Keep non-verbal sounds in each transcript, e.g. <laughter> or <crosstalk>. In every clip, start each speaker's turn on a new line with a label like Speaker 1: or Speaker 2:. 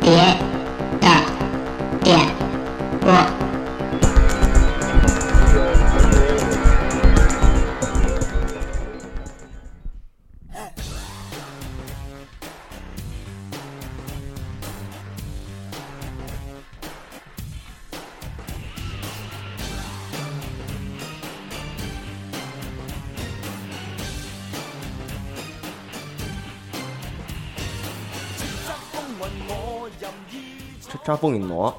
Speaker 1: 别的点播。
Speaker 2: 这扎风影挪。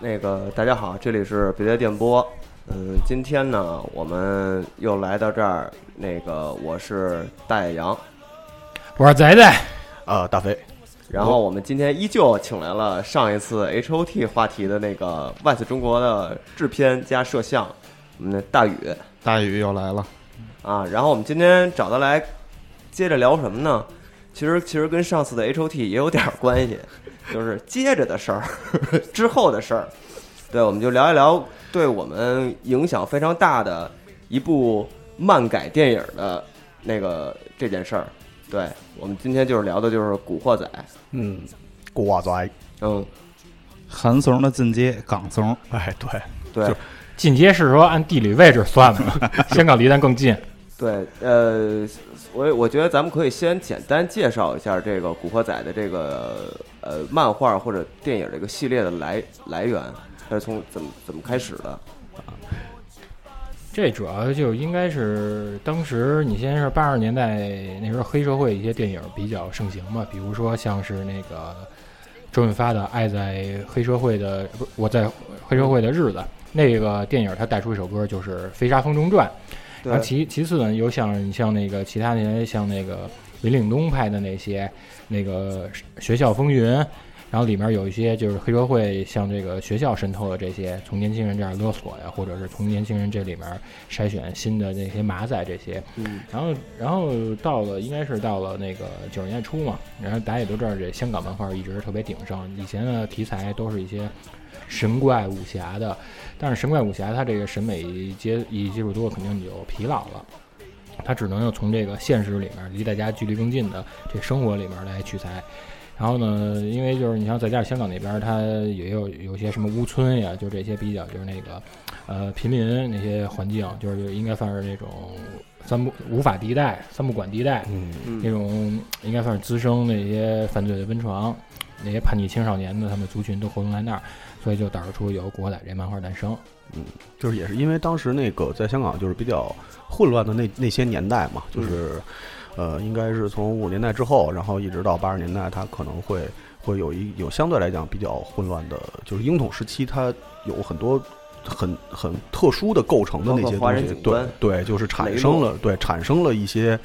Speaker 2: 那个大家好，这里是别的电波。嗯，今天呢，我们又来到这儿。那个我是大野羊，
Speaker 3: 我是仔仔，
Speaker 4: 啊，大飞，
Speaker 2: 然后我们今天依旧请来了上一次 H O T 话题的那个 West 中国的制片加摄像，我们的大宇
Speaker 4: 大宇又来了，
Speaker 2: 啊。然后我们今天找他来接着聊什么呢？其实其实跟上次的 H O T 也有点儿关系， <laughs> 就是接着的事儿， <laughs> 之后的事儿。对，我们就聊一聊对我们影响非常大的一部漫改电影的那个这件事儿。对我们今天就是聊的就是《古惑仔》。
Speaker 3: 嗯，
Speaker 4: 瓜仔，
Speaker 2: 嗯，
Speaker 5: 韩怂的进阶，港怂，
Speaker 4: 哎，对，
Speaker 2: 对
Speaker 3: 进阶是说按地理位置算
Speaker 4: <laughs>
Speaker 3: 吗？香港离咱更近，
Speaker 2: 对，呃，我我觉得咱们可以先简单介绍一下这个《古惑仔》的这个呃漫画或者电影这个系列的来来源，它是从怎么怎么开始的？
Speaker 3: 这主要就应该是当时你先是八十年代那时候黑社会一些电影比较盛行嘛，比如说像是那个周润发的《爱在黑社会的不是我在黑社会的日子》那个电影，他带出一首歌就是《飞沙风中转》，然
Speaker 2: 对
Speaker 3: 后，其其次呢，有像你像那个其他那些像那个林岭东拍的那些那个《学校风云》，然后里面有一些就是黑社会向这个学校渗透的这些，从年轻人这儿勒索呀，或者是从年轻人这里面筛选新的那些马仔这些。
Speaker 2: 嗯，
Speaker 3: 然后然后到了应该是到了那个九十年代初嘛，然后大家也都知道这香港漫画一直特别鼎盛，以前的题材都是一些神怪武侠的，但是神怪武侠它这个审美接一接触多，肯定你就疲劳了。它只能又从这个现实里面离大家距离更近的这生活里面来取材。然后呢，因为就是你像再加上香港那边儿，它也有有一些什么屋村呀，就这些比较就是那个，呃，贫民那些环境，就是应该算是那种三不无法地带、三不管地带，
Speaker 4: 嗯，
Speaker 2: 嗯
Speaker 3: 那种应该算是滋生那些犯罪的温床，那些叛逆青少年的他们族群都活动在那儿，所以就导致出有《古惑仔》这漫画诞生。
Speaker 4: 就是也是因为当时那个在香港就是比较混乱的那那些年代嘛，
Speaker 2: 嗯
Speaker 4: 就是，呃，应该是从五十年代之后，然后一直到八十年代，它可能会会有一有相对来讲比较混乱的，就是英统时期，它有很多。很很特殊的构成的那
Speaker 2: 包
Speaker 4: 些
Speaker 2: 括华
Speaker 4: 东
Speaker 2: 人
Speaker 4: 西
Speaker 2: 景，
Speaker 4: 对
Speaker 2: 观
Speaker 4: 对，就是产
Speaker 2: 雷
Speaker 4: 生
Speaker 2: 诺
Speaker 4: 了对产生了一些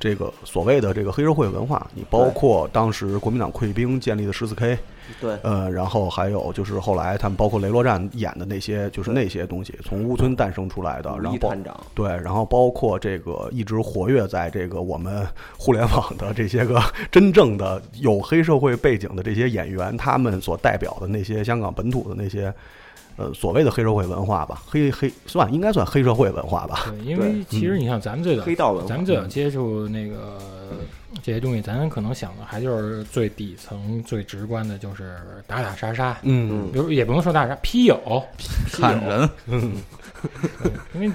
Speaker 4: 这个所谓的这个黑社会文化。你包
Speaker 2: 对
Speaker 4: 括当时国民党溃兵建立的十四 K，
Speaker 2: 对，
Speaker 4: 呃，然后还有就是后来他们包括雷洛战演的那些，就是那些东西从乌村诞生出来的，然
Speaker 2: 一
Speaker 4: 后包
Speaker 2: 探长，
Speaker 4: 对，然后包括这个一直活跃在这个我们互联网的这些个真正的有黑社会背景的这些演员，他们所代表的那些香港本土的那些。呃，所谓的黑社会文化吧，黑黑算应该算黑社会文化吧，
Speaker 3: 对，因为其实你像咱们最早
Speaker 2: 黑道文化
Speaker 3: 咱们最早接触那个这些东西，咱可能想的还就是最底层、最直观的，就是打打杀杀。
Speaker 4: 嗯
Speaker 3: 比如也不能说打杀，批友，
Speaker 5: 看人，
Speaker 3: 因为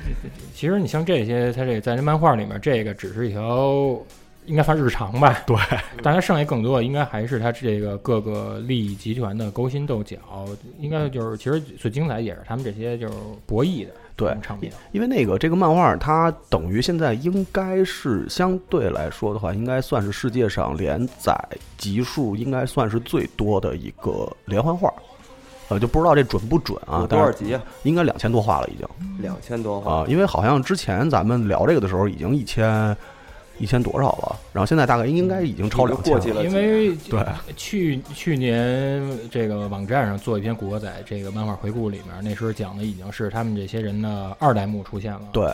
Speaker 3: 其实你像这些，它这在这漫画里面，这个只是一条应该算日常吧。
Speaker 4: 对，
Speaker 3: 但它剩下更多的应该还是它这个各个利益集团的勾心斗角，应该就是其实最精彩也是他们这些就是博弈的
Speaker 4: 对
Speaker 3: 这种场面。
Speaker 4: 因为那个这个漫画，它等于现在应该是相对来说的话，应该算是世界上连载集数应该算是最多的一个连环画，呃，就不知道这准不准啊
Speaker 2: 有，多
Speaker 4: 但
Speaker 2: 少
Speaker 4: 是
Speaker 2: 集啊？
Speaker 4: 应该两千多话了已经
Speaker 2: 两千多话。
Speaker 4: 啊，因为好像之前咱们聊这个的时候已经一千一千多少了，然后现在大概应该已经超
Speaker 2: 已经
Speaker 4: 两
Speaker 2: 过去
Speaker 4: 千
Speaker 2: 了
Speaker 3: 因为
Speaker 4: 对，
Speaker 3: 去去年这个网站上做一篇《古惑仔》这个漫画回顾，里面那时候讲的已经是他们这些人的二代目出现了。，
Speaker 4: 对，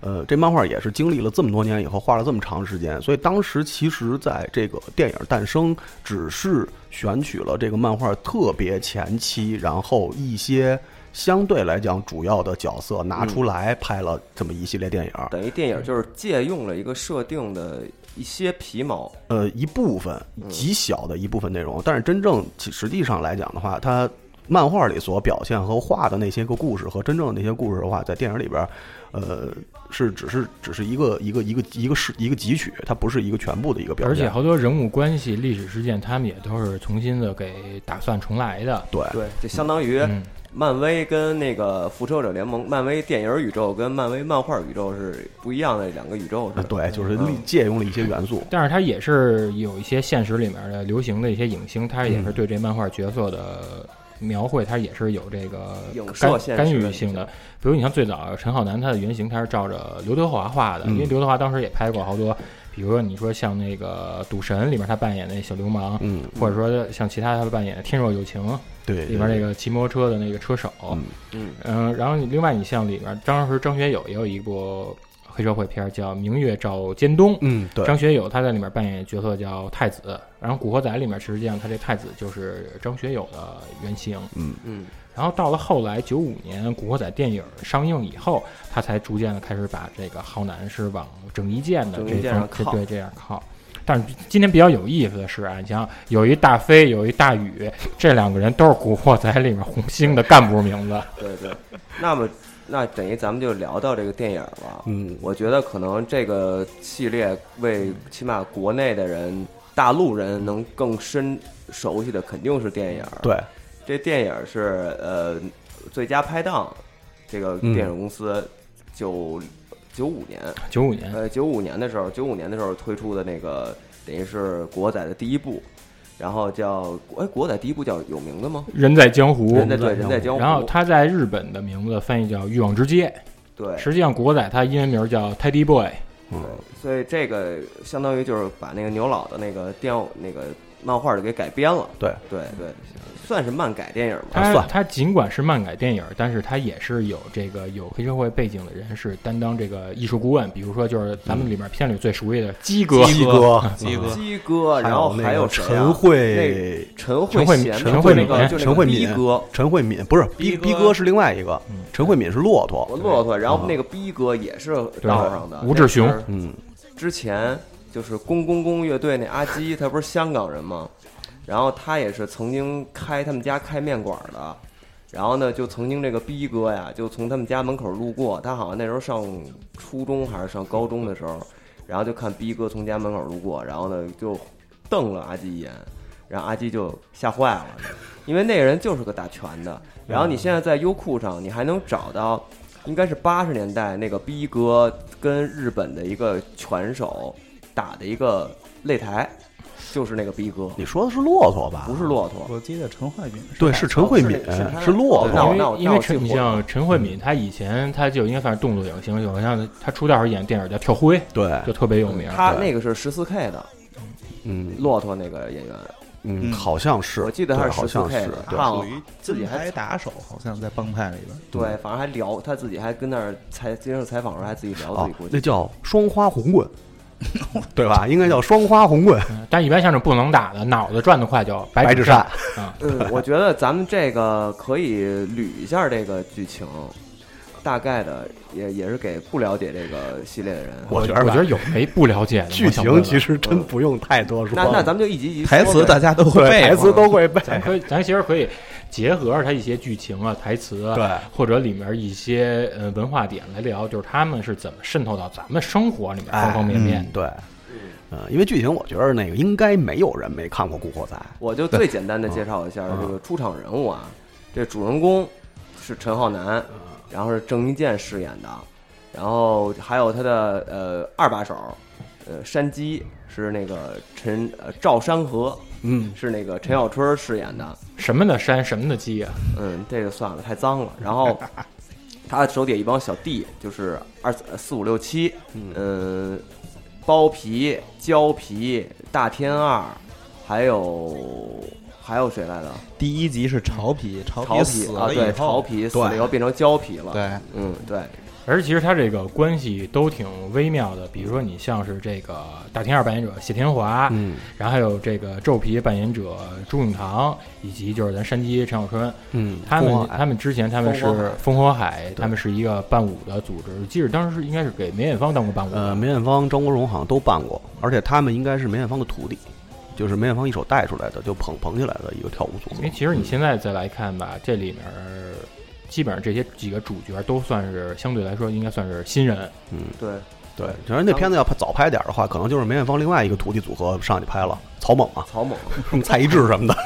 Speaker 4: 呃，这漫画也是经历了这么多年以后，花了这么长时间，所以当时其实在这个电影诞生，只是选取了这个漫画特别前期，然后一些相对来讲主要的角色拿出来拍了这么一系列电影儿，
Speaker 2: 等于电影就是借用了一个设定的一些皮毛，
Speaker 4: 呃，一部分极小的一部分内容，但是真正其实际上来讲的话，它漫画里所表现和画的那些个故事和真正的那些故事的话，在电影里边儿，呃，是只是只是一个一个一个一个是一个汲取，它不是一个全部的一个表
Speaker 3: 而且
Speaker 4: 现。
Speaker 3: 好多人物关系、历史事件，他们也都是重新的给打算重来的。
Speaker 4: 对，
Speaker 2: 对，就相当于
Speaker 3: 嗯，
Speaker 2: 漫威跟那个复仇者联盟，漫威电影宇宙跟漫威漫画宇宙是不一样的两个宇宙，是
Speaker 4: 呃
Speaker 2: 吧？
Speaker 4: 对，就是
Speaker 2: 嗯
Speaker 4: 利借用了一些元素。
Speaker 3: 但是它也是有一些现实里面的流行的一些影星，它也
Speaker 4: 嗯
Speaker 3: 是对这漫画角色的描绘，它也是有这个
Speaker 2: 影射
Speaker 3: 干
Speaker 2: 现实
Speaker 3: 干
Speaker 2: 的
Speaker 3: 预
Speaker 2: 一
Speaker 3: 性
Speaker 2: 些
Speaker 3: 的。比如你像最早陈浩南，他的原型他是照着刘德华画的，因为
Speaker 4: 嗯
Speaker 3: 刘德华当时也拍过好多，比如说你说像那个《赌神》里面他扮演那小流氓，
Speaker 4: 嗯，
Speaker 3: 或者说像其他他扮演《天若有情》
Speaker 4: 对，
Speaker 3: 里面那个骑摩托车的那个车手，
Speaker 4: 嗯
Speaker 2: 嗯，
Speaker 3: 嗯，然后你另外你像里面当时张学友也有一部黑社会片儿叫《明月照尖东》，
Speaker 4: 嗯，对，
Speaker 3: 张学友他在里面扮演角色叫太子，然后《古惑仔》里面实际上他这太子就是张学友的原型。
Speaker 4: 嗯
Speaker 2: 嗯，
Speaker 3: 然后到了后来九五年《古惑仔》电影上映以后，他才逐渐的开始把这个浩南是往郑伊健的
Speaker 2: 郑伊
Speaker 3: 这
Speaker 2: 健
Speaker 3: 方
Speaker 2: 上
Speaker 3: 这
Speaker 2: 靠
Speaker 3: 对这样靠。但是今天比较有意思的是啊，你想有一大飞，有一大宇，这两个人都是《古惑仔》里面红星的干部名字。
Speaker 2: 对对。那么，那等于咱们就聊到这个电影了。
Speaker 4: 嗯
Speaker 2: 我觉得可能这个系列为起码国内的人、大陆人能更深熟悉的肯定是电影。，
Speaker 4: 对，
Speaker 2: 这电影是呃最佳拍档，这个
Speaker 4: 嗯
Speaker 2: 电影公司九九五年，
Speaker 3: 九五年，
Speaker 2: 呃，九五年的时候，九五年的时候推出的那个，等于是《国仔》的第一部，然后叫哎，《国仔》第一部叫有名字吗？
Speaker 3: 《人在江湖
Speaker 2: 人》，在对人在江湖，
Speaker 3: 然后他在日本的名字翻译叫《欲望之街》。
Speaker 2: 对，
Speaker 3: 实际上，古惑仔他英文名叫 Teddy Boy，
Speaker 4: 嗯
Speaker 2: 所以这个相当于就是把那个牛老的那个电那个漫画儿给改编了，
Speaker 4: 对，
Speaker 2: 对对，算是漫改电影吧。
Speaker 4: 啊
Speaker 3: 他
Speaker 4: 算
Speaker 3: 他尽管是漫改电影，但是他也是有这个有黑社会背景的人是担当这个艺术顾问，比如说就是咱们里面片里最熟悉的鸡哥，
Speaker 5: 鸡
Speaker 4: 哥
Speaker 3: 啊
Speaker 5: 鸡哥，
Speaker 2: 鸡哥，然后还
Speaker 4: 还有那个
Speaker 2: 谁啊
Speaker 4: 陈
Speaker 2: 那
Speaker 4: 慧
Speaker 2: 陈
Speaker 3: 陈慧
Speaker 2: 慧娴，
Speaker 3: 陈
Speaker 2: 就
Speaker 3: 慧
Speaker 2: 那
Speaker 3: 敏
Speaker 2: 个就那
Speaker 4: 陈
Speaker 2: 个
Speaker 4: 慧
Speaker 2: 逼
Speaker 4: 敏
Speaker 2: 哥，
Speaker 4: 陈慧敏不是
Speaker 5: 逼
Speaker 4: 逼
Speaker 5: 哥
Speaker 4: 逼哥是另外一个，陈慧敏是骆驼，
Speaker 2: 我骆驼，然后那个逼哥也是道上的
Speaker 3: 吴志雄，
Speaker 2: 那是
Speaker 4: 嗯，
Speaker 2: 之前就是公公公乐队那阿基，他不是香港人吗？然后他也是曾经开他们家开面馆的，然后呢，就曾经这个逼哥呀，就从他们家门口路过，他好像那时候上初中还是上高中的时候，然后就看逼哥从家门口路过，然后呢就瞪了阿基一眼，然后阿基就吓坏了，因为那个人就是个打拳的。然后你现在在优酷上，你还能找到，应该是八十年代那个逼哥跟日本的一个拳手打的一个擂台，就是那个逼哥，
Speaker 4: 你说的是骆驼吧？
Speaker 2: 不是骆驼。
Speaker 5: 我记得陈慧敏
Speaker 4: 对，是陈慧敏
Speaker 2: 哦是是他，
Speaker 4: 是骆
Speaker 2: 那
Speaker 4: 驼
Speaker 2: 我
Speaker 3: 因
Speaker 2: 那我
Speaker 3: 为因为
Speaker 2: 那我记
Speaker 3: 陈你
Speaker 2: 混了
Speaker 3: 像陈慧敏，他以前他就应该算是动作影星，有像他出道时演电影叫《跳灰》，
Speaker 4: 对，
Speaker 3: 就特别有名。
Speaker 2: 他
Speaker 4: 对
Speaker 2: 那个是十四 K 的
Speaker 4: 嗯
Speaker 2: 骆驼那个演员，
Speaker 4: 嗯，好像是，
Speaker 2: 我记得他
Speaker 4: 对
Speaker 2: 是
Speaker 4: 好像
Speaker 2: 14K
Speaker 4: 是
Speaker 2: 的，
Speaker 4: 对
Speaker 2: 啊
Speaker 5: 属于自己还打手，好像在帮派里边。
Speaker 2: 对，反正还聊他自己还跟那儿采接受采访的时候还自己聊自
Speaker 4: 哦
Speaker 2: 己国，
Speaker 4: 那
Speaker 2: 籍，
Speaker 4: 叫双花红棍，对吧？应该叫双花红棍，
Speaker 3: 嗯但一般像这种不能打的，脑子转得快叫
Speaker 4: 白
Speaker 3: 纸
Speaker 4: 纸
Speaker 3: 扇
Speaker 4: 扇。
Speaker 3: 啊。 <laughs>
Speaker 2: 嗯，我觉得咱们这个可以捋一下这个剧情，大概的也也是给不了解这个系列的人。
Speaker 4: 我觉得
Speaker 3: 我
Speaker 4: 吧
Speaker 3: 觉得有没不了解的
Speaker 4: 剧
Speaker 3: 我想问
Speaker 4: 情
Speaker 3: 问
Speaker 4: 其实真不用太多说
Speaker 2: 嗯那
Speaker 4: 了，
Speaker 2: 那咱们就一集一集
Speaker 5: 台词
Speaker 2: 说呗
Speaker 5: 大家都会
Speaker 4: 对
Speaker 5: 背，
Speaker 4: 台词都会背，
Speaker 3: 咱可以，咱其实可以结合它一些剧情啊、台词啊，
Speaker 4: 对
Speaker 3: 或者里面一些呃文化点来聊，就是他们是怎么渗透到咱们生活里面
Speaker 4: 哎
Speaker 3: 方方面面。
Speaker 4: 对。呃，因为剧情，我觉得那个应该没有人没看过《古惑仔》。
Speaker 2: 我就最简单的介绍一下这个出场人物啊，这主人公是陈浩南，
Speaker 5: 啊
Speaker 2: 然后是郑伊健饰演的，然后还有他的呃二把手，呃山鸡是那个陈呃赵山河，
Speaker 4: 嗯，
Speaker 2: 是那个陈小春饰演的，
Speaker 3: 什么的山，什么的鸡啊，
Speaker 2: 嗯，这个算了，太脏了。然
Speaker 5: <laughs>
Speaker 2: 后他手底下一帮小弟，就是二四五六七，嗯，包皮、胶皮、大天二，还有还有谁来着？
Speaker 5: 第一集是潮皮，潮
Speaker 2: 潮
Speaker 5: 死
Speaker 2: 皮啊，
Speaker 5: 了
Speaker 2: 对，
Speaker 5: 以
Speaker 2: 潮
Speaker 5: 后，
Speaker 2: 皮死了以后变成胶皮了。
Speaker 5: 对，
Speaker 2: 嗯，对。
Speaker 3: 而其实他这个关系都挺微妙的，比如说你像是这个大天二扮演者谢天华，
Speaker 4: 嗯
Speaker 3: 然后还有这个皱皮扮演者朱永棠，以及就是咱山鸡陈小春，
Speaker 4: 嗯，
Speaker 3: 他们
Speaker 4: 风华
Speaker 3: 他们之前他们是烽火海，
Speaker 4: 对
Speaker 3: 他们是一个伴舞的组织，我记得当时是应该是给梅艳芳当过伴舞的，
Speaker 4: 呃，梅艳芳、张国荣好像都办过，而且他们应该是梅艳芳的徒弟，就是梅艳芳一手带出来的，就捧捧起来的一个跳舞组合
Speaker 3: 因为。其实你现在再来看吧，这里面儿基本上这些几个主角都算是相对来说应该算是新 <laughs> 人，
Speaker 2: 对，
Speaker 4: 对，只要那片子要拍早拍点儿的话，可能就是梅艳芳另外一个徒弟组合上去拍了，草蜢啊，
Speaker 2: 草
Speaker 5: <laughs>
Speaker 2: 蜢、
Speaker 4: 什么蔡一智什么的。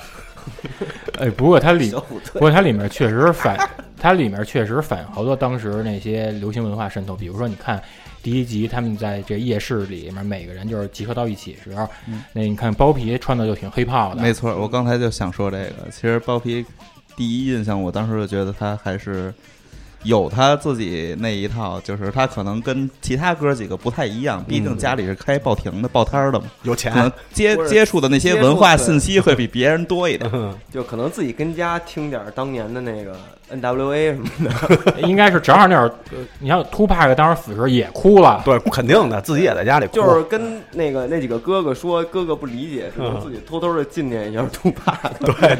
Speaker 3: 哎，不过它里
Speaker 2: 小虎
Speaker 3: 不
Speaker 2: 队，
Speaker 3: 过它里面确实反，它里面确实反映好多当时那些流行文化渗透。比如说，你看第一集他们在这夜市里面，每个人就是集合到一起的时候，那你看包皮穿的就挺黑泡的，
Speaker 5: 没错，我刚才就想说这个。其实包皮第一印象，我当时就觉得他还是有他自己那一套，就是他可能跟其他哥几个不太一样，毕竟家里是开报亭的、报摊儿的嘛，
Speaker 4: 有
Speaker 5: 可能
Speaker 2: 嗯
Speaker 4: 钱，
Speaker 5: 接
Speaker 2: 不是
Speaker 5: 接触的那些文化信息会比别人多一点。
Speaker 2: 就可能自己跟家听点儿当年的那个 NWA
Speaker 5: <laughs>
Speaker 2: 什么的，
Speaker 3: 应该是正好那会儿，呃你像 Tupac 当时死的时候也哭了，
Speaker 4: 对，肯定的，自己也在家里哭。
Speaker 2: 就是跟那个那几个哥哥说，哥哥不理解，只
Speaker 5: 嗯
Speaker 2: 能自己偷偷的纪念一下杜巴。
Speaker 5: <laughs>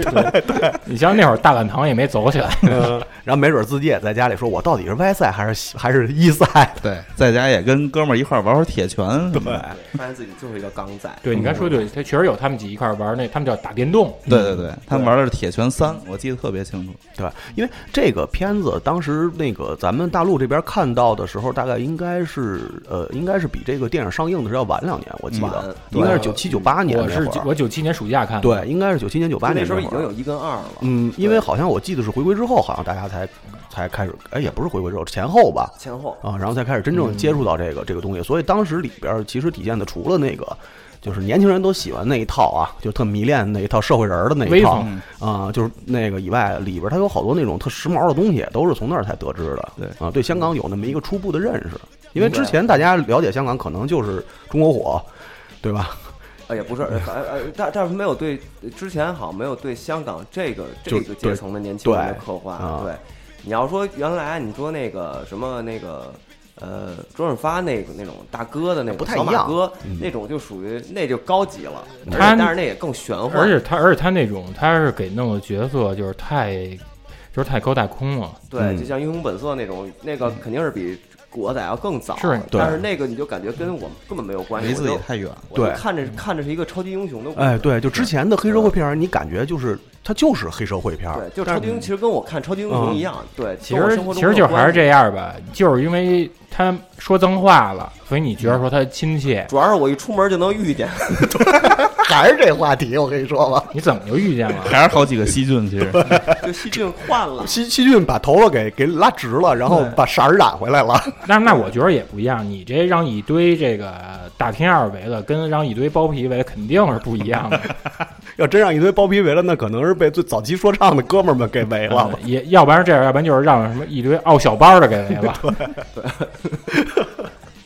Speaker 3: 你像那会儿大懒堂也没走起来，
Speaker 4: 嗯 <laughs> 然后没准自己也在家里说，我到底是歪赛还是还是一赛？ <laughs>
Speaker 5: 对，在家也跟哥们儿一块儿玩会儿铁拳什么的。
Speaker 2: <laughs> 发现自己就是一个刚仔。
Speaker 3: 对，你刚说对，嗯他确实有他们几一块儿玩儿那，他们叫打电动，
Speaker 5: 对对对，他们玩的是铁拳三，我记得特别清楚。
Speaker 4: 对，因为这个片子当时那个咱们大陆这边看到的时候，大概应该是呃，应该是比这个电影上映的时候要晚两年，我记
Speaker 2: 晚
Speaker 4: 得应该是
Speaker 3: 对
Speaker 4: 九七九八年
Speaker 3: 我
Speaker 4: 那
Speaker 3: 是
Speaker 4: 会儿。
Speaker 3: 我九七年暑假看的，
Speaker 4: 对，应该是九七年九八
Speaker 2: 那
Speaker 4: 年
Speaker 2: 时候
Speaker 4: 那
Speaker 2: 已
Speaker 4: 会
Speaker 2: 经
Speaker 4: 儿
Speaker 2: 有一跟二了，
Speaker 4: 嗯，因为好像我记得是回归之后，好像大家才才开始，哎，也不是回归之后，前后吧，
Speaker 2: 前后
Speaker 4: 啊，然后才开始真
Speaker 3: 嗯
Speaker 4: 正接触到这个、这个东西。所以当时里边儿其实体现的，除了那个，就是年轻人都喜欢那一套啊，就特迷恋那一套社会人儿的那一
Speaker 3: 威
Speaker 4: 套
Speaker 3: 风
Speaker 4: 啊、就是那个以外，里边儿它有好多那种特时髦的东西，都是从那儿才得知的。
Speaker 5: 对
Speaker 4: 啊，对香港有那么一个初步的认识，因为之前大家了解香港可能就是中国火，对吧？
Speaker 2: 啊，也不是，反呃，但但是没有对之前好像没有对香港这个这
Speaker 4: 就
Speaker 2: 个阶层的年轻人的
Speaker 4: 对
Speaker 2: 刻画
Speaker 4: 啊。
Speaker 2: 对，你要说原来你说那个什么那个。呃，周润发那个那种大哥的那
Speaker 4: 不
Speaker 2: 种
Speaker 4: 太
Speaker 2: 小
Speaker 4: 一
Speaker 2: 马
Speaker 4: 样
Speaker 2: 哥
Speaker 4: 嗯，
Speaker 2: 那种就属于那就高级了，而且
Speaker 3: 他
Speaker 2: 但是那也更玄幻，
Speaker 3: 而且他，而且他那种，他是给弄的角色就是太，就是太高大空了。
Speaker 2: 对，
Speaker 4: 嗯
Speaker 2: 就像《英雄本色》那种，那个肯定是比国仔要更早，
Speaker 3: 是对
Speaker 2: 但是那个你就感觉跟我们根本没有关系，
Speaker 5: 离自己
Speaker 2: 哎我就
Speaker 5: 太远了。
Speaker 2: 我就
Speaker 4: 对
Speaker 2: 看着看着是一个超级英雄的故事，
Speaker 4: 哎，对，就之前的黑社会片儿，你感觉就是它就是黑社会
Speaker 3: 啊
Speaker 4: 片儿，
Speaker 2: 对，就超级英雄其实跟我看超级英雄一样，对，
Speaker 3: 嗯其
Speaker 2: 跟我
Speaker 3: 实
Speaker 2: 生活
Speaker 3: 其
Speaker 2: 中
Speaker 3: 实就还是
Speaker 2: 没有关系，
Speaker 3: 这样吧，就是因为他说脏话了，所以你觉得
Speaker 2: 嗯
Speaker 3: 说他亲切，
Speaker 2: 主要是我一出门就能遇见，
Speaker 4: <laughs> 还是这话题，我跟你说吧。
Speaker 3: 你怎么就遇见了？ <laughs>
Speaker 5: 还是好几个西郡，其实
Speaker 2: 就细菌换了，
Speaker 4: 西西俊把头发给给拉直了，然后把色儿染回来了。
Speaker 3: 但是那我觉得也不一样，你这让一堆这个大天二围了，跟让一堆包皮围了肯定是不一样
Speaker 2: <laughs>
Speaker 3: 的，
Speaker 4: 要真让一堆包皮围了，那可能是被最早期说唱的哥们儿们给围了
Speaker 3: 嗯。也要不然这样，要不然就是让什么一堆奥小班的给围了。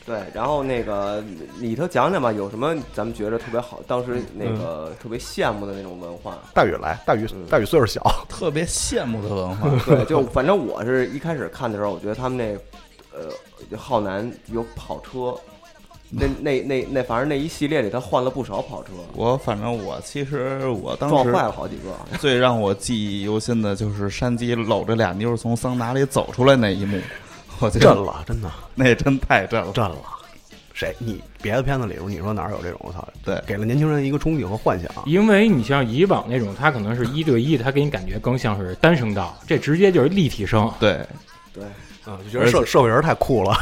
Speaker 2: 对，然后那个里头讲讲吧，有什么咱们觉得特别好，当时那
Speaker 3: 嗯
Speaker 2: 个特别羡慕的那种文化，
Speaker 4: 大宇来，大宇大宇岁数小，
Speaker 5: 特别羡慕的文化。
Speaker 2: <laughs> 对，
Speaker 3: <laughs>
Speaker 2: 就反正我是一开始看的时候，我觉得他们那，呃，浩南有跑车，那那那那，反正那一系列里他换了不少跑车，
Speaker 5: 我反正我其实我当
Speaker 2: 撞坏
Speaker 5: 时
Speaker 2: 了好几个。
Speaker 5: 最让我记忆犹新的就是山鸡搂着俩妞儿从桑拿里走出来那一幕，我觉
Speaker 4: <laughs> 震
Speaker 5: 得
Speaker 4: 了，真的
Speaker 5: 那真太震了。
Speaker 4: <laughs> 震了。谁？你别的片子里边，你说哪儿有这种？我操！
Speaker 5: 对
Speaker 4: 给了年轻人一个憧憬和幻想。
Speaker 3: 因为你像以往那种，他可能是一对一，他给你感觉更像是单声道，这直接就是立体声。
Speaker 5: 对，
Speaker 2: 对，
Speaker 4: 啊，就觉得社社会人太酷了。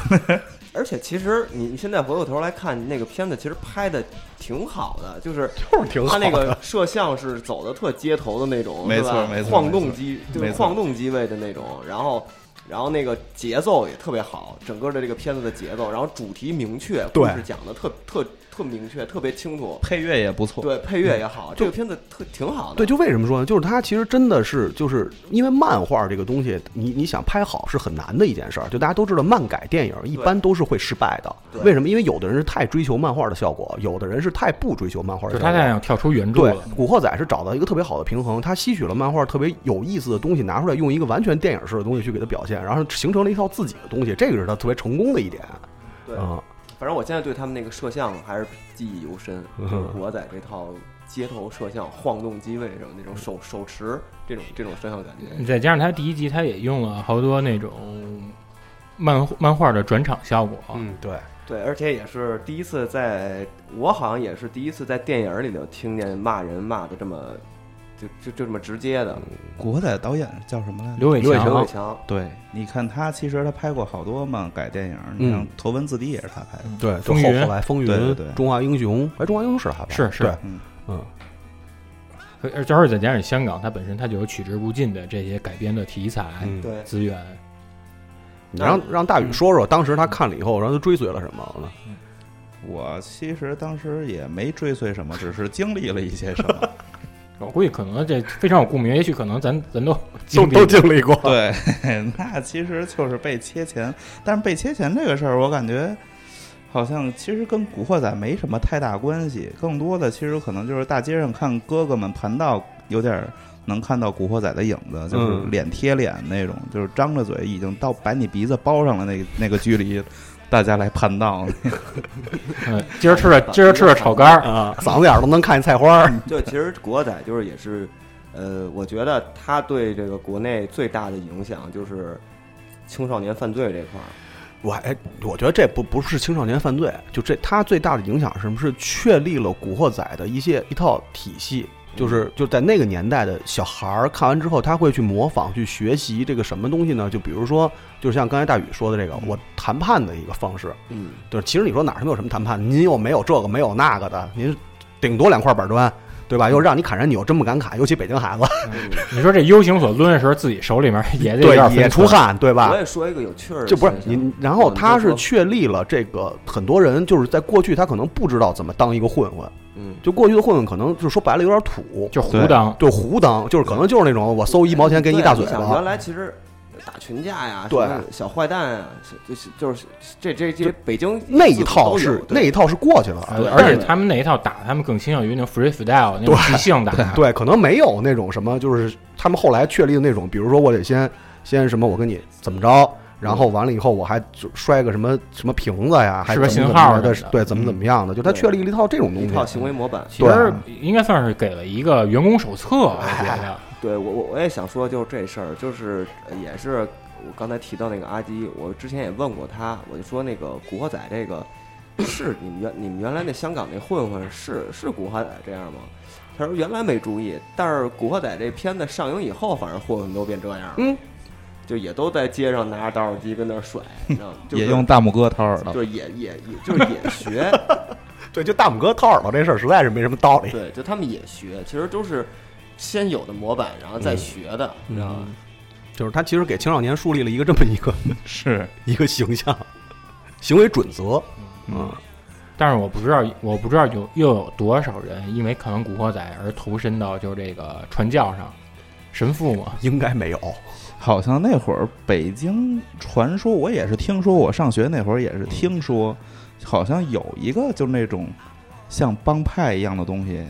Speaker 2: 而且其实你你现在回过头来看那个片子，其实拍的挺好的，就是
Speaker 4: 就是挺好
Speaker 2: 他
Speaker 4: 的
Speaker 2: 那个摄像是走的特街头的那种，
Speaker 5: 没
Speaker 2: 是吧
Speaker 5: 错没错
Speaker 2: 晃动机
Speaker 5: 没错
Speaker 2: 就是
Speaker 5: 没错
Speaker 2: 晃动机位的那种，然后。然后那个节奏也特别好，整个的这个片子的节奏，然后主题明确，故
Speaker 4: 对
Speaker 2: 事讲的特特特明确，特别清楚。
Speaker 5: 配乐也不错。
Speaker 2: 对，配乐也好，这个片子特挺好的。
Speaker 4: 对，就为什么说呢？就是它其实真的是，就是因为漫画这个东西，你你想拍好是很难的一件事儿。就大家都知道，漫改电影一般都是会失败的。
Speaker 2: 对
Speaker 4: 为什么？因为有的人是太追求漫画的效果，有的人是太不追求漫画
Speaker 3: 就
Speaker 4: 的
Speaker 3: 是
Speaker 4: 效
Speaker 3: 他
Speaker 4: 果。
Speaker 3: 太想跳出原著
Speaker 4: 对，《
Speaker 3: 了，
Speaker 4: 古惑仔》是找到一个特别好的平衡，它吸取了漫画特别有意思的东西，拿出来用一个完全电影式的东西去给它表现，变，然后形成了一套自己的东西，这个是他特别成功的一点。
Speaker 2: 对，
Speaker 4: 啊，
Speaker 2: 反正我现在对他们那个摄像还是记忆犹深，
Speaker 4: 嗯
Speaker 2: 就是国仔这套街头摄像、晃动机位什么那种手手持这种这种摄像感觉，
Speaker 3: 再加上他第一集他也用了好多那种漫漫画的转场效果，
Speaker 4: 嗯，对，
Speaker 2: 对，而且也是第一次在，我好像也是第一次在电影里头听见骂人骂的这么就就就这么直接
Speaker 4: 啊
Speaker 2: 的。
Speaker 5: 国仔导演叫什么来着？
Speaker 3: 刘伟
Speaker 4: 刘伟
Speaker 2: 刘
Speaker 3: 强啊
Speaker 2: 伟强，
Speaker 5: 对，你看他其实他拍过好多嘛改电影，你像《头文字 D》也是他拍的，
Speaker 4: 对，就
Speaker 3: 风
Speaker 4: 后
Speaker 3: 云
Speaker 4: 后来风云、
Speaker 5: 对对对
Speaker 4: 中华英雄，哎，中华英雄是他吧？
Speaker 3: 是是
Speaker 4: 对
Speaker 5: 嗯，
Speaker 4: 嗯，
Speaker 3: 而而呃再加上香港，它本身它就有取之不尽的这些改编的题材
Speaker 4: 嗯
Speaker 2: 对，
Speaker 3: 资源。
Speaker 4: 你让让大宇说说，当时他看了以后，然后他追随了什么呢？
Speaker 5: 我其实当时也没追随什么，只是经历了一些什
Speaker 2: <laughs>
Speaker 5: 么。
Speaker 3: 我估计可能这非常有共鸣，也许可能咱咱都
Speaker 4: 都
Speaker 3: 经历
Speaker 4: 都经历过，
Speaker 5: 对， <laughs> 那其实就是被切钱，但是被切钱这个事儿，我感觉好像其实跟《古惑仔》没什么太大关系，更多的其实可能就是大街上看哥哥们盘道，有点儿能看到《古惑仔》的影子，就是
Speaker 4: 嗯
Speaker 5: 脸贴脸那种，就是张着嘴已经到把你鼻子包上了那那个距离，大家来盘道。
Speaker 3: 嗯，今儿吃的今儿吃的炒肝儿，
Speaker 4: 啊，嗓子眼儿都能看见菜花儿。
Speaker 2: 对，其实国仔就是也是，呃，我觉得他对这个国内最大的影响就是青少年犯罪这块儿。
Speaker 4: <laughs> 我哎，我觉得这不不是青少年犯罪，就这他最大的影响是什么？是确立了《古惑仔》的一些一套体系，就是就在那个年代的小孩儿看完之后，他会去模仿、去学习这个什么东西呢？就比如说，就是像刚才大宇说的这个，我谈判的一个方式，
Speaker 2: 嗯，
Speaker 4: 就是其实你说哪儿他妈有什么谈判？您又没有这个，没有那个的，您顶多两块板砖，对吧？又让你砍人，你又真不敢砍，尤其北京孩子，
Speaker 3: 你说这 U 型索抡的时候，自己手里
Speaker 4: <laughs>
Speaker 3: 面也得有
Speaker 4: 对
Speaker 3: 点，
Speaker 4: 也
Speaker 3: 分
Speaker 4: 出
Speaker 3: 寸，
Speaker 4: 汗，对吧？
Speaker 2: 我也说一个有趣儿的现象，
Speaker 4: 就不是你，然
Speaker 2: 嗯
Speaker 4: 后他是确立了这个很多人就是在过去他可能不知道怎么当一个混混，
Speaker 2: 嗯，
Speaker 4: 就过去的混混可能就说白了有点土，
Speaker 3: 就胡当。
Speaker 4: 就胡当，就是可能就是那种我搜一毛钱给你一大嘴
Speaker 2: 对你想原
Speaker 4: 巴，
Speaker 2: 来其实打群架呀，
Speaker 4: 对
Speaker 2: 什么小坏蛋呀，就是就是这这这北京
Speaker 4: 那一套
Speaker 2: 自古
Speaker 4: 是
Speaker 2: 都有
Speaker 4: 那一啊套是过去
Speaker 3: 呃
Speaker 4: 了，
Speaker 3: 而且他们那一套打，他们更倾向于那种 freestyle 那种即兴打，
Speaker 4: 对，可能没有那种什么，就是他们后来确立的那种，比如说我得先先什么，我跟你怎么着。然后完了以后，我还就摔个什么什么瓶子呀，还
Speaker 3: 是个
Speaker 4: 怎么
Speaker 3: 信号
Speaker 4: 怎么
Speaker 3: 什么
Speaker 4: 着的，嗯
Speaker 3: 的
Speaker 4: 对，怎么怎么样的，就他
Speaker 2: 对
Speaker 4: 确立了一套这种
Speaker 2: 对
Speaker 4: 东
Speaker 2: 一
Speaker 4: 西，
Speaker 2: 套行为模板。
Speaker 3: 其实应该算是给了一个员工手册，我觉
Speaker 4: 哎
Speaker 3: 得。
Speaker 2: 对我我我也想说，就是这事儿，就是呃也是我刚才提到那个阿基，我之前也问过他，我就说那个《古惑仔》这个是你们原你们原来那香港那混混是是《古惑仔》这样吗？他说原来没注意，但是《古惑仔》这片子上映以后，反正混混都变这样了，
Speaker 4: 嗯，
Speaker 2: 就也都在街上拿着打火机跟那儿甩，你
Speaker 5: <laughs>
Speaker 2: 知道吗？ <laughs> 就是
Speaker 5: 也用大拇哥掏耳朵
Speaker 2: 就，是也也也就是也学，
Speaker 4: 对，就大拇哥掏耳朵这事儿实在是没什么道理。
Speaker 2: 对，就他们也学，其实都是先有的模板，然后
Speaker 5: 嗯
Speaker 2: 再学的，你知道吗？
Speaker 4: <laughs> 就是他其实给青少年树立了一个这么一个
Speaker 5: 是
Speaker 4: 一个形象、行为准则。嗯，
Speaker 3: 但是我不知道，我不知道有又有多少人因为看完《古惑仔》而投身到就这个传教上，神父嘛，
Speaker 4: 应该没有。
Speaker 5: 好像那会儿北京传说，我也是听说，我上学那会儿也是听说，好像有一个就那种像帮派一样的东西，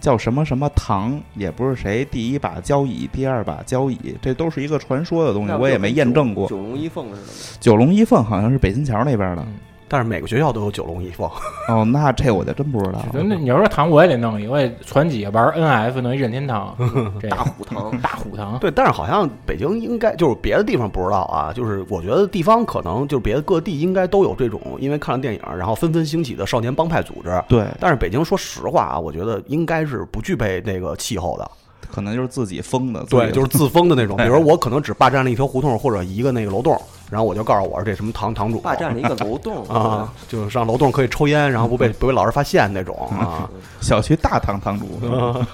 Speaker 5: 叫什么什么堂，也不是谁第一把交椅，第二把交椅，这都是一个传说的东西，
Speaker 2: 那
Speaker 5: 我也没验证过
Speaker 2: 九。龙一凤似的，
Speaker 5: 九龙一凤好像是北新桥那边的，
Speaker 3: 嗯
Speaker 4: 但是每个学校都有九龙一凤，
Speaker 5: 哦，那这我就真不知道
Speaker 3: 嗯那
Speaker 5: 了。
Speaker 3: 你要说堂我也得弄一个，我也传几个玩 NF 弄一任天
Speaker 4: <laughs>
Speaker 3: 堂，这
Speaker 2: 大
Speaker 3: 大。
Speaker 2: 虎堂
Speaker 3: 大虎堂，
Speaker 4: 对，但是好像北京应该就是别的地方不知道啊，就是我觉得地方可能就是别的各地应该都有这种，因为看了电影，然后纷纷兴起的少年帮派组织。
Speaker 5: <laughs> 对，
Speaker 4: 但是北京，说实话啊，我觉得应该是不具备那个气候的，
Speaker 5: 可能就是自己封的，自
Speaker 4: 对，
Speaker 5: 己
Speaker 4: 就是自封的那 <laughs> 种。比如我可能只霸占了一条胡同或者一个那个楼栋，然后我就告诉我是这什么堂堂主，
Speaker 2: 霸占了一个楼栋
Speaker 4: 啊，，就是上楼栋可以抽烟，然后不被不被老师发现那种啊。
Speaker 5: 小区大堂堂 <laughs> 主。
Speaker 2: <laughs>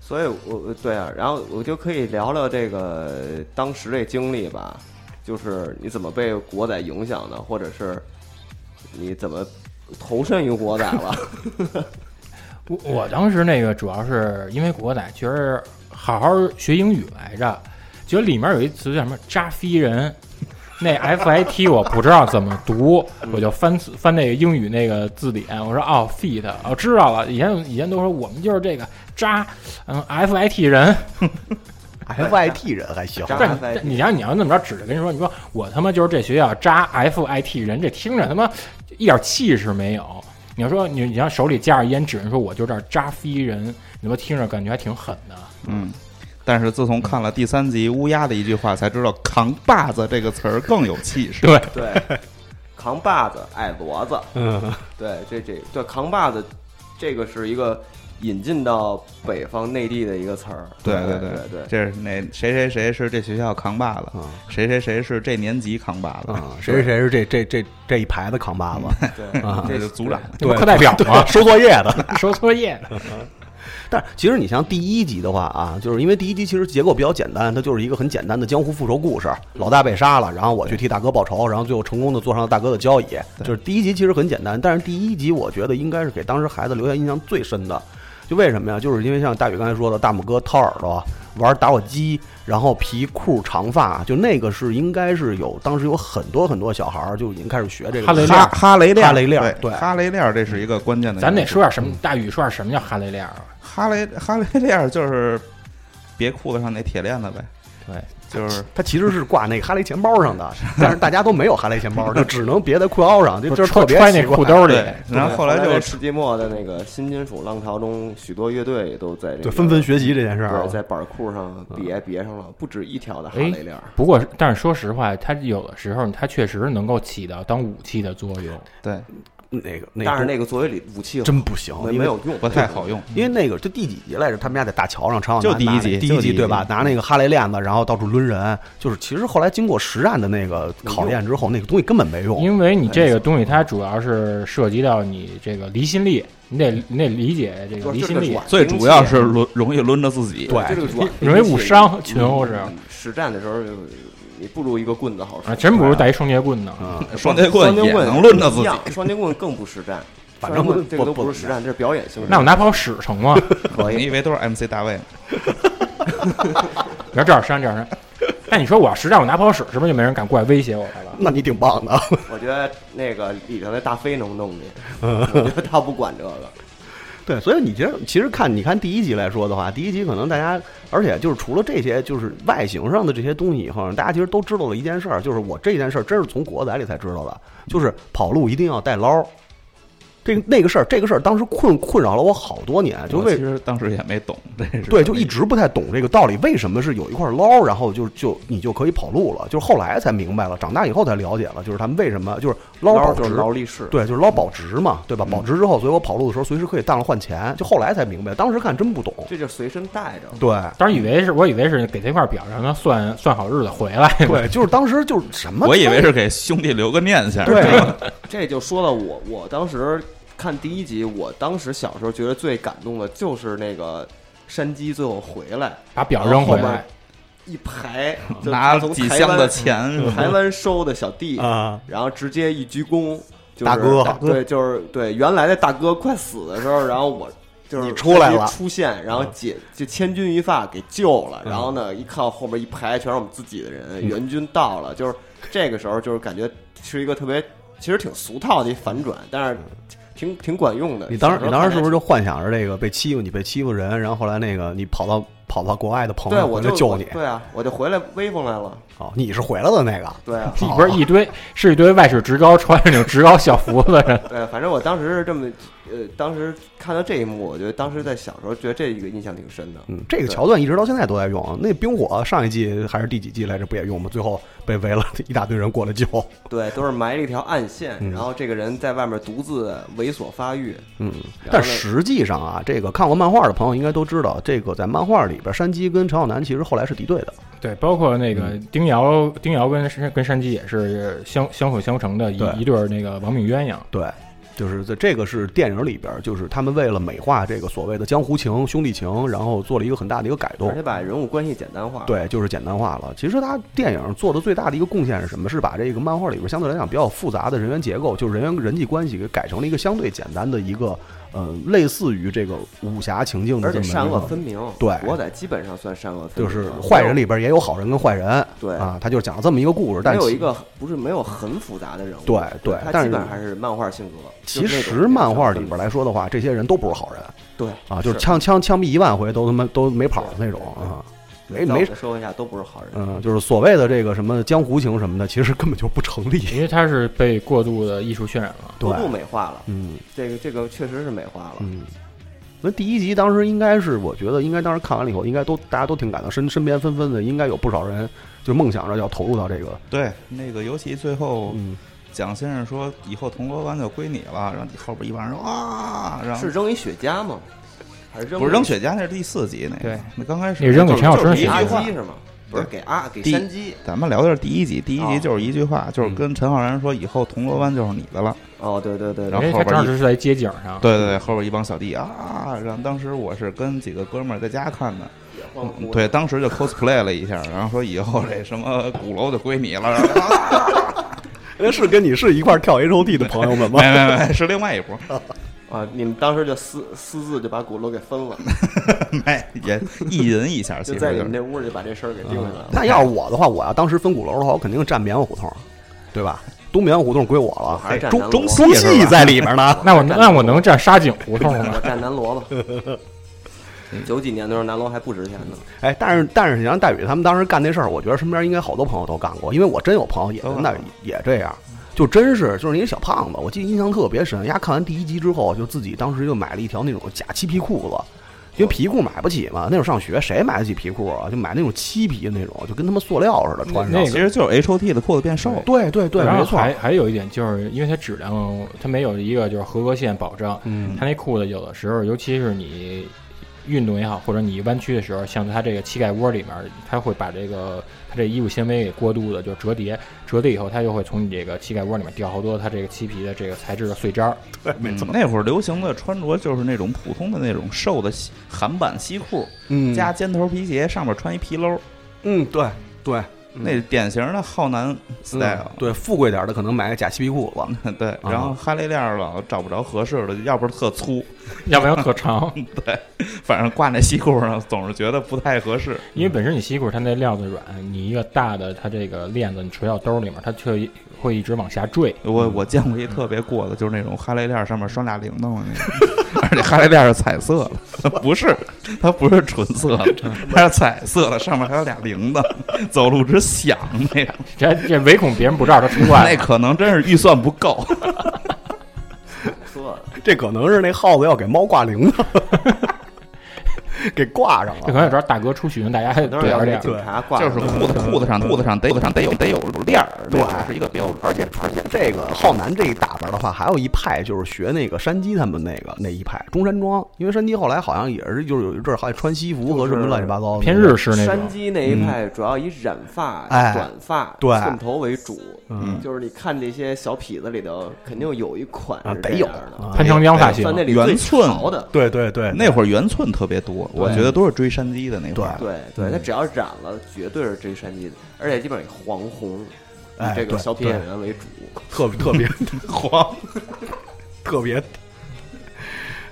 Speaker 2: 所以我我对啊，然后我就可以聊聊这个当时这经历吧，就是你怎么被国仔影响的，或者是你怎么投身于国仔了？
Speaker 5: <laughs>
Speaker 3: 我我当时那个主要是因为《古惑仔》觉得好好学英语来着，觉得里面有一词叫什么“扎飞人”，那 F I T 我不知道怎么读，我就翻词翻那个英语那个字典，我说哦 feet，哦知道了，以前以前都说我们就是这个扎，嗯 F I T 人，
Speaker 4: 还 YT 人还 <laughs> 行，
Speaker 2: 渣
Speaker 3: 但
Speaker 2: FIT
Speaker 3: 但你要你要那么着指着跟你说，你说我他妈就是这学校渣 FIT 人，这听着他妈一点气势没有。你要说你你要手里架着一烟指着说我就这儿渣逼人，你他妈听着感觉还挺狠
Speaker 4: <laughs>
Speaker 3: 的。
Speaker 5: 嗯。但是自从看了第三集乌鸦的一句话，才知道“扛把子”这个词儿更有气势。
Speaker 3: 对，
Speaker 2: 对，扛把子矮骡子，
Speaker 4: 嗯，
Speaker 2: 对，这这对扛把子，这个是一个引进到北方内地的一个词儿。
Speaker 5: 对
Speaker 2: 对
Speaker 5: 对
Speaker 2: 对对，
Speaker 5: 这是哪谁谁谁是这学校扛把子，
Speaker 4: 啊
Speaker 5: 谁谁谁是这年级扛把子
Speaker 4: 啊，，谁谁谁是这这这这一排的扛把子，
Speaker 2: 对
Speaker 4: 啊
Speaker 5: 这
Speaker 2: 这
Speaker 5: 是组长。
Speaker 3: 那不课代表
Speaker 4: <laughs>
Speaker 3: 吗？
Speaker 4: 收作业的。
Speaker 3: 收作业的，
Speaker 4: 但是其实你像第一集的话啊，就是因为第一集其实结构比较简单，它就是一个很简单的江湖复仇故事，老大被杀了，然后我去替大哥报仇，然后最后成功的坐上了大哥的交椅。就是第一集其实很简单，但是第一集我觉得应该是给当时孩子留下印象最深的。就为什么呀？就是因为像大宇刚才说的，大拇哥掏耳朵，玩打火机，然后皮裤、长发，就那个是应该是有当时有很多很多小孩儿就已经开始学这个
Speaker 3: 哈雷链
Speaker 5: 哈哈雷链儿，
Speaker 4: 哈雷链儿对
Speaker 5: 哈雷链儿，这是一个关键的。
Speaker 3: 咱得说点什
Speaker 4: 嗯
Speaker 3: 么？大宇说点什么叫哈雷链儿啊？
Speaker 5: 哈雷哈雷链儿就是别裤子上那铁链子呗，
Speaker 3: 对，
Speaker 5: 就是
Speaker 4: 它其实是挂那个哈雷钱包上的，但是大家都没有哈雷钱包，就只能别在裤腰上，就就是特
Speaker 3: 穿
Speaker 4: 别
Speaker 3: 揣那
Speaker 4: 奇怪
Speaker 3: 裤兜里。
Speaker 5: 对。然后后来
Speaker 2: 来在
Speaker 5: 就
Speaker 2: 世纪末的那个新金属浪潮中，许多乐队也都在这个
Speaker 4: 对，纷啊纷学习这件事儿
Speaker 2: 对，在板裤上别别上了不止一条的哈雷链儿。
Speaker 3: 不过，但是说实话，它有的时候它确实能够起到当武器的作用。
Speaker 4: 哦
Speaker 5: 对
Speaker 4: 那个，那
Speaker 2: 但是
Speaker 4: 个
Speaker 2: 那个作为里武器
Speaker 4: 真不行，
Speaker 2: 没
Speaker 4: 因为
Speaker 2: 没有用，
Speaker 5: 不太好用。
Speaker 4: 因为那个这第几集来着？他们家在大桥上唱，
Speaker 5: 就
Speaker 4: 拿
Speaker 5: 第一
Speaker 4: 拿
Speaker 5: 集
Speaker 4: 第
Speaker 5: 就
Speaker 4: 一
Speaker 5: 第
Speaker 4: 集
Speaker 5: 一
Speaker 4: 对吧
Speaker 5: 集？
Speaker 4: 拿那个哈雷链子，然后到处抡人，就是其实后来经过实战的那个考验之后，那个东西根本没用。
Speaker 3: 因为你这个东西，它主要是涉及到你这个离心力，你得你得理解
Speaker 4: 哦
Speaker 3: 这个离心力，
Speaker 5: 最主要是抡容易抡着自己。
Speaker 4: 对
Speaker 2: 就这个主要
Speaker 3: 容易误伤群殴是
Speaker 2: 嗯实战的时候，你不如一个棍子好使
Speaker 3: 啊，真不如带一双截棍呢。
Speaker 4: 嗯，
Speaker 5: 双截棍
Speaker 2: 双截
Speaker 5: 也
Speaker 2: 棍
Speaker 5: 能抡着自
Speaker 2: 一
Speaker 5: 己，
Speaker 2: 样双截棍更不实战。
Speaker 4: 反正不
Speaker 2: 双截棍这个都
Speaker 4: 不
Speaker 2: 不是实战，这是表演性质。
Speaker 3: 嗯那我拿炮使成 <laughs> 吗？
Speaker 2: 可
Speaker 5: 你
Speaker 2: 以，
Speaker 5: 以为都是 MC 大卫吗？
Speaker 3: 你要这样扇这样扇，但你说我要实战，我拿炮使，是不是就没人敢过来威胁我来了？
Speaker 4: <laughs> 那你挺棒的。
Speaker 2: 我觉得那个里头那大飞能弄你，我觉得他不管这个。
Speaker 4: 对，所以你其实其实看你看第一集来说的话，第一集可能大家，而且就是除了这些就是外形上的这些东西以后，大家其实都知道了一件事儿，就是我这件事儿真是从国仔里才知道的，就是跑路一定要带捞。这个那个事儿，这个事儿当时困困扰了我好多年，就
Speaker 5: 我
Speaker 4: 为
Speaker 5: 其实当时也没懂， <laughs> 这是
Speaker 4: 对，就一直不太懂这个道理，为什么是有一块捞，然后就就你就可以跑路了？就是后来才明白了，长大以后才了解了，就是他们为什么就是捞保
Speaker 2: 就
Speaker 4: 值
Speaker 2: 是，劳力士，
Speaker 4: 对，就是捞保值嘛，对吧？保
Speaker 2: 嗯
Speaker 4: 值之后，所以我跑路的时候随时可以当了换钱，就后来才明白，当时看真不懂。
Speaker 2: 这就随身带着。 <laughs>
Speaker 4: 对，
Speaker 3: 当时以为是我以为是给他一块表，让他算算好日子回来呢。
Speaker 4: 对，就是当时就是什么，
Speaker 5: 我以为是给兄弟留个念想。
Speaker 4: 对，
Speaker 2: 这就说到我，我当时看第一集，我当时小时候觉得最感动的就是那个山鸡最后回来
Speaker 3: 把表扔
Speaker 2: 然
Speaker 3: 回
Speaker 2: 后后
Speaker 3: 来
Speaker 2: 面，一排， <laughs> 就
Speaker 5: 拿
Speaker 2: 他从
Speaker 5: 几
Speaker 2: 台
Speaker 5: 箱的
Speaker 2: 湾
Speaker 5: 钱是吧
Speaker 2: 台湾收的小弟
Speaker 4: 啊，
Speaker 2: 然后直接一鞠躬，就是、
Speaker 4: 大哥
Speaker 2: 对，就是对原来的大哥快死的时候，然后我就是
Speaker 4: 你出来了嗯
Speaker 2: 直接出现，然后解就千钧一发给救了，然后呢一看后面一排全是我们自己的人，
Speaker 4: 嗯
Speaker 2: 援军到了，就是这个时候就是感觉是一个特别其实挺俗套的一反转，但是挺挺管用的。
Speaker 4: 嗯你当时
Speaker 2: 小
Speaker 4: 你当时是不是
Speaker 2: 看
Speaker 4: 就幻想着这个被欺负你被欺负人，然后后来那个你跑到跑到国外的朋
Speaker 2: 对
Speaker 4: 友
Speaker 2: 我
Speaker 4: 回
Speaker 2: 就
Speaker 4: 来救你？
Speaker 2: 对啊，我就回来威风来了，
Speaker 4: 哦，你是回来的那个，
Speaker 2: 对
Speaker 4: <laughs>
Speaker 2: 啊。
Speaker 3: 里边一堆是一堆外事职高穿着那种职高校服的人，
Speaker 2: 对，啊反正我当时是这么，呃，当时看到这一幕，我觉得当时在小时候觉得这一个印象挺深的。
Speaker 4: 嗯，这个
Speaker 2: 对
Speaker 4: 桥段一直到现在都在用。那冰火上一季还是第几季来着？不也用吗？最后被围了一大堆人过来
Speaker 2: <laughs>
Speaker 4: 救。
Speaker 2: 对，都是埋了一条暗线，
Speaker 4: 嗯
Speaker 2: 然后这个人在外面独自猥琐发育。
Speaker 4: 嗯，
Speaker 2: 然后
Speaker 4: 但
Speaker 2: 呢
Speaker 4: 实际上啊，这个看过漫画的朋友应该都知道，这个在漫画里边，山鸡跟陈浩南其实后来是敌对的。
Speaker 3: <laughs> 对，包括那个丁瑶，丁瑶跟山跟山鸡也是相相辅相成的
Speaker 4: 对
Speaker 3: 一一对儿那个亡命鸳 <laughs> 鸯。
Speaker 4: 对，就是在这个是电影里边，就是他们为了美化这个所谓的江湖情、兄弟情，然后做了一个很大的一个改动
Speaker 2: 而。且把人物关系简单化。，
Speaker 4: 对，就是简单化了。其实他电影做的最大的一个贡献是什么？是把这个漫画里边相对来讲比较复杂的人员结构，就是人员人际关系给改成了一个相对简单的一个，呃，类似于这个武侠情境的
Speaker 2: 而
Speaker 4: 这
Speaker 2: 且
Speaker 4: 么一
Speaker 2: 善恶
Speaker 4: 个。
Speaker 2: 分明。
Speaker 4: 对
Speaker 2: 国仔基本上算善恶分
Speaker 4: 就
Speaker 2: 明
Speaker 4: 是
Speaker 2: 了，
Speaker 4: 坏人里边也有好人跟坏人，
Speaker 2: 对
Speaker 4: 啊，他就是讲了这么一个故事，
Speaker 2: 没
Speaker 4: 但
Speaker 2: 有。没有
Speaker 4: 其
Speaker 2: 一个不是没有很复杂的人物，
Speaker 4: 对对
Speaker 2: 他
Speaker 4: 但是
Speaker 2: 基本上还是漫画性格。
Speaker 4: 其
Speaker 2: 就是那种
Speaker 4: 实漫画里边来说的话，这些人都不是好人
Speaker 2: 对
Speaker 4: 啊，就是是枪枪枪毙一万回都他妈都没跑的那种
Speaker 2: 对对
Speaker 4: 啊。没
Speaker 2: 在我
Speaker 4: 没
Speaker 2: 们社会下都不是好人。
Speaker 4: 嗯、就是所谓的这个什么江湖情什么的，其实根本就不成立。
Speaker 3: 因为它是被过度的艺术渲染了。
Speaker 4: 对
Speaker 2: 过，度美化了，
Speaker 4: 嗯
Speaker 2: 这个这个确实是美化了。
Speaker 4: 嗯。那第一集当时应该是，我觉得应该当时看完了以后，应该都大家都挺感动，身身边纷纷的，应该有不少人就梦想着要投入到这个，
Speaker 5: 对，那个尤其最后
Speaker 4: 嗯，
Speaker 5: 蒋先生说以后铜锣湾就归你了，然后后边一帮人说啊，然后
Speaker 2: 是扔一雪茄吗？还是扔
Speaker 5: 不是扔雪茄，那是第四集那个，
Speaker 3: 对，
Speaker 5: 那刚开始
Speaker 3: 那扔给
Speaker 5: 就是
Speaker 3: 陈小
Speaker 5: 就是
Speaker 3: 春
Speaker 5: 一句
Speaker 2: 给阿
Speaker 3: 雪茄
Speaker 5: 话
Speaker 2: 基，是吗？不是给阿给
Speaker 5: 第
Speaker 2: 山鸡
Speaker 5: 咱们聊的是第一集，第一
Speaker 2: 哦
Speaker 5: 集就是一句话，就是跟陈浩然说以后铜锣湾就是你的了。
Speaker 2: 哦，对对对
Speaker 5: 然
Speaker 3: 因
Speaker 5: 后
Speaker 2: 对，
Speaker 3: 为它正好是在街景上，
Speaker 5: 对对对，后边一帮小弟啊，然后当时我是跟几个哥们儿在家看的，
Speaker 2: 也换裤子
Speaker 5: 对，当时就 cosplay 了一下，然后说以后这什么鼓楼就归你了。然后啊
Speaker 4: 那是跟你是一块儿跳 H O T 的朋友们吗
Speaker 5: 没？没没， <laughs> 是另外一波，
Speaker 2: 啊，你们当时就私私自就把鼓楼给分了，
Speaker 5: 没也意淫一下，其
Speaker 2: 就
Speaker 5: 实
Speaker 2: 在你
Speaker 5: 就
Speaker 2: 们
Speaker 5: 是
Speaker 2: 这屋里把这事儿给定下来了。
Speaker 4: <laughs> 啊那要是我的话，我要当时分鼓楼的话，我肯定占棉花胡同，对吧？东棉花胡同归我了，
Speaker 2: 还是占南
Speaker 4: 中
Speaker 2: 锣
Speaker 4: 中中戏在里边呢。
Speaker 3: 那我那我能站沙井胡同吗
Speaker 2: <laughs> 我？站南锣吧。九几年的时候，南锣还不值钱呢。
Speaker 4: 哎，但是但是你让戴宇他们当时干那事儿，我觉得身边应该好多朋友都干过，因为我真有朋友也
Speaker 5: 都干
Speaker 4: 跟戴宇也这样，就真是就是一小胖子，我记得印象特别深。丫看完第一集之后，就自己当时就买了一条那种假漆皮裤子。因为皮裤买不起嘛，那会儿上学谁买得起皮裤啊？就买那种漆皮的那种，就跟他妈塑料似的穿上
Speaker 3: 那。
Speaker 5: 其实就是 H O T 的裤子变瘦了，
Speaker 4: 对对对，
Speaker 3: 然
Speaker 4: 没
Speaker 3: 后
Speaker 4: 错。
Speaker 3: 还还有一点就是，因为它质量它没有一个就是合格线保障，
Speaker 4: 嗯
Speaker 3: 它那裤子有的时候，尤其是你运动也好，或者你弯曲的时候，像它这个膝盖窝里面，它会把这个它这衣服纤维给过度的就折叠，折叠以后它就会从你这个膝盖窝里面掉好多它这个漆皮的这个材质的碎渣儿。
Speaker 5: 没错。嗯那会儿流行的穿着就是那种普通的那种瘦的西韩版西裤，
Speaker 4: 嗯
Speaker 5: 加尖头皮鞋，上面穿一皮褛，
Speaker 4: 嗯，对对
Speaker 5: 那典型的浩南 style
Speaker 4: 嗯。对富贵点儿的可能买个假漆皮裤子，
Speaker 5: 对，然后哈雷链儿老找不着合适的，要不是特粗， <laughs>
Speaker 3: 要不然可
Speaker 4: <laughs>
Speaker 3: 长，
Speaker 5: 反正挂那西裤上总是觉得不太合适。
Speaker 3: 因为本身你西裤它那料子软，你一个大的它这个链子你垂到兜里面，它却会一直往下坠。
Speaker 5: 我我见过一特别过的，就是那种哈雷链儿上面拴俩铃铛的那个，而且哈雷链儿是彩色的，它不是它不是纯色的，它是彩色的，上面还有俩铃铛，走路直响那种。
Speaker 3: 这这唯恐别人不知道它出来了。
Speaker 5: 那
Speaker 4: <laughs>
Speaker 5: 可能真是预算不够，
Speaker 2: 说
Speaker 4: 这可能是那耗子 <laughs> 要给猫挂铃铛，给挂上
Speaker 3: 这可能有
Speaker 4: 了。
Speaker 3: 时候大哥出巡，大家
Speaker 2: 那时候
Speaker 3: 对
Speaker 2: 要
Speaker 3: 着
Speaker 2: 给
Speaker 3: 点
Speaker 2: 警察挂
Speaker 5: 就
Speaker 2: 上
Speaker 5: 是
Speaker 2: 了，
Speaker 5: 裤子裤子上裤子上得有上得有得有链儿，
Speaker 4: 对
Speaker 5: 那是一个标准。
Speaker 4: 而且而且这个浩南这一打扮的话，还有一派就是学那个山鸡他们那个那一派中山装，因为山鸡后来好像也是就是有一阵儿还穿西服和什么乱七八糟的
Speaker 3: 偏日式那
Speaker 2: 山
Speaker 3: 种。
Speaker 2: 鸡那一派主要以染发、
Speaker 4: 哎
Speaker 2: 短发、
Speaker 4: 对
Speaker 2: 寸头为主。
Speaker 4: 嗯
Speaker 2: 就是你看这些小痞子里头，肯定有一款
Speaker 4: 啊
Speaker 2: 是
Speaker 4: 得
Speaker 2: 这
Speaker 4: 有
Speaker 2: 样的，
Speaker 4: 啊
Speaker 3: 潘长江发型
Speaker 2: 算，那里最
Speaker 5: 圆寸
Speaker 2: 潮的。
Speaker 4: 对对对
Speaker 5: 那会儿圆寸特别多，我
Speaker 2: 对
Speaker 5: 觉得都是追山鸡的那会
Speaker 4: 啊
Speaker 5: 儿。
Speaker 2: 对 <laughs>
Speaker 4: 嗯
Speaker 2: 对，他只要染了，绝对是追山鸡的，而且基本上以黄红
Speaker 4: 哎
Speaker 2: 这个
Speaker 4: 对
Speaker 2: 小品
Speaker 4: 对
Speaker 2: 演员为主。
Speaker 4: 特别特别
Speaker 5: 黄
Speaker 4: 特别。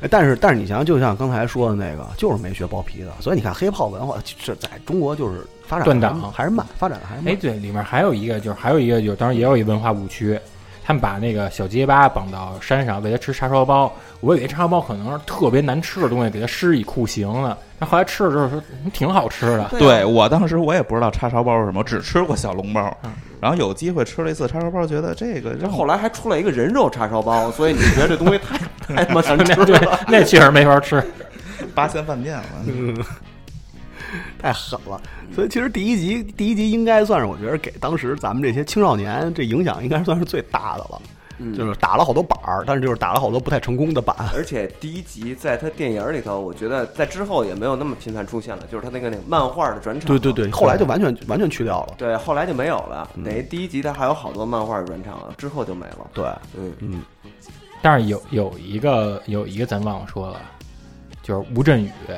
Speaker 4: 哎但是但是你想想，就像刚才说的那个，就是没学包皮的，所以你看黑炮文化是在中国就是发展
Speaker 3: 断
Speaker 4: 得还
Speaker 3: 档
Speaker 4: 还是慢，发展得还是慢。
Speaker 3: 哎，对，里面还有一个就是还有一个就是当时也有一文化误区，他们把那个小结巴绑到山上喂它吃叉烧包，我以为叉烧包可能是特别难吃的东西，给它施以酷刑了。但后来吃了之后说嗯挺好吃的，
Speaker 5: 对
Speaker 2: 啊
Speaker 5: 我当时我也不知道叉烧包是什么，只吃过小笼包，然后有机会吃了一次叉烧包，觉得这个
Speaker 2: 这
Speaker 5: 让
Speaker 2: 后
Speaker 5: 我
Speaker 2: 来还出来一个人肉叉烧包，所以你觉得这东西太太他妈难
Speaker 4: <laughs>
Speaker 2: 吃
Speaker 3: 对
Speaker 2: 了。，
Speaker 3: 那确实没法吃。
Speaker 5: 八仙饭店了。
Speaker 3: 嗯
Speaker 4: 太狠了，所以其实第一集第一集应该算是我觉得给当时咱们这些青少年这影响应该算是最大的了，就是打了好多板儿，但是就是打了好多不太成功的板。
Speaker 2: 嗯而且第一集在他电影里头，我觉得在之后也没有那么频繁出现了，就是他那个那个漫画的转场。
Speaker 4: 对对对，嗯后来就完全完全去掉了。
Speaker 2: 对，后来就没有了。等于第一集他还有好多漫画转场，之后就没了。
Speaker 4: 对，
Speaker 2: 嗯，
Speaker 4: 嗯，
Speaker 3: 但是有有一个有一个咱忘了说了，就是吴镇宇，
Speaker 2: 嗯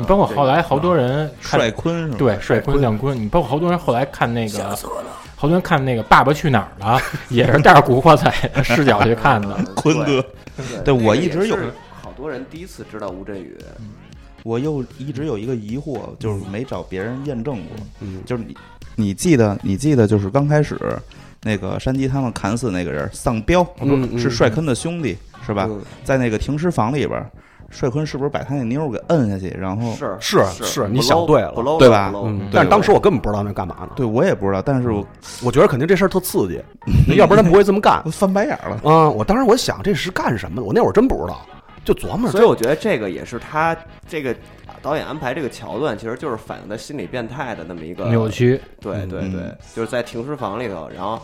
Speaker 3: 你包括后来好多人看
Speaker 5: 帅坤是吧？
Speaker 3: 对，帅坤亮坤，你包括好多人后来看那个，好多人看那个《爸爸去哪儿》了，也是带着古惑仔的视角去看
Speaker 5: <laughs>
Speaker 3: 的。
Speaker 5: 坤哥，
Speaker 2: 对，
Speaker 5: 对我一
Speaker 2: 这个也
Speaker 5: 直有
Speaker 2: 是好多人第一次知道吴镇宇，
Speaker 5: 我又一直有一个疑惑，就是没找别人验证过，
Speaker 4: 嗯
Speaker 5: 就是你你记得你记得就是刚开始那个山鸡他们砍死那个人丧彪
Speaker 2: 嗯嗯
Speaker 5: 是帅坤的兄弟是吧
Speaker 2: 嗯？
Speaker 5: 在那个停尸房里边儿。帅坤是不是把他那妞儿给摁下去，然后
Speaker 2: 是
Speaker 4: 是是你想对了
Speaker 5: 对吧
Speaker 4: 嗯，
Speaker 5: 对
Speaker 4: 但是当时我根本不知道那干嘛呢。
Speaker 5: 对我也不知道，但是我
Speaker 3: 嗯
Speaker 4: 我觉得肯定这事儿特刺激，要不然他不会这
Speaker 5: <laughs>
Speaker 4: 么干
Speaker 5: 我翻白眼儿了。
Speaker 4: 啊！我当时我想这是干什么的，我那会儿真不知道，就琢磨
Speaker 2: 所
Speaker 4: 着
Speaker 2: 以我觉得这个也是他这个导演安排这个桥段，其实就是反映他心理变态的那么一个
Speaker 3: 扭。曲，
Speaker 2: 对对
Speaker 5: 嗯
Speaker 2: 对，就是在停尸房里头，然后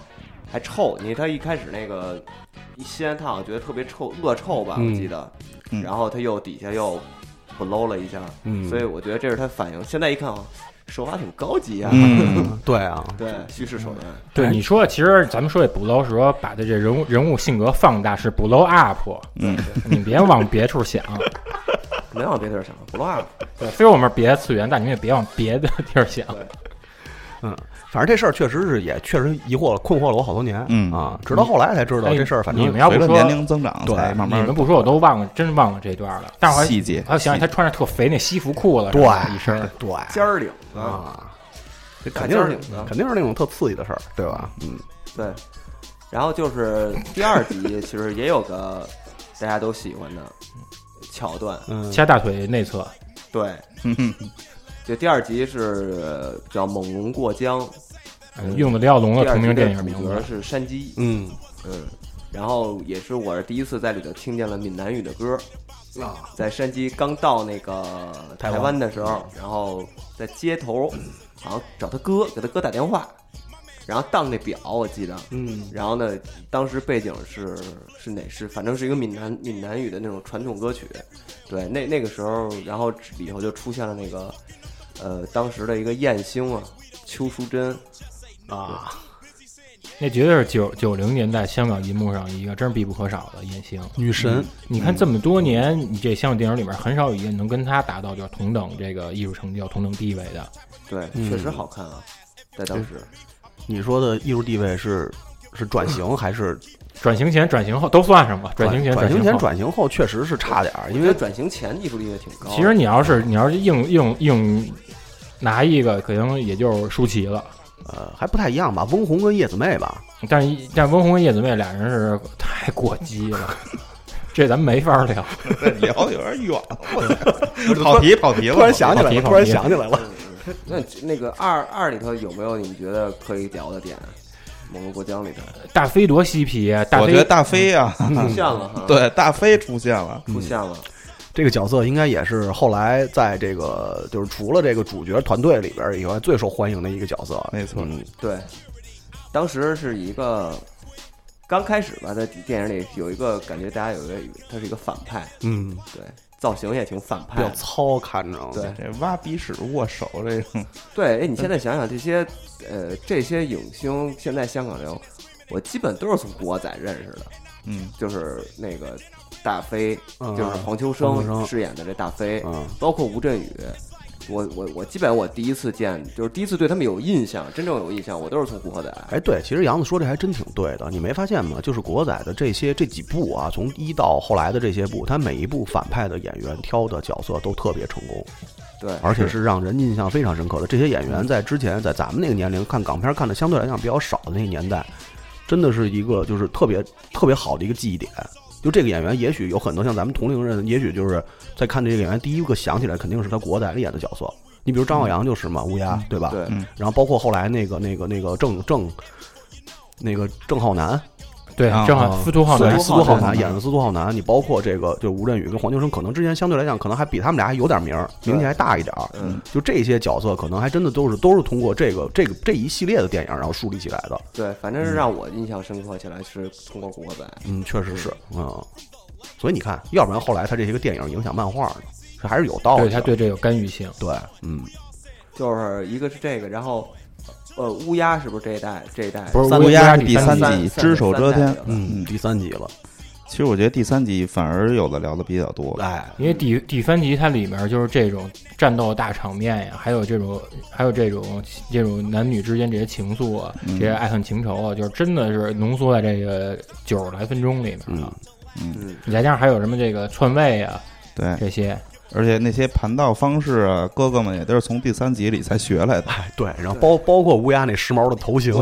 Speaker 2: 还臭。你看他一开始那个一吸完他好像觉得特别臭，恶臭吧，
Speaker 4: 嗯
Speaker 2: 我记得。
Speaker 5: 嗯
Speaker 2: 然后他又底下又不搂了一下，
Speaker 4: 嗯
Speaker 2: 所以我觉得这是他反应。现在一看啊，手法挺高级啊。
Speaker 5: 嗯，
Speaker 4: <laughs> 对啊，
Speaker 2: 对，叙事手段，
Speaker 3: 对你说，其实咱们说这补漏是说把这这人物人物性格放大，是补漏 up，
Speaker 5: 嗯，
Speaker 3: 你别往别处
Speaker 5: <laughs>
Speaker 3: 想。
Speaker 2: 没往别地儿想，不乱了。
Speaker 3: 对，虽然我们是别的次元，但你们也别往别的地儿想。
Speaker 4: 嗯，反正这事儿确实是也确实疑惑了、困惑了我好多年，
Speaker 5: 嗯
Speaker 4: 啊，直到后来才知道
Speaker 3: 哎
Speaker 4: 这事儿，反正
Speaker 3: 你们要不
Speaker 5: 随着
Speaker 3: 说
Speaker 5: 年龄增长，
Speaker 4: 对
Speaker 5: 才慢慢
Speaker 3: 你们不说我都忘了，真忘了这段了。但是我还
Speaker 5: 细节
Speaker 3: 还有想起他穿着特肥那西服裤了，
Speaker 4: 对
Speaker 3: 是吧一身儿。
Speaker 4: 对
Speaker 2: 尖儿领啊，
Speaker 4: 啊，这
Speaker 2: 大
Speaker 4: 肯
Speaker 2: 尖
Speaker 4: 定
Speaker 2: 儿
Speaker 4: 是
Speaker 2: 领子，
Speaker 4: 肯定是那种特刺激的事儿，对吧？嗯，
Speaker 2: 对，然后就是第二集，其实也有个大家都喜欢的桥段。
Speaker 4: 嗯
Speaker 3: 掐大腿内侧，
Speaker 2: 对，
Speaker 5: <laughs> 嗯
Speaker 2: 就第二集是叫《猛龙过江》，
Speaker 3: 嗯用的李小龙的
Speaker 2: 第二
Speaker 3: 同
Speaker 2: 集
Speaker 3: 名电
Speaker 2: 的
Speaker 3: 影
Speaker 2: 主
Speaker 3: 名
Speaker 2: 角
Speaker 3: 字。
Speaker 2: 是山鸡，
Speaker 4: 嗯
Speaker 2: 嗯，然后也是我是第一次在里头听见了闽南语的歌。
Speaker 4: 啊，
Speaker 2: 在山鸡刚到那个
Speaker 4: 台
Speaker 2: 台
Speaker 4: 湾
Speaker 2: 湾的时
Speaker 3: 嗯
Speaker 2: 候，然后在街头，好像找他哥给他哥打电话，然后当那表我记得，
Speaker 4: 嗯
Speaker 2: 然后呢，当时背景是是哪是，反正是一个闽南闽南语的那种传统歌曲，对，那那个时候，然后里头就出现了那个，呃，当时的一个艳星啊，邱淑贞，
Speaker 4: 啊，
Speaker 3: 那绝对是九九零年代香港银幕上一个真是必不可少的艳星。
Speaker 4: 女神，
Speaker 3: 你看这么多年，你这香港电影里面很少有一个能跟他达到就是同等这个艺术成就、同等地位的。
Speaker 2: 对，
Speaker 4: 嗯
Speaker 2: 确实好看啊，在当时，
Speaker 4: 你说的艺术地位是是转
Speaker 3: <clears throat>
Speaker 4: 型还是
Speaker 3: 转型前、转型后都算上吧。转型前、
Speaker 4: 转
Speaker 3: 型
Speaker 4: 型前、
Speaker 3: 后
Speaker 4: 转型后确实是差点儿，因
Speaker 2: 因为
Speaker 4: 为
Speaker 2: 转型前艺术地位挺高的，
Speaker 3: 其实你要是你要是硬硬硬拿一个，可能也就是舒淇了。
Speaker 4: 呃还不太一样吧，翁虹跟叶子妹吧，
Speaker 3: 但是一但温虹跟叶子妹俩人是太过激了，这咱没法聊。
Speaker 5: 聊有点
Speaker 3: <laughs>
Speaker 5: 远了，我操跑题跑题了。
Speaker 4: 突然想起
Speaker 3: 跑
Speaker 4: 来
Speaker 3: 题
Speaker 4: 了，
Speaker 3: 跑
Speaker 4: 突然
Speaker 3: 题
Speaker 4: 想起来了，
Speaker 2: 那那个二二里头有没有你们觉得可以聊的点啊？《猛龙过江》里头
Speaker 3: 大飞多嬉皮啊！大
Speaker 5: 我觉得
Speaker 3: 飞
Speaker 5: 大飞啊，嗯
Speaker 2: 出现了哈，，
Speaker 5: 对大飞出现了，
Speaker 2: 出现了，
Speaker 4: 这个角色应该也是后来在这个就是除了这个主角团队里边儿以外最受欢迎的一个角色。
Speaker 5: 没错，
Speaker 4: 嗯
Speaker 2: 对，当时是一个刚开始吧，在电影里有一个感觉，大家有一个他是一个反派，
Speaker 4: 嗯，
Speaker 2: 对，造型也挺反
Speaker 4: 比
Speaker 2: 派
Speaker 4: 较
Speaker 2: 的，
Speaker 4: 糙，看着
Speaker 2: 对
Speaker 5: 这挖鼻屎握手这种，
Speaker 2: 对。哎，你现在想想这些，呃，这些影星现在香港流，我基本都是从古惑仔认识的，
Speaker 5: 嗯，
Speaker 2: 就是那个大飞，
Speaker 4: 嗯
Speaker 2: 就是黄秋
Speaker 4: 黄秋生
Speaker 2: 生饰演的这大飞，
Speaker 4: 嗯
Speaker 2: 包括吴镇宇。我我我基本我第一次见，就是第一次对他们有印象，真正有印象，我都是从《古惑仔》。
Speaker 4: 哎，对，其实杨子说这还真挺对的，你没发现吗？就是国仔的这些这几部啊，从一到后来的这些部，他每一部反派的演员挑的角色都特别成功，
Speaker 2: 对，
Speaker 4: 而且是让人印象非常深刻的。这些演员在之前在咱们那个年龄看港片看的相对来讲比较少的那个年代，真的是一个就是特别特别好的一个记忆点。就这个演员，也许有很多像咱们同龄人，也许就是在看这个演员，第一个想起来肯定是他国仔里演的角色。你比如张耀扬就是嘛，乌鸦，对吧？
Speaker 2: 对，
Speaker 5: 嗯
Speaker 4: 然后包括后来那个那个那个郑郑，那个郑浩南，
Speaker 3: 对
Speaker 5: 啊
Speaker 3: 正好
Speaker 4: 啊
Speaker 3: 司徒浩南
Speaker 4: 司徒浩
Speaker 5: 浩
Speaker 4: 南
Speaker 5: 南
Speaker 4: 演的司徒浩南，你包括这个就是吴镇宇跟黄秋生，可能之前相对来讲，可能还比他们俩还有点名儿，名气还大一点儿。
Speaker 2: 嗯，
Speaker 4: 就这些角色，可能还真的都是都是通过这个这个这一系列的电影，然后树立起来的。
Speaker 2: 对，反正是让我印象深刻起来是通过《古惑仔》。
Speaker 4: 嗯，确实是，嗯。所以你看，要不然后来他这些个电影影响漫画呢，这还是有道理
Speaker 3: 对
Speaker 4: 的。
Speaker 3: 他对这有干预性。
Speaker 4: 对，嗯，
Speaker 2: 就是一个是这个，然后呃，乌鸦是不是这一代？这一代
Speaker 3: 不是
Speaker 5: 三
Speaker 3: 乌鸦
Speaker 5: 鸦
Speaker 3: 第
Speaker 5: 第
Speaker 3: 三
Speaker 5: 三
Speaker 3: 集
Speaker 5: 集只手遮天，
Speaker 4: 嗯，第三集了，
Speaker 5: 其实我觉得第三集反而有的聊的比较多，
Speaker 4: 哎，
Speaker 3: 因为第第三集它里面就是这种战斗大场面呀，还有这种还有这种这种男女之间这些情愫啊，这些爱恨情仇啊，就是真的是浓缩在这个九十来分钟里面了。
Speaker 5: 嗯，
Speaker 2: 嗯，
Speaker 3: 你再加上还有什么这个篡位啊
Speaker 5: 对，
Speaker 3: 这些，
Speaker 5: 而且那些盘道方式啊，哥哥们也都是从第三集里才学来的，
Speaker 4: 哎对，然后包包括乌鸦那时髦的头型，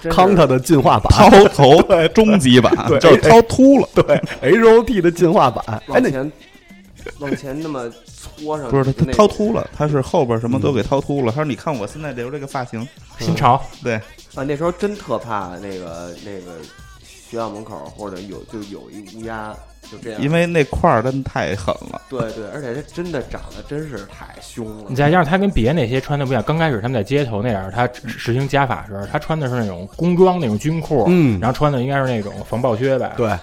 Speaker 2: 真是
Speaker 4: 康他的进 <laughs> 化版
Speaker 5: 掏头终极版
Speaker 4: 哎对
Speaker 5: 啊就是掏秃了，
Speaker 4: <laughs> 对 H O T 的进化版，哎，
Speaker 2: 往
Speaker 4: 那
Speaker 2: 前往前那么搓上去
Speaker 5: 不是他
Speaker 2: 那
Speaker 5: 他
Speaker 2: 个
Speaker 5: 掏秃了，他是后边什么都给掏秃了。他说：“你看我现在留这个发型，
Speaker 3: 新潮，
Speaker 5: 对，
Speaker 2: 啊，那时候真特怕那个那个学校门口或者有就有一乌鸦就这样，
Speaker 5: 因为那块儿真太狠了。
Speaker 2: 对对，而且它真的长得真是太凶了。
Speaker 3: 你再加上他跟别那些穿的不一样，刚开始他们在街头那样，他实实行加法的时候，他穿的是那种工装那种军裤，
Speaker 4: 嗯
Speaker 3: 然后穿的应该是那种防爆靴吧，
Speaker 4: 对，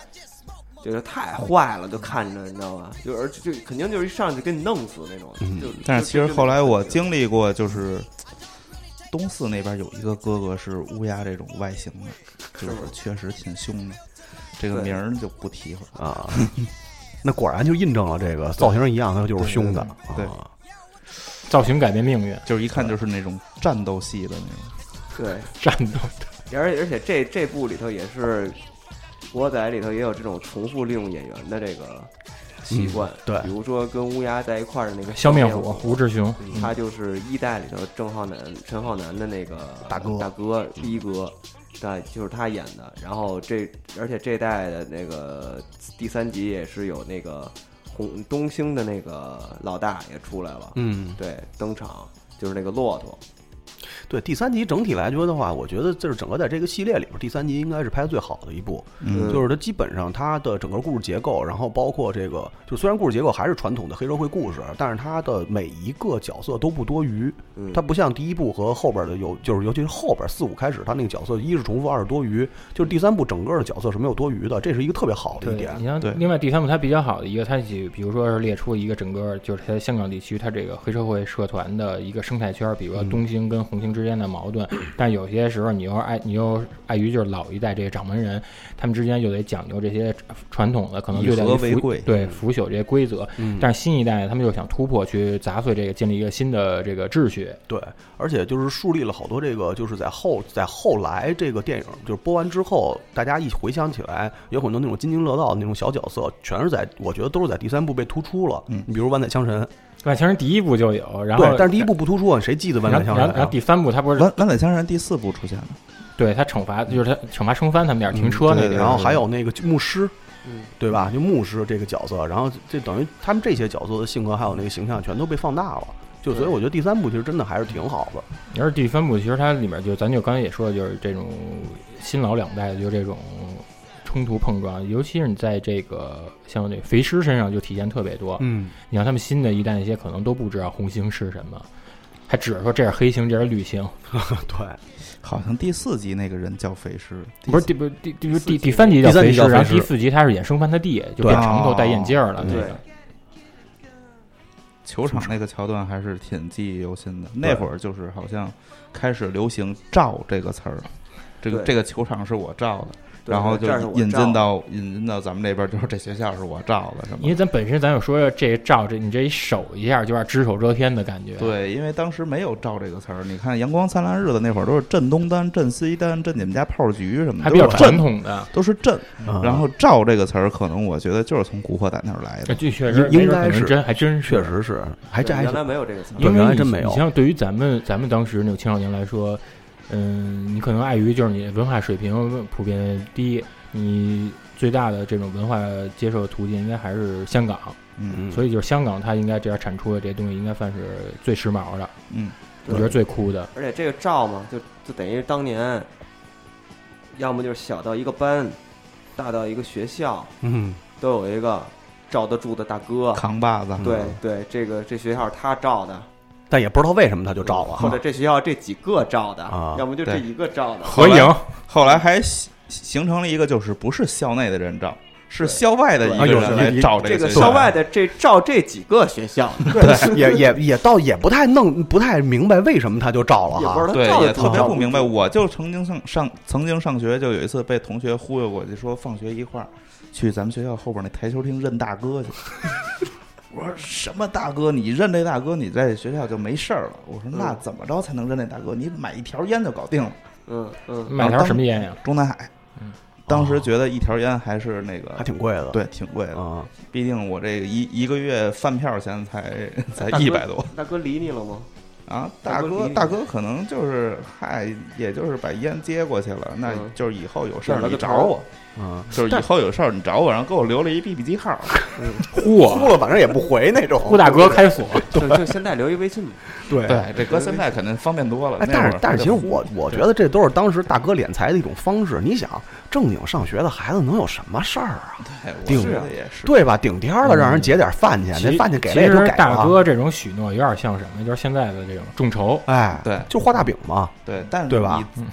Speaker 2: 就是太坏了，就看着你知道吧？就而就肯定就是一上去给你弄死那种。就
Speaker 5: 嗯但是
Speaker 2: 就
Speaker 5: 其实
Speaker 2: 就
Speaker 5: 后来我
Speaker 2: 就
Speaker 5: 经历过，就是东四那边有一个哥哥是乌鸦这种外形的，就是确实挺凶的。这个
Speaker 2: 对
Speaker 5: 名儿就不提了。
Speaker 4: 啊， <laughs> 那果然就印证了这个造型一样，它就是凶的。
Speaker 5: 对对
Speaker 4: 啊
Speaker 3: 造型改变命运，
Speaker 5: 就是一看就是那种战斗系的那种，
Speaker 2: 对，
Speaker 3: 战斗
Speaker 2: 而且而且这这部里头也是《国仔》里头也有这种重复利用演员的这个习惯，
Speaker 4: 对
Speaker 2: 比如说跟乌鸦在一块儿的那个
Speaker 3: 笑面
Speaker 2: 面嗯
Speaker 3: 虎、吴志雄，嗯
Speaker 2: 他就是一代里头郑浩南、陈浩南的那个
Speaker 4: 大哥
Speaker 2: 大哥一哥，对，就是他演的。然后这而且这代的那个第三集也是有那个红东兴的那个老大也出来了，
Speaker 4: 嗯，
Speaker 2: 对，登场就是那个骆驼，
Speaker 4: 对，第三集整体来说的话，我觉得就是整个在这个系列里边，第三集应该是拍的最好的一部。
Speaker 2: 嗯
Speaker 4: 就是它基本上它的整个故事结构，然后包括这个，就虽然故事结构还是传统的黑社会故事，但是它的每一个角色都不多余。
Speaker 2: 嗯，
Speaker 4: 它不像第一部和后边的有，就是尤其是后边四五开始，它那个角色一是重复，二是多余。就是第三部整个的角色是没有多余的，这是一个特别好的
Speaker 3: 对
Speaker 4: 一点，
Speaker 3: 你。像
Speaker 5: 对
Speaker 3: 另外第三部，它比较好的一个，它比比如说是列出一个整个就是它香港地区它这个黑社会社团的一个生态圈，比如
Speaker 4: 嗯
Speaker 3: 说东兴跟红星之间的矛盾，但有些时候你又碍你又碍于就是老一代这个掌门人，他们之间就得讲究这些传统的可能
Speaker 5: 以
Speaker 3: 对待
Speaker 5: 和
Speaker 3: 于
Speaker 5: 为
Speaker 3: 腐
Speaker 5: 贵
Speaker 4: 嗯
Speaker 3: 对腐朽这些规则，但是新一代呢，他们又想突破去砸碎这个，建立一个新的这个秩序，
Speaker 4: 对，而且就是树立了好多这个，就是在后在后来这个电影就是播完之后，大家一回想起来，有很多那种津津乐道的那种小角色，全是在我觉得都是在第三部被突出了。
Speaker 5: 嗯
Speaker 4: 你比如万载香神，
Speaker 3: 万其实第一部就有，然后
Speaker 4: 对，但是第一部不突出啊，谁记得万
Speaker 3: 然
Speaker 4: 载
Speaker 3: 后
Speaker 4: 香
Speaker 3: 然
Speaker 4: 神
Speaker 3: 后然后
Speaker 4: 啊？
Speaker 3: 第三部他不是
Speaker 5: 蓝蓝仔枪人第四部出现了，
Speaker 3: 对他惩罚就是他惩罚升帆他们那
Speaker 4: 嗯
Speaker 3: 儿停车那
Speaker 5: 对
Speaker 3: 地儿
Speaker 4: 然后还有那个牧师，
Speaker 2: 嗯
Speaker 4: 对吧？就牧师这个角色，然后这等于他们这些角色的性格还有那个形象全都被放大了。就所以我觉得第三部其实真的还是挺好的。
Speaker 3: 而第三部其实它里面就咱就刚才也说的，就是这种新老两代的就这种冲突碰撞，尤其是你在这个像那肥师身上就体现特别多。
Speaker 4: 嗯，
Speaker 3: 你像他们新的一代那些可能都不知道红星是什么，还只是说这是黑星，这是绿星，
Speaker 2: <laughs>
Speaker 4: 对。
Speaker 5: 好像第四集那个人叫肥师，第
Speaker 3: 不是
Speaker 5: 四
Speaker 3: 第不是第第第第三集叫
Speaker 4: 第三
Speaker 3: 肥
Speaker 4: 集
Speaker 3: 师，
Speaker 4: 叫
Speaker 3: 然后
Speaker 4: 肥
Speaker 3: 第
Speaker 4: 师
Speaker 3: 四集他是演生番他弟，就变
Speaker 5: 对
Speaker 3: 长头戴眼镜了
Speaker 5: 哦
Speaker 3: 那
Speaker 2: 对
Speaker 3: 个。
Speaker 5: 球场那个桥段还是挺记忆犹新的。那会儿就是好像开始流行“照”这个词儿，这个
Speaker 2: 对
Speaker 5: 这个球场是我照的，
Speaker 2: 对
Speaker 5: 然后就
Speaker 2: 这儿是我
Speaker 5: 引
Speaker 2: 照
Speaker 5: 进到引进到咱们这边，就是这学校是我照的什么
Speaker 3: 因
Speaker 5: 的
Speaker 3: 为。咱本身咱有说这照这你这一手一下就有点只手遮天的感觉，
Speaker 5: 对，因为当时没有“照”这个词儿，你看《阳光灿烂日子》那会儿都是镇东单、镇西单、镇你们家炮局什么的，
Speaker 3: 还比较
Speaker 5: 都是
Speaker 3: 传
Speaker 5: 镇，
Speaker 3: 统的。
Speaker 5: 都是镇。
Speaker 4: 嗯
Speaker 5: 然后“照”这个词儿，可能我觉得就是从《古惑仔》那儿来
Speaker 3: 这
Speaker 5: 的。
Speaker 3: 确实
Speaker 4: 应
Speaker 3: 没准
Speaker 4: 该
Speaker 3: 可能
Speaker 4: 是
Speaker 3: 真还真是
Speaker 4: 确实是，还这
Speaker 2: 对
Speaker 4: 还
Speaker 2: 原来没有这个词儿，
Speaker 4: 对
Speaker 3: 因为
Speaker 4: 原来
Speaker 3: 你
Speaker 4: 真没有
Speaker 3: 你像对于咱们咱们当时那种青少年来说，嗯，你可能碍于就是你文化水平普遍低，你最大的这种文化接受途径应该还是香港，
Speaker 5: 嗯
Speaker 3: 所以就是香港它应该这样产出的这些东西应该算是最时髦的，
Speaker 5: 嗯，
Speaker 3: 我觉得最酷的。
Speaker 2: 而且这个照嘛，就就等于当年，要么就是小到一个班，大到一个学校，
Speaker 4: 嗯，
Speaker 2: 都有一个罩得住的大哥。
Speaker 5: 嗯扛把子。
Speaker 2: 对
Speaker 4: 嗯
Speaker 2: 对，这个这学校是他罩
Speaker 4: 啊
Speaker 2: 的，
Speaker 4: 但也不知道为什么他就照了
Speaker 2: 或
Speaker 4: 哈
Speaker 2: 者。这学校这几个罩的，
Speaker 4: 啊
Speaker 2: 要么就这
Speaker 5: 对
Speaker 2: 一个罩的。
Speaker 5: 合
Speaker 3: 合
Speaker 5: 影
Speaker 3: 影，
Speaker 5: 后来还形形成了一个，就是不是校内的人照，是校外的一个
Speaker 4: 对
Speaker 5: 人来照
Speaker 2: 这
Speaker 5: 个
Speaker 2: 个
Speaker 5: 学校
Speaker 2: 校外的这照这几个学
Speaker 4: <laughs>
Speaker 2: 校，
Speaker 4: 对，也也也倒也不太弄不太明白为什么他就照了
Speaker 2: 也不知道
Speaker 4: 哈。
Speaker 2: 他
Speaker 5: 对
Speaker 2: 照
Speaker 5: 也
Speaker 2: 的
Speaker 5: 特别
Speaker 2: 照
Speaker 5: 不明白。我就曾经上上曾经上学，就有一次被同学忽悠过去，说放学一块儿去咱们学校后边那台球厅认大哥去。 <laughs> 我说什么大哥？你认这大哥，你在学校就没事儿了。我说那怎么着才能认这大哥？你买一条烟就搞定了。
Speaker 2: 嗯嗯，
Speaker 3: 买条什么
Speaker 4: 啊
Speaker 3: 烟呀？
Speaker 5: 中南海
Speaker 3: 嗯，
Speaker 5: 当时觉得一条烟还是那个
Speaker 4: 还挺贵的。
Speaker 5: 对挺贵的，
Speaker 4: 啊，
Speaker 5: 毕竟我这个一一个月饭票钱才才
Speaker 2: 大哥
Speaker 5: 一百多。
Speaker 2: 大哥理你了吗？
Speaker 5: 啊，
Speaker 2: 大
Speaker 5: 大
Speaker 2: 哥
Speaker 5: 哥，
Speaker 2: 理
Speaker 5: 大
Speaker 2: 你
Speaker 5: 哥可能就是嗨，也就是把烟接过去了，那
Speaker 2: 嗯
Speaker 5: 就是以后有事
Speaker 2: 点
Speaker 5: 儿
Speaker 2: 了
Speaker 5: 你
Speaker 2: 个
Speaker 5: 找
Speaker 2: 头
Speaker 5: 我，
Speaker 4: 嗯，
Speaker 5: 就是以后有事儿你找我，然后给我留了一 BB 机号，
Speaker 4: 哭
Speaker 3: 嚯，
Speaker 4: 了反正也不回那种。
Speaker 3: 顾大哥开锁，
Speaker 2: 就
Speaker 4: <laughs>
Speaker 2: 就现在留一微信吧。
Speaker 4: 对
Speaker 5: 对，哎这搁现在肯定方便多了。
Speaker 4: 哎，
Speaker 5: 那
Speaker 4: 但
Speaker 5: 会
Speaker 4: 是
Speaker 5: 儿
Speaker 4: 但是，其实
Speaker 5: 就
Speaker 4: 我我觉得这都是当时大哥敛财的一种方式。你想，正经上学的孩子能有什么事儿啊？
Speaker 5: 哎我
Speaker 4: 顶
Speaker 5: 觉得也是，
Speaker 4: 对吧？顶天儿了，让人解点饭去，那
Speaker 3: 其
Speaker 4: 饭去给
Speaker 3: 其
Speaker 4: 了也啊就
Speaker 3: 实
Speaker 4: 给
Speaker 3: 大
Speaker 4: 了。
Speaker 3: 哥这种许诺有点像什么？就是现在的这种众筹，
Speaker 4: 哎，
Speaker 5: 对
Speaker 4: 就画大饼嘛。
Speaker 5: 对，但是
Speaker 4: 对吧
Speaker 5: 你？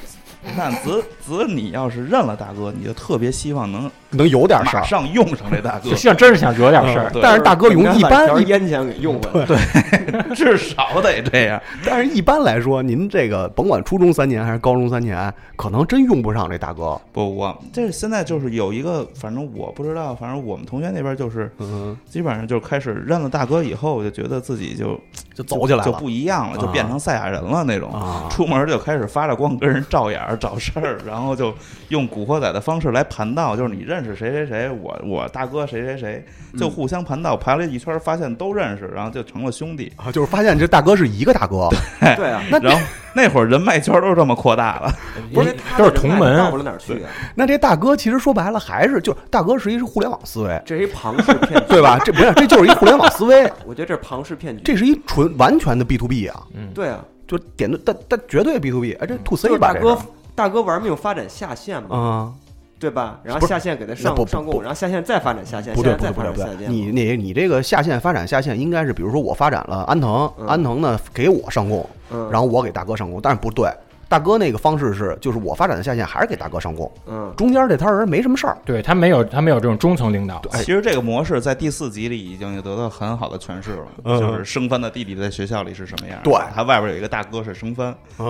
Speaker 5: 但子子，你要是认了大哥，你就特别希望能
Speaker 4: 能有点事
Speaker 5: 马
Speaker 4: 儿。
Speaker 5: 上用上这大哥
Speaker 3: 就，像真是想惹点事儿。
Speaker 5: 对
Speaker 4: 但是大哥永一般，
Speaker 2: 把烟钱给用
Speaker 4: <laughs>
Speaker 2: 回来。对，
Speaker 4: 啊
Speaker 5: 至少得这样。
Speaker 4: 但是一般来说，您这个甭管初中三年还是高中三年，可能真用不上这大哥。
Speaker 5: 不，我这现在就是有一个，反正我不知道，反正我们同学那边就是，
Speaker 4: 嗯，
Speaker 5: 基本上就开始认了大哥以后，我就觉得自己就
Speaker 4: 就走起来
Speaker 5: 就
Speaker 4: 了
Speaker 5: 不一样了，就变成赛亚人了那种。
Speaker 4: 啊。
Speaker 5: 出门就开始发着光跟人照眼儿找事儿，然后就用古惑仔的方式来盘道，就是你认识谁谁谁，我我大哥谁谁谁，
Speaker 4: 嗯
Speaker 5: 就互相盘道，盘了一圈儿发现都认识，然后就成了兄弟。
Speaker 4: 啊，就是发现这大哥是一个大哥，
Speaker 2: 对啊，
Speaker 5: 然后那会儿人脉圈儿都这么扩大
Speaker 4: <laughs>
Speaker 5: 了，
Speaker 2: 不是
Speaker 3: 因为都是同门
Speaker 2: 到不了哪儿去啊。
Speaker 4: 那这大哥其实说白了还是就大哥是一是互联网思
Speaker 2: <laughs>
Speaker 4: 维，
Speaker 2: 这是一庞氏骗局，
Speaker 4: 对吧？这不是，这就是一互联网思维，
Speaker 2: 我觉得这是庞氏骗局。
Speaker 4: 这是一纯完全的 B to B 啊，
Speaker 2: 对啊，
Speaker 4: 就点对，但但绝对 B to B，哎，这 to
Speaker 2: 嗯就
Speaker 4: C
Speaker 2: 是
Speaker 4: 吧，
Speaker 2: 大
Speaker 4: 这
Speaker 2: 哥，大哥玩命发展下线嘛，
Speaker 4: 啊，
Speaker 2: 对吧？然
Speaker 4: 不
Speaker 2: 后
Speaker 4: 是
Speaker 2: 下线给他
Speaker 4: 那不
Speaker 2: 上
Speaker 4: 不
Speaker 2: 上
Speaker 4: 不
Speaker 2: 供，然后下线再发展下线，
Speaker 4: 不
Speaker 2: 下
Speaker 4: 对
Speaker 2: 线
Speaker 4: 不对
Speaker 2: 再
Speaker 4: 不
Speaker 2: 发展
Speaker 4: 对不
Speaker 2: 下
Speaker 4: 对，
Speaker 2: 线。
Speaker 4: 你你你这个下线发展下线应该是，比如说我发展了安藤，
Speaker 2: 嗯
Speaker 4: 安藤呢给我上供，
Speaker 2: 嗯
Speaker 4: 然后我给大哥上供，但是不对，大哥那个方式是就是我发展的下线还是给大哥上供，
Speaker 2: 嗯，
Speaker 4: 中间这摊人没什么事儿，
Speaker 3: 对他没有，他没有这种中层领导，
Speaker 4: 哎
Speaker 5: 其实这个模式在第四集里已经得到很好的诠释了，
Speaker 4: 嗯
Speaker 5: 就是生番的弟弟在学校里是什么样，
Speaker 4: 对
Speaker 5: 他外边有一个大哥是生番，
Speaker 4: 对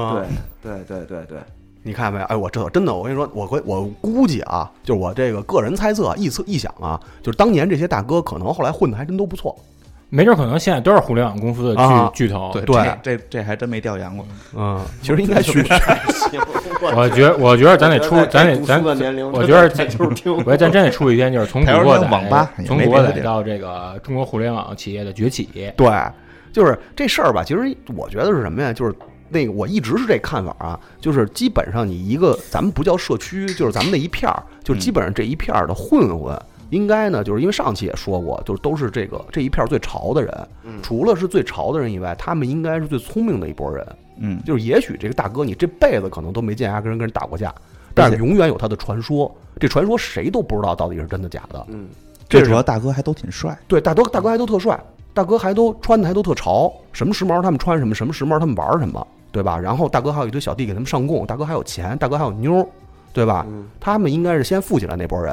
Speaker 2: 对对对对
Speaker 4: <laughs>
Speaker 2: 对，
Speaker 4: 你看没？哎，我这真的，我跟你说，我会我估计啊，就是我这个个人猜测、臆测、臆想啊，就是当年这些大哥可能后来混的还真都不错。
Speaker 3: 没准可能现在都是互联网公司的巨、
Speaker 4: 啊
Speaker 3: 巨头。
Speaker 5: 对，
Speaker 4: 对
Speaker 5: 哦这这这还真没调研过，
Speaker 4: 嗯，其实应该去
Speaker 3: 我觉我觉得咱得出，咱得
Speaker 2: 读
Speaker 3: 咱
Speaker 2: 书的年龄，
Speaker 3: 我觉得
Speaker 2: 这就是听
Speaker 3: 我觉得咱真得出一天，就是从古
Speaker 5: 台湾
Speaker 3: 惑
Speaker 5: 人
Speaker 3: 仔
Speaker 5: 网吧也
Speaker 3: 哎从
Speaker 5: 没
Speaker 3: 古
Speaker 5: 别
Speaker 3: 惑
Speaker 5: 的
Speaker 3: 仔
Speaker 5: 地儿
Speaker 3: 到这个中国互联网企业的崛起，
Speaker 4: 对，就是这事儿吧。其实我觉得是什么呀？就是那个我一直是这看法啊，就是基本上你一个，咱们不叫社区，就是咱们那一片儿，就是基本上这一片儿的混混。应该呢，就是因为上期也说过，就是都是这个这一片儿最潮的人，除了是最潮的人以外，他们应该是最聪明的一波人。
Speaker 5: 嗯，
Speaker 4: 就是也许这个大哥你这辈子可能都没见他跟人跟人打过架，但是永远有他的传说，这传说谁都不知道到底是真的假的。
Speaker 2: 嗯，
Speaker 4: 这
Speaker 5: 主
Speaker 4: 是
Speaker 5: 要大哥还都挺帅，
Speaker 4: 对，大哥大哥还都特帅，大哥还都穿的还都特潮，什么时髦他们穿什么，什么时髦他们玩什么，对吧？然后大哥还有一堆小弟给他们上供，大哥还有钱，大哥还有妞儿，对吧？
Speaker 2: 嗯
Speaker 4: 他们应该是先富起来那波人，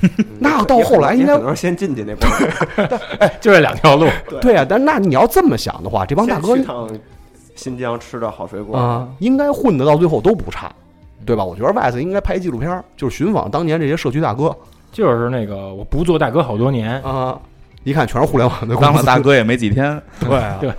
Speaker 4: <laughs>
Speaker 2: 嗯
Speaker 4: 那到后来应该
Speaker 2: 也可能是先进去
Speaker 4: <laughs>
Speaker 2: 那波，
Speaker 3: 就这两条路。
Speaker 4: 对呀、但那你要这么想的话，这帮大哥
Speaker 2: 先去趟新疆吃着好水果嗯
Speaker 4: 啊，，应该混的到最后都不差，对吧？我觉得 Vice 应该拍纪录片儿，就是寻访当年这些社区大哥
Speaker 3: <laughs> 就是那个我不做大哥好多年，
Speaker 4: 啊，一看全是互联网的公
Speaker 5: 当了
Speaker 4: 司
Speaker 5: 大哥也没几天，
Speaker 4: 对啊
Speaker 3: 对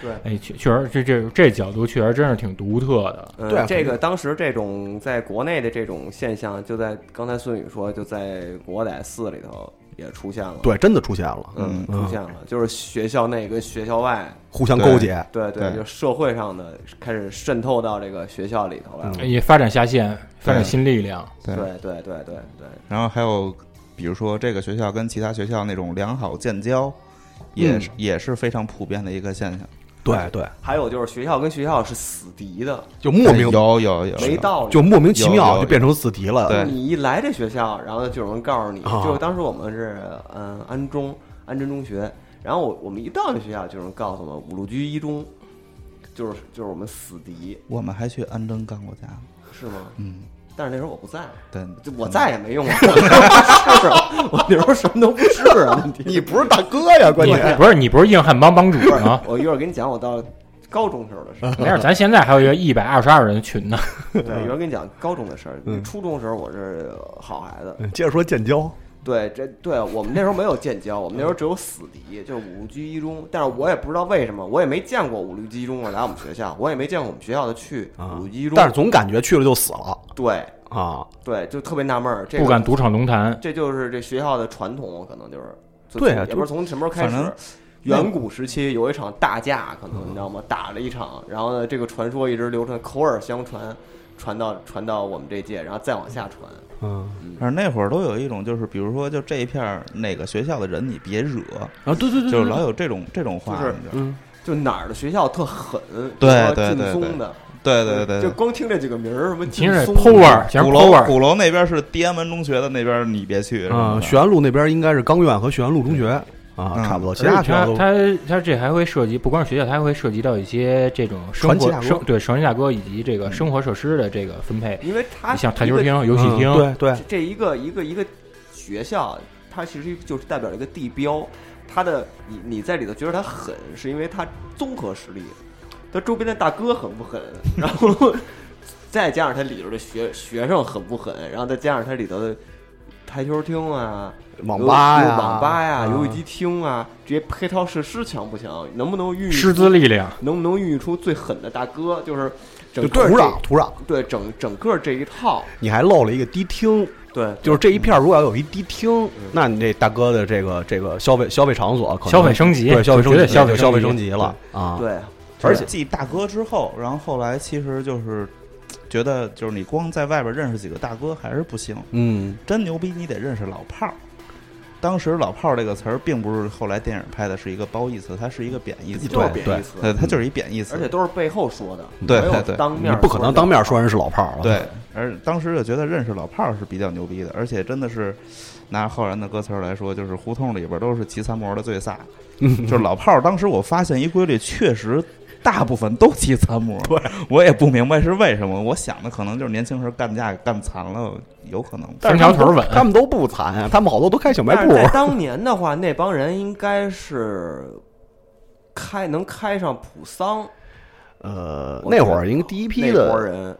Speaker 2: 对。
Speaker 3: 哎，确确实这这这角度确实真是挺独特的。
Speaker 2: 嗯
Speaker 4: 对啊
Speaker 2: 这个当时这种在国内的这种现象，就在刚才孙宇说，就在《国仔四》里头也出现了。，
Speaker 4: 对，真的出现了，
Speaker 2: 嗯，
Speaker 4: 嗯
Speaker 2: 出现了，就是学校内跟学校外，
Speaker 4: 互相勾结。
Speaker 2: 对对，
Speaker 5: 对
Speaker 2: 就社会上的开始渗透到这个学校里头来
Speaker 5: 嗯
Speaker 2: 了。
Speaker 3: 也发展下线，发展新力量，
Speaker 5: 对
Speaker 2: 对对对对对，
Speaker 5: 然后还有比如说这个学校跟其他学校那种良好建交，也是、也是非常普遍的一个现象，
Speaker 4: 对对，
Speaker 2: 还有就是学校跟学校是死敌的，
Speaker 4: 就莫名
Speaker 5: 有有有
Speaker 2: 没道理。
Speaker 4: 就莫名其
Speaker 5: 有
Speaker 4: 妙
Speaker 5: 有
Speaker 4: 就变成死敌了。 <laughs>
Speaker 5: 对
Speaker 2: 你一来这学校，然后就有人告诉你，
Speaker 4: 啊
Speaker 2: 就是当时我们是嗯安中安贞中学，然后我我们一到那学校，就有人告诉我们五路居一中，就是就是我们死敌，
Speaker 5: 我们还去安贞干过架，
Speaker 2: 是吗？
Speaker 5: 嗯，
Speaker 2: 但是那时候我不在，
Speaker 5: 对，
Speaker 2: 就我在也没用啊， <laughs> 我那时候不是啊，我那时候什么都不是啊，问题
Speaker 4: 你不是大哥呀，关
Speaker 3: 你
Speaker 4: 键
Speaker 3: 不是你不是硬汉帮帮主
Speaker 4: 啊
Speaker 3: 吗？
Speaker 2: 我一会儿给你讲我到高中时候的事儿，
Speaker 3: 没
Speaker 5: <laughs>
Speaker 3: 事，咱现在还有一个一百二十二人群呢。
Speaker 2: 对，一会儿给你讲高中的事儿
Speaker 4: 嗯。
Speaker 2: 初中时候我是好孩子，
Speaker 4: 嗯接着说建交，
Speaker 2: 对，这对我们那时候没有建交，我们那时候只有死敌，就是五路居一中。但是我也不知道为什么，我也没见过五路居一中的来我们学校，我也没见过我们学校的去
Speaker 4: 啊
Speaker 2: 五路居一中。
Speaker 4: 但是总感觉去了就死了
Speaker 2: 对
Speaker 4: 啊。
Speaker 2: 对，就特别纳闷儿，这
Speaker 3: 不
Speaker 2: 个
Speaker 3: 敢独闯龙潭，
Speaker 2: 这就是这学校的传统，可能就是就
Speaker 4: 对啊
Speaker 2: 从也不
Speaker 4: 就是
Speaker 2: 从什么时候开
Speaker 5: 反正
Speaker 2: 始。远古时期有一场大架，可能你知道吗？打了一场，然后呢，这个传说一直流传，口耳相传，传到传到我们这届，然后再往下传。
Speaker 4: 嗯
Speaker 5: 反正那会儿都有一种，就是比如说，就这一片儿哪个学校的人你别惹，
Speaker 4: 啊，对对对，
Speaker 5: 就是老有这种这种话，
Speaker 2: 就是
Speaker 5: 你知道吗
Speaker 4: 嗯
Speaker 2: 就哪儿的学校特狠，
Speaker 5: 对
Speaker 2: 什么
Speaker 5: 对
Speaker 2: 劲
Speaker 5: 对
Speaker 2: 松的，
Speaker 5: 对对对
Speaker 2: 就
Speaker 5: 对。
Speaker 2: 光听这几个名儿，什么劲
Speaker 3: 听着
Speaker 2: 松
Speaker 3: 抠味儿，全是
Speaker 5: 鼓
Speaker 3: 抠味
Speaker 5: 楼
Speaker 3: 儿。
Speaker 5: 鼓楼那边是地安门中学的那边，你别去
Speaker 4: 啊，
Speaker 5: 学
Speaker 4: 学安路那边应该是冈院和学安路中学啊，
Speaker 5: 嗯
Speaker 4: 差不多，其
Speaker 3: 而
Speaker 4: 他
Speaker 3: 且
Speaker 4: 学校
Speaker 3: 他
Speaker 4: 都
Speaker 3: 他他这还会涉及，不光是学校，它还会涉及到一些这种生
Speaker 4: 传奇大
Speaker 3: 活
Speaker 4: 哥
Speaker 3: 生对传奇大哥以及这个生活设施的这个分配，
Speaker 2: 因为他
Speaker 3: 你像台球厅、游戏
Speaker 4: 嗯
Speaker 3: 厅，
Speaker 4: 对对
Speaker 2: 这一个一个一个学校，它其实就是代表一个地标，它的你你在里头觉得它狠，是因为它综合实力，它周边的大哥狠不狠， <laughs> 然后再加上它里头的学学生狠不狠，然后再加上它里头的台球厅啊、
Speaker 4: 网吧
Speaker 2: 游
Speaker 4: 呀，
Speaker 2: 网吧呀、
Speaker 4: 啊
Speaker 2: 游戏机厅啊，这些配套设施强不强，能不能孕育出
Speaker 3: 师资力量。
Speaker 2: 能不能孕育出最狠的大哥，就是整
Speaker 4: 就
Speaker 2: 个
Speaker 4: 土
Speaker 2: 这
Speaker 4: 壤土壤，
Speaker 2: 对整整个这一套，
Speaker 4: 你还漏了一个迪厅，
Speaker 2: 对
Speaker 4: 就是这一片儿如果要有一迪厅，那你这大哥的这个这个消费消费场所可能
Speaker 3: 消费升级
Speaker 4: 对消费升
Speaker 3: 绝对
Speaker 4: 级，
Speaker 3: 消费
Speaker 4: 对
Speaker 3: 升
Speaker 4: 消费
Speaker 3: 级
Speaker 4: 升级了啊，
Speaker 2: 对啊。
Speaker 5: 而且继大哥之后，然后后来其实就是觉得，就是你光在外边认识几个大哥还是不行，
Speaker 4: 嗯，
Speaker 5: 真牛逼，你得认识老炮儿。当时“老炮儿”这个词儿，并不是后来电影拍的，是一个褒义词，它是一个贬义词，
Speaker 2: 都是
Speaker 4: 对
Speaker 2: 贬义词，
Speaker 5: 对，它就是一贬义词。
Speaker 2: 而且都是背后说的，
Speaker 5: 对
Speaker 2: 没有
Speaker 5: 对对
Speaker 2: 当面
Speaker 4: 你不可能当面说
Speaker 2: 人。
Speaker 4: 人是老炮儿了，
Speaker 5: 对，而当时就觉得认识老炮儿是比较牛逼的，而且真的是拿浩然的歌词儿来说，就是胡同里边都是骑三摩的最飒，就是老炮儿。当时我发现一规律，确实大部分都骑三摩，对我也不明白是为什么。我想的可能就是年轻时候干架干残了，有可能。
Speaker 4: 但是
Speaker 3: 三条
Speaker 4: 他们
Speaker 3: 腿儿
Speaker 4: 都
Speaker 3: 稳
Speaker 4: 他们都不惨啊，他们好多都开小卖
Speaker 2: 但
Speaker 4: 部
Speaker 2: 是，在当年的话，那帮人应该是开能开上普桑，
Speaker 4: 呃，
Speaker 2: 我觉得
Speaker 4: 那会儿应该第一批
Speaker 2: 那波
Speaker 4: 的，
Speaker 2: 人，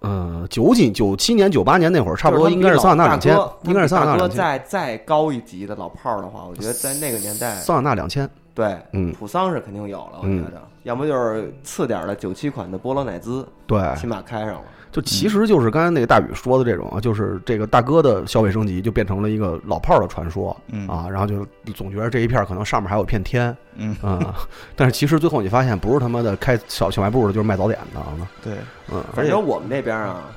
Speaker 4: 嗯，九几九七年九八年那会儿，差不多应该是
Speaker 2: 就是他
Speaker 4: 桑
Speaker 2: 们
Speaker 4: 塔纳两
Speaker 2: 比
Speaker 4: 千
Speaker 2: 老大，哥
Speaker 4: 应该是桑塔纳
Speaker 2: 他们
Speaker 4: 两
Speaker 2: 比大哥再
Speaker 4: 千，
Speaker 2: 再高一级的老炮儿的话，我觉得在那个年代，
Speaker 4: 桑塔纳两千，
Speaker 2: 对，
Speaker 4: 嗯
Speaker 2: 普桑是肯定有了，我
Speaker 4: 嗯
Speaker 2: 觉得，要么就是次点儿的九七款的波罗乃兹，
Speaker 4: 对，
Speaker 2: 起码开上了，
Speaker 4: 就其实就是刚才那个大宇说的这种啊，就是这个大哥的消费升级就变成了一个老炮儿的传说
Speaker 5: 嗯
Speaker 4: 啊，然后就总觉得这一片儿可能上面还有片天
Speaker 5: 嗯，
Speaker 4: 啊，但是其实最后你发现不是他妈的开小小卖部的，就是卖早点的啊，
Speaker 5: 对，
Speaker 4: 嗯，
Speaker 2: 反正我们这边啊，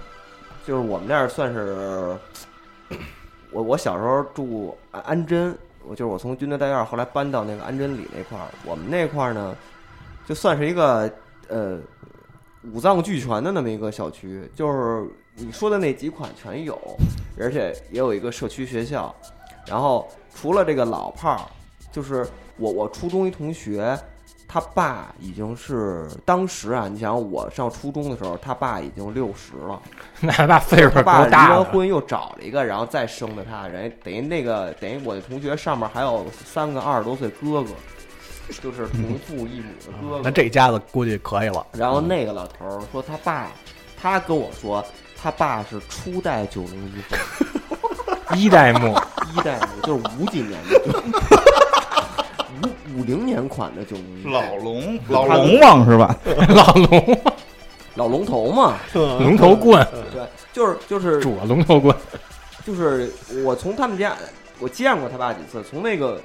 Speaker 2: 就是我们那儿算是， <coughs> 我我小时候住安安贞，我就是我从军队大院后来搬到那个安贞里那块儿，我们那块儿呢，就算是一个呃五脏俱全的那么一个小区，就是你说的那几款全有，而且也有一个社区学校，然后除了这个老炮儿，就是我我初中一同学，他爸已经是当时啊，你想我上初中的时候，他爸已经六十了，
Speaker 3: <laughs> 那他爸岁数
Speaker 2: 他
Speaker 3: 够
Speaker 2: 爸离
Speaker 3: 大
Speaker 2: 完
Speaker 3: 了，
Speaker 2: 婚又找了一个，然后再生的他，人家等于那个等于我的同学上面还有三个二十多岁哥哥，就是同父异母的哥哥。
Speaker 4: 嗯那这家子估计可以了，
Speaker 2: 然后那个老头儿说他爸，他跟我说他爸是初代九零一后。
Speaker 3: 一代目，
Speaker 2: 一代的，就是五几年的，五五零年款的九零一，
Speaker 5: 嗯老龙老龙王是吧？
Speaker 3: 老龙
Speaker 2: 老龙头嘛，
Speaker 4: 嗯
Speaker 3: 龙头棍，
Speaker 2: 对，就是就是
Speaker 3: 主龙头棍，
Speaker 2: 就是我从他们家，我见过他爸几次，从那个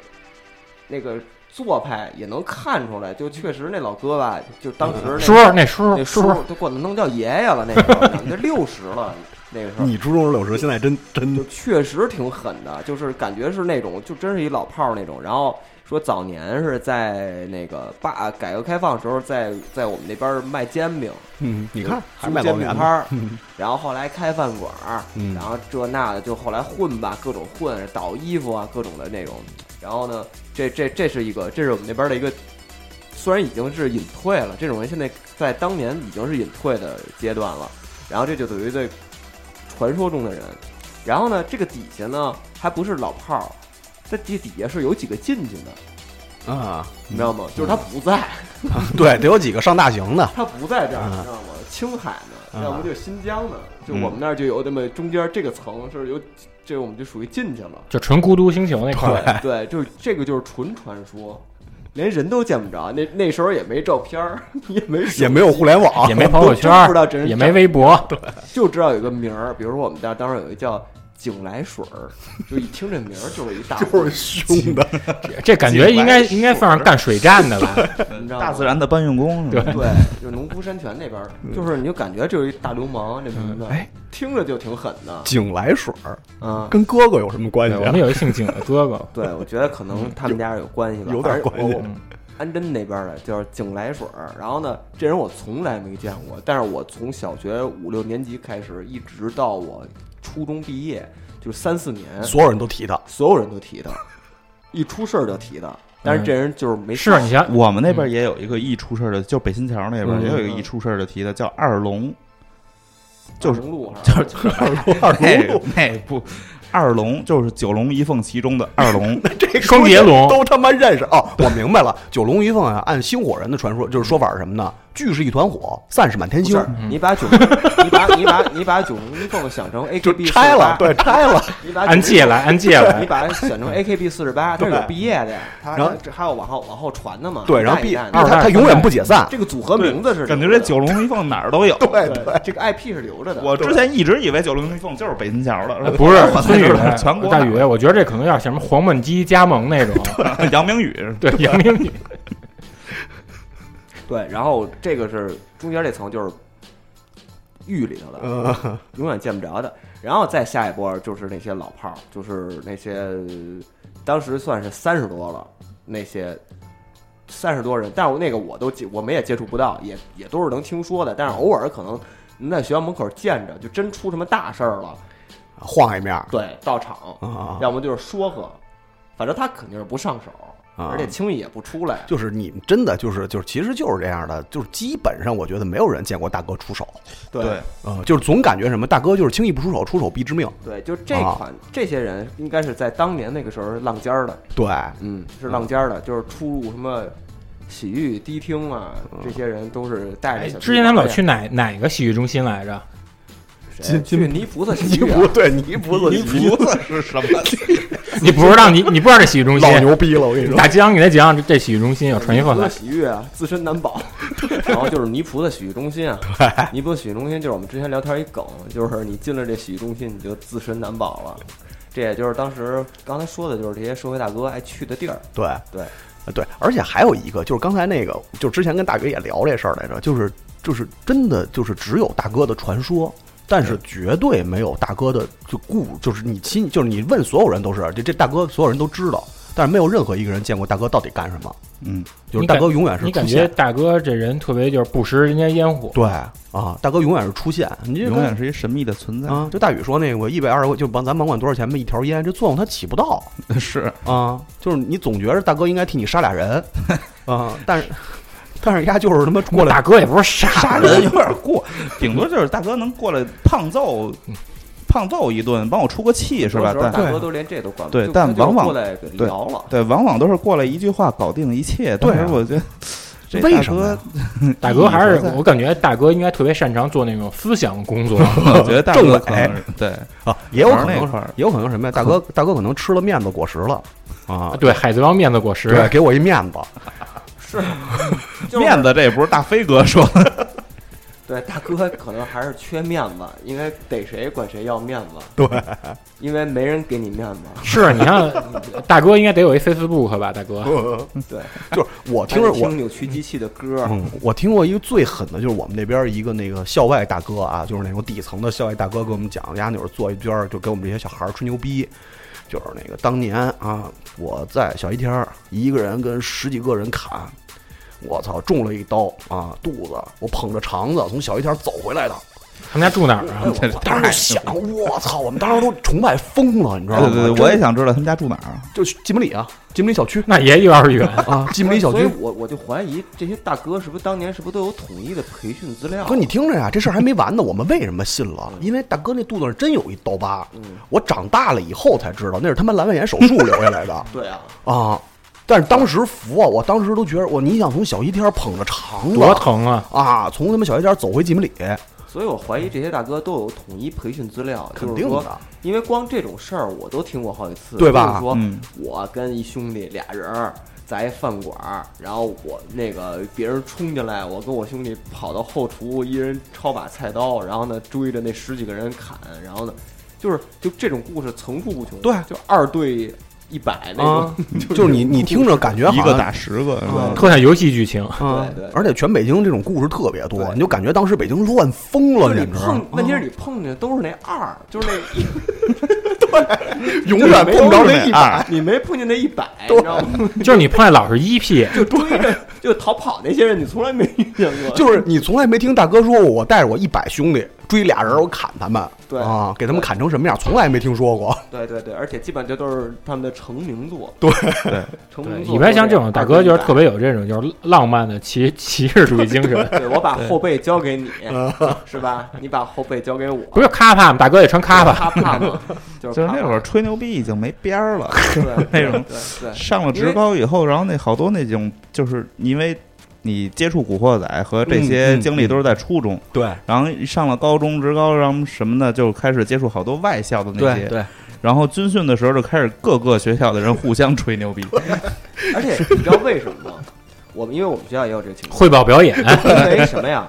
Speaker 2: 那个做派也能看出来，就确实那老哥吧，就当时那
Speaker 3: 叔那叔
Speaker 2: 那
Speaker 3: 叔
Speaker 2: 叔都管他能叫爷爷了，那时候你这六十了，那个时候。
Speaker 4: 你初中是六十，现在真真
Speaker 2: 就确实挺狠的，就是感觉是那种，就真是一老炮儿那种。然后说早年是在那个八啊改革开放时候在，在我们那边儿卖煎饼，
Speaker 4: 嗯，你看还是卖
Speaker 2: 煎
Speaker 4: 早
Speaker 2: 饼
Speaker 4: 点
Speaker 2: 摊
Speaker 4: 的， <laughs>
Speaker 2: 儿，然后后来开饭馆儿，
Speaker 4: 嗯
Speaker 2: 然后这那的，就后来混吧，各种混，倒衣服啊，各种的那种。然后呢，这这这是一个，这是我们那边的一个，虽然已经是隐退了，这种人现在在当年已经是隐退的阶段了。然后这就等于对传说中的人。然后呢，这个底下呢还不是老炮儿，在底底下是有几个进去的，
Speaker 4: 啊，
Speaker 2: 你知道吗？就是他不在，
Speaker 4: <laughs> 对，得有几个上大型的，
Speaker 2: 他不在这儿，
Speaker 4: 啊
Speaker 2: 你知道吗？青海呢，
Speaker 4: 啊
Speaker 2: 要不就新疆呢，就
Speaker 5: 嗯
Speaker 2: 我们那儿就有这么中间这个层是有，这我们就属于进去了。
Speaker 3: 就纯孤独星球那块儿，
Speaker 2: <laughs> 对，就是这个就是纯传说，连人都见不着。那那时候也没照片儿， <laughs> 也没手
Speaker 4: <laughs> 也没有互联网， <laughs>
Speaker 3: 也没朋友圈
Speaker 2: 都不知道真
Speaker 3: 儿，
Speaker 2: 是
Speaker 3: 也没微博，
Speaker 2: 就知道有个名儿，比如说我们家当时有一叫井来水儿，就一听这名儿就是一大户
Speaker 4: <laughs> 就是凶的，
Speaker 3: 这这感觉应该应该算是干水战的
Speaker 4: <laughs>
Speaker 3: 吧？
Speaker 2: 你知道吗
Speaker 5: 大自然的搬运工是吧，
Speaker 2: 对，就是农夫山泉那边儿，就是你就感觉就是一大流氓这名字，
Speaker 4: 嗯哎，
Speaker 2: 听着就挺狠的
Speaker 4: 井来水儿
Speaker 2: 啊。
Speaker 4: 跟哥哥有什么关系
Speaker 3: 对，我
Speaker 4: 啊
Speaker 3: 们？有一姓景的哥哥，
Speaker 2: 对，我觉得可能他们家有关系吧，
Speaker 4: 有点
Speaker 2: 反正
Speaker 4: 关系
Speaker 2: 我我安贞那边儿的就是井来水儿，然后呢，这人我从来没见过，但是我从小学五六年级开始，一直到我初中毕业，就是三四年，
Speaker 4: 所有人都提 <laughs> 他，
Speaker 2: 所有人都提他，一出事儿就提他，但是这人就是没
Speaker 3: 是你想
Speaker 5: 我们那边也有一个一出事儿的，就北新桥那边
Speaker 2: 嗯
Speaker 5: 也有一个一出事儿的提的，叫二龙，就是
Speaker 2: 长路还
Speaker 5: 就是就是二龙，二龙那 <laughs> 不二龙就是九龙一凤其中的二龙，
Speaker 4: <laughs> 这
Speaker 3: 双截龙
Speaker 4: 都他妈认识哦！我明白了，九龙一凤啊，按星火人的传说，就是说法是什么呢？聚是一团火，散是满天
Speaker 2: 不
Speaker 4: 星
Speaker 2: 是，你把九，你把你把你把九龙一凤想成 A K
Speaker 4: 就
Speaker 2: B
Speaker 4: 拆了，对，拆了。 <laughs>
Speaker 2: 你把
Speaker 3: 安借来安
Speaker 2: <laughs>
Speaker 3: 借
Speaker 2: 你
Speaker 3: 来，
Speaker 2: 把它选成 AKB 四十八，这是有
Speaker 4: 对
Speaker 2: 毕业的呀，它
Speaker 4: 然后
Speaker 2: 这还有往后往后传的嘛，
Speaker 4: 对，然后
Speaker 2: 一代
Speaker 4: B
Speaker 2: 一代
Speaker 4: B
Speaker 2: 的
Speaker 3: 二代
Speaker 4: 它它永远不解散，
Speaker 2: 这个组合名字是
Speaker 5: 感觉
Speaker 2: 留
Speaker 5: 这
Speaker 2: 着的
Speaker 5: 九龙一凤哪儿都有。
Speaker 4: 对对
Speaker 2: 对这个 IP 是留着的，
Speaker 5: 我之前一直以为九龙一凤就是北新桥的，
Speaker 3: 哎
Speaker 5: <laughs>
Speaker 3: 不是
Speaker 5: 我才
Speaker 3: 孙宇
Speaker 5: 知道全国
Speaker 3: 大
Speaker 5: <laughs>
Speaker 3: 宇，我觉得这可能要像什么黄焖鸡加盟那种，
Speaker 5: 哪儿杨明宇
Speaker 3: 对，杨明宇，
Speaker 2: 对，然后这个是中间这层就是狱里头的，
Speaker 4: 呃，
Speaker 2: 永远见不着的。然后再下一波就是那些老炮儿，就是那些呃当时算是三十多了，那些三十多人，但是我那个我都接，我们也接触不到，也也都是能听说的，但是偶尔可能能在学校门口见着，就真出什么大事儿了，
Speaker 4: 晃一面儿
Speaker 2: 对，到场，
Speaker 4: 啊，
Speaker 2: 要么就是说和，反正他肯定是不上手，
Speaker 4: 啊
Speaker 2: 而且轻易也不出来。
Speaker 4: 就是你们真的就是就是其实就是这样的，就是基本上我觉得没有人见过大哥出手，
Speaker 2: 对
Speaker 4: 呃，就是总感觉什么大哥就是轻易不出手，出手必致命。
Speaker 2: 对，就这
Speaker 4: 啊
Speaker 2: 款这些人应该是在当年那个时候是浪尖儿的，
Speaker 4: 对，
Speaker 2: 嗯，是浪尖儿的，就是出入什么洗浴、迪厅啊，这些人都是带着
Speaker 3: 哎
Speaker 2: 小弟
Speaker 3: 之前咱们老
Speaker 2: 弟
Speaker 3: 去哪哪个洗浴中心来着？
Speaker 2: 谁啊去泥菩萨洗
Speaker 4: 泥
Speaker 2: 浴啊
Speaker 4: 菩对泥菩萨，
Speaker 5: 泥菩萨是什么？
Speaker 3: 你不知道你你不知道这洗浴中心
Speaker 4: 老牛逼了，我跟你说。
Speaker 3: 大江给他讲讲这洗浴中心有传一
Speaker 2: 泥
Speaker 3: 放
Speaker 2: 菩萨
Speaker 3: 三，
Speaker 2: 洗浴啊，自身难
Speaker 5: <laughs>
Speaker 2: 保。然后就是泥菩萨洗浴中心啊，泥菩萨洗浴中心就是我们之前聊天一梗，就是你进了这洗浴中心，你就自身难保了。这也就是当时刚才说的，就是这些社会大哥爱哎去的地儿。
Speaker 4: 对
Speaker 2: 对
Speaker 4: 呃对，而且还有一个就是刚才那个，就之前跟大哥也聊这事儿来着，就是就是真的就是只有大哥的传说。但是绝对没有大哥的就故，就是你亲，就是你问所有人都是这这大哥，所有人都知道，但是没有任何一个人见过大哥到底干什么，
Speaker 5: 嗯，
Speaker 4: 就是
Speaker 3: 你
Speaker 4: 大
Speaker 3: 感
Speaker 4: 哥永远是
Speaker 3: 你感
Speaker 4: 出
Speaker 3: 觉
Speaker 4: 现，
Speaker 3: 大哥这人特别就是不食人间烟火，
Speaker 4: 对啊，大哥永远是出现，你这
Speaker 5: 永
Speaker 4: 跟
Speaker 5: 远是一神秘的存在。
Speaker 4: 啊，就大宇说那个我一百二十块，就甭咱甭管多少钱吧，一条烟这作用它起不到
Speaker 5: <laughs> 是
Speaker 4: 啊，就是你总觉着大哥应该替你杀俩人啊，但是但是丫就是他妈过来
Speaker 3: 大哥也不是傻
Speaker 5: 杀人有点过，顶多就是大哥能过来胖揍，
Speaker 3: 嗯
Speaker 5: 胖揍一顿，帮我出个气是吧？
Speaker 2: 有时候
Speaker 5: 但
Speaker 2: 大哥都连这都管不
Speaker 5: 对
Speaker 2: 就
Speaker 5: 但
Speaker 2: 他就是
Speaker 5: 往往
Speaker 2: 过来给
Speaker 5: 对
Speaker 2: 聊了。
Speaker 5: 对，往往都是过来一句话搞定一切。
Speaker 4: 对啊
Speaker 5: 但是我觉得这
Speaker 4: 为
Speaker 5: 大
Speaker 4: 什么
Speaker 5: 哥
Speaker 4: 呀，
Speaker 3: 大哥还
Speaker 5: 意义
Speaker 3: 是
Speaker 5: 何在
Speaker 3: 我感觉大哥应该特别擅长做那种思想工作，
Speaker 5: 我觉得大
Speaker 4: 政
Speaker 5: 哥
Speaker 4: 委
Speaker 5: 可能是对
Speaker 4: 啊，也有可
Speaker 5: 玩
Speaker 4: 能
Speaker 5: 那块儿
Speaker 4: 也有可能什么呀？大哥大哥可能吃了面子果实了啊，
Speaker 3: 对，海贼王面子果实，
Speaker 4: 对，给我一面子，
Speaker 5: <laughs>
Speaker 2: 就是
Speaker 5: 面子，这也不是大飞哥说的，
Speaker 2: 对，大哥可能还是缺面子，应该逮谁管谁要面子。
Speaker 4: 对，
Speaker 2: 因为没人给你面子。
Speaker 3: 是啊你看大哥应该得有一 Facebook 吧，大哥，
Speaker 2: 对，
Speaker 4: 就是我听
Speaker 2: 还
Speaker 4: 着
Speaker 2: 得
Speaker 4: 我
Speaker 2: 听扭曲机器的歌，
Speaker 4: 嗯，我听过一个最狠的，就是我们那边一个那个校外大哥啊，就是那种底层的校外大哥给我们讲，丫那会儿坐一边儿就给我们这些小孩儿吹牛逼，就是那个当年啊，我在小一天儿一个人跟十几个人砍，我操中了一刀啊，肚子我捧着肠子从小一天儿走回来的，哎
Speaker 3: 他们家住哪儿啊？
Speaker 4: 我当时就想，我操，我们当时都崇拜疯了，你知道吗？
Speaker 5: 对对
Speaker 4: 真
Speaker 5: 对，我也想知道他们家住哪儿啊。
Speaker 4: 就金门里啊，金门里小区
Speaker 3: 那也幼儿园，
Speaker 4: 啊，金门里小
Speaker 2: 所以
Speaker 4: 区。
Speaker 2: 我我就怀疑这些大哥是不是当年是不是都有统一的培训资料？
Speaker 4: 哥，你听着呀，这事儿还没完呢。我们为什么信了？
Speaker 2: 嗯
Speaker 4: 因为大哥那肚子上真有一刀疤，我长大了以后才知道那是他妈阑尾炎手术留下
Speaker 2: <laughs>
Speaker 4: 来的
Speaker 2: 对啊，
Speaker 4: 啊。但是当时服啊，我当时都觉得我，你想从小一天捧着肠子
Speaker 3: 多疼啊！
Speaker 4: 啊，从他妈小一天走回
Speaker 2: <laughs>
Speaker 4: 几米里，
Speaker 2: 所以我怀疑这些大哥都有统一培训资料，
Speaker 4: 肯
Speaker 2: 就
Speaker 4: 定
Speaker 2: 是说
Speaker 4: 的，
Speaker 2: 因为光这种事儿我都听过好几次，
Speaker 4: 对吧
Speaker 2: 就是说、
Speaker 5: 嗯
Speaker 2: 我跟一兄弟俩人儿在一饭馆儿，然后我那个别人冲进来，我跟我兄弟跑到后厨，一人抄把菜刀，然后呢追着那十几个人砍，然后呢就是就这种故事层出不穷，
Speaker 4: 对
Speaker 2: 就二对一百那种，
Speaker 4: 啊，就是你你听着感觉
Speaker 5: 一
Speaker 4: 好
Speaker 5: 个
Speaker 4: 像
Speaker 5: 打十个，是
Speaker 4: 啊
Speaker 5: 吧？
Speaker 3: 特像游戏剧情，
Speaker 4: 啊
Speaker 2: 对对对
Speaker 4: 而且全北京这种故事特别多，
Speaker 2: 对
Speaker 4: 你就感觉当时北京乱疯了，
Speaker 2: 就是你
Speaker 4: 简直
Speaker 2: 碰，问题是
Speaker 4: 啊
Speaker 2: 你碰见的都是那二，就是那
Speaker 4: 永远碰不着那一百，，
Speaker 2: 你没碰见那一百，你知道吗？
Speaker 3: 就是你碰见老是一 P，
Speaker 4: <laughs>
Speaker 2: 就追着 <laughs> 就逃跑那些人，你从来没遇见 <laughs> 过，
Speaker 4: 就是你从来没听大哥说过，我带着我一百兄弟追俩人，我砍他们，
Speaker 2: 对
Speaker 4: 啊，给他们砍成什么样，从来没听说过。
Speaker 2: 对对对，而且基本上就都是他们的成名作，
Speaker 4: 对 <laughs>
Speaker 5: 对
Speaker 2: 成
Speaker 3: 对
Speaker 2: 名，作。
Speaker 3: 李白祥这种大哥就是特
Speaker 2: 别。
Speaker 3: 别有这种就是浪漫的骑骑士主义精神，
Speaker 2: <laughs> 对，我把后背交
Speaker 4: <laughs>
Speaker 2: 给你，
Speaker 4: 啊
Speaker 2: 是吧？你把后背交给我，
Speaker 3: 不是卡帕吗？大哥也穿卡帕，
Speaker 2: 啪啪嘛，就是
Speaker 5: 就是那
Speaker 2: 啪
Speaker 5: 会儿吹牛逼已经没边儿了。
Speaker 2: 对
Speaker 5: 那种
Speaker 2: 对对
Speaker 5: <laughs> 上了职高以后，然后那好多那种，就是因为你接触古惑仔和这些
Speaker 4: 嗯嗯
Speaker 5: 经历都是在初中，
Speaker 4: 对
Speaker 5: 然后一上了高中、职高，然后什么的就开始接触好多外校的那些，
Speaker 4: 对，
Speaker 5: 然后军训的时候就开始各个学校的人互相吹牛逼，
Speaker 2: 而且你知道为什么吗？我们因为我们学校也有这个情
Speaker 3: <laughs>
Speaker 2: 况，
Speaker 3: 汇报表演，
Speaker 2: 因为什么呀？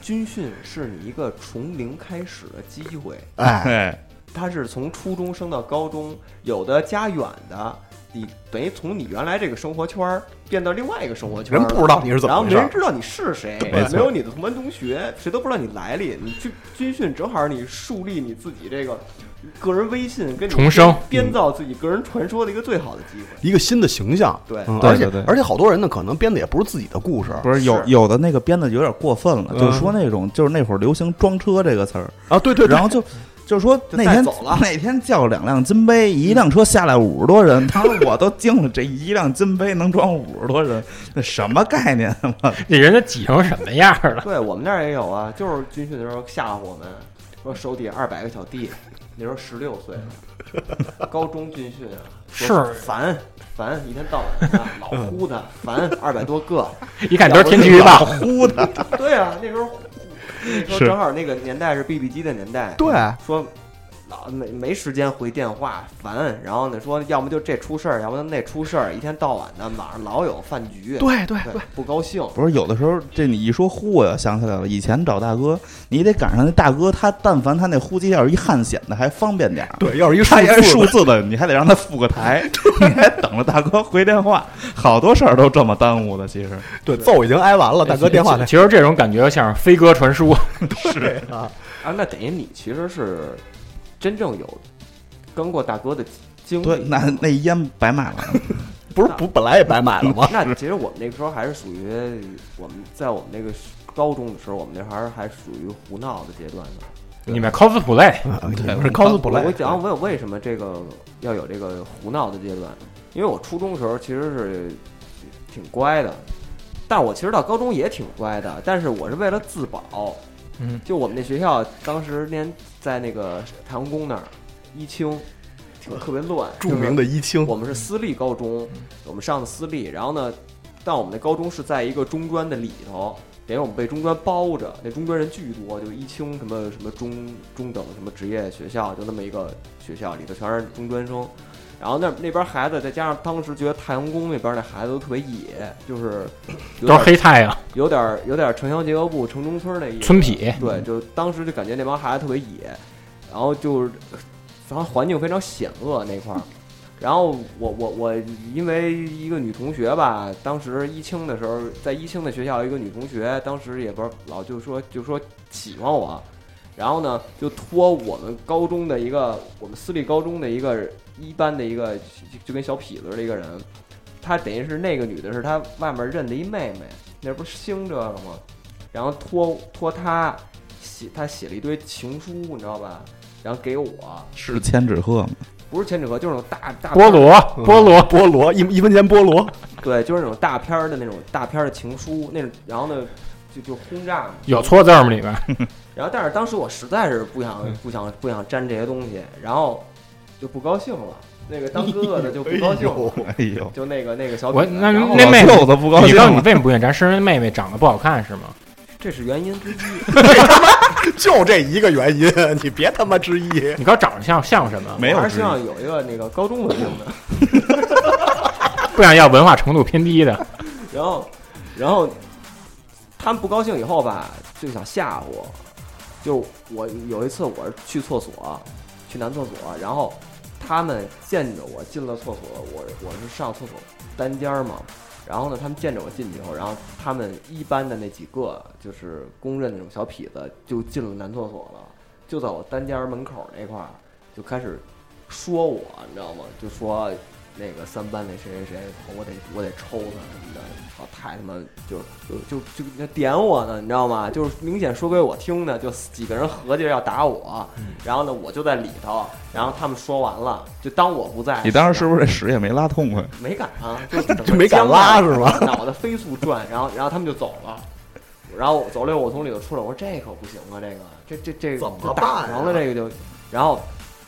Speaker 2: 军训是你一个从零开始的机会，
Speaker 4: <laughs> 哎，
Speaker 5: 哎，
Speaker 2: 它是从初中升到高中，有的家远的，你等于从你原来这个生活圈儿变到另外一个生活圈儿
Speaker 4: 人
Speaker 2: 了，
Speaker 4: 不知道你是怎
Speaker 2: 然
Speaker 4: 么
Speaker 2: 后没
Speaker 4: 回事
Speaker 2: 人
Speaker 4: 儿，
Speaker 2: 知道你是谁，
Speaker 5: 没错
Speaker 2: 没有你的同班同学，谁都不知道你来历。你去军训正好你树立你自己这个个人威信，跟你
Speaker 3: 重生
Speaker 2: 编编造自己个人传说的一个最好的机会。
Speaker 4: 一个新的形象。
Speaker 2: 对
Speaker 4: 嗯
Speaker 5: 对
Speaker 4: 而且
Speaker 5: 对对
Speaker 4: 而且好多人呢，可能编的也不是自己的故事
Speaker 5: 不是嗯有有的那个编的有点过分了，就说那种就是那会儿流行装车这个词儿，
Speaker 4: 啊，对对，对
Speaker 5: 然后就。就说
Speaker 2: 就
Speaker 5: 那
Speaker 2: 带
Speaker 5: 天
Speaker 2: 走了
Speaker 5: 那天叫两辆金杯，一辆车下来五十多人，当时我都惊了，这一辆金杯能装五十多人，那什么概念啊？ <laughs>
Speaker 3: 这人都挤成什么样了？
Speaker 2: <laughs> 对我们那儿也有啊，就是军训的时候吓唬我们，说手底下二百个小弟，那时候十六岁了，高中军训啊，说
Speaker 3: 是
Speaker 2: 烦烦，一天到晚啊老
Speaker 4: <laughs>
Speaker 2: 呼他烦二百多个，
Speaker 3: 一看都是天气预报，
Speaker 5: 呼的，
Speaker 2: 对啊，那时候那时候
Speaker 5: 是
Speaker 2: 正好那个年代是 BB 机的年代，
Speaker 4: 对
Speaker 2: 说老没没时间回电话，烦。然后呢，说要么就这出事儿，要么就那出事儿，一天到晚的晚上老有饭局，
Speaker 4: 对对
Speaker 2: 对
Speaker 4: 对，
Speaker 2: 不高兴。
Speaker 5: 不是有的时候这你一说呼，我又想起来了，以前找大哥，你得赶上那大哥，他但凡他那呼机要是一汉显的还方便点儿，
Speaker 4: 对，要是一数
Speaker 5: 他要是
Speaker 4: 字
Speaker 5: 数字的，你还得让他复个台，你还等着大哥回电话，好多事儿都这么耽误的，其实。
Speaker 4: <laughs> 对，揍已经挨完了，大哥电话
Speaker 3: 其
Speaker 4: 来
Speaker 3: 其实这种感觉像是飞鸽传书，
Speaker 4: 啊，
Speaker 2: 啊，那等于你其实是真正有跟过大哥的经历。
Speaker 5: 对，那那烟白买了，
Speaker 4: 不是不本来也白买了吗？
Speaker 2: 那其实我们那个时候还是属于我们在我们那个高中的时候，我们那还是还属于胡闹的阶段呢。
Speaker 3: 你们 cosplay
Speaker 4: <laughs>
Speaker 5: 对
Speaker 4: 是 cosplay，
Speaker 2: 我讲我有为什么这个要有这个胡闹的阶段，因为我初中的时候其实是挺乖的，但我其实到高中也挺乖的，但是我是为了自保，
Speaker 3: 嗯，
Speaker 2: 就我们那学校当时那天在那个太阳宫那儿，一清挺特别乱，
Speaker 4: <laughs> 著名的一清
Speaker 2: 我们是私立高中，
Speaker 3: 嗯
Speaker 2: 我们上的私立，然后呢，但我们那高中是在一个中专的里头，等于我们被中专包着，那中专人巨多，就一清什么什么中中等什么职业学校，就那么一个学校里头全是中专生。然后那那边孩子，再加上当时觉得太阳宫那边那孩子都特别野，就是有
Speaker 3: 都
Speaker 2: 点
Speaker 3: 是黑太阳、
Speaker 2: 有点有点城乡结合部、城中村那意思。
Speaker 3: 村痞，
Speaker 2: 对，就当时就感觉那帮孩子特别野，然后就是，然后环境非常险恶那块儿。然后我我我因为一个女同学吧，当时一清的时候，在一清的学校有一个女同学，当时也不是老就说就说喜欢我，然后呢就托我们高中的一个我们私立高中的一个一班的一个就就跟小痞子似的一个人，他等于是那个女的是他外面认的一妹妹，那不是兴这个吗？然后托托他写他写了一堆情书，你知道吧？然后给我，
Speaker 5: 是千纸鹤吗？
Speaker 2: 不是千纸鹤，就是那种大大
Speaker 3: 菠萝、菠萝，
Speaker 4: 嗯菠萝一一分钱菠萝， <laughs>
Speaker 2: 对，就是那种大片儿的那种大片儿的情书，那种然后呢就就轰炸嘛。
Speaker 3: 有错字吗？里边
Speaker 2: 然后但是当时我实在是不
Speaker 3: 嗯
Speaker 2: 想不想不想沾这些东西，然后就不高兴了。那个当哥哥的就不高兴了，
Speaker 5: <laughs> <laughs> 哎呦，
Speaker 2: 就那个那个小
Speaker 3: 我
Speaker 2: 痞子
Speaker 3: 那
Speaker 2: 然后
Speaker 3: 那妹
Speaker 5: 老舅子不高
Speaker 3: 你
Speaker 5: 兴
Speaker 3: 告诉你
Speaker 5: 了，
Speaker 3: 为什么不愿意咱是因为妹妹长得不好看是吗？
Speaker 2: 这是原因之一。
Speaker 4: 就这一个原因，你别他妈之一。
Speaker 3: 你告诉我长得像像什么？
Speaker 5: 没有
Speaker 2: 我还是
Speaker 5: 之
Speaker 2: 希
Speaker 5: 一
Speaker 2: 望有一个那个高中文凭的。
Speaker 3: 不想要文化程度偏低的，
Speaker 2: 然后，然后他们不高兴以后吧，就想吓唬我。就我有一次我是去厕所，去男厕所，然后他们见着我进了厕所，我我是上厕所单间儿嘛，然后呢，他们见着我进去以后，然后他们一班的那几个就是公认的那种小痞子就进了男厕所了，就在我单间儿门口那块儿就开始说我，你知道吗？就说那个三班那谁谁谁，我得我得抽他什么的，我太他妈就就就就点我呢，你知道吗？就是明显说给我听的，就几个人合计着要打我，然后呢我就在里头，然后他们说完了，就当我不在，
Speaker 5: 你当时是不是这屎也没拉痛快？
Speaker 2: 没敢
Speaker 4: <laughs>
Speaker 2: 啊，就整个
Speaker 4: 就没敢拉是吗
Speaker 2: 僵着 <laughs> 脑袋飞速转，然后然后他们就走了，然后走了以后我从里头出来，我说这可不行啊，这个这这这
Speaker 4: 怎么
Speaker 2: 这
Speaker 4: 办啊
Speaker 2: 打上了这个就，然后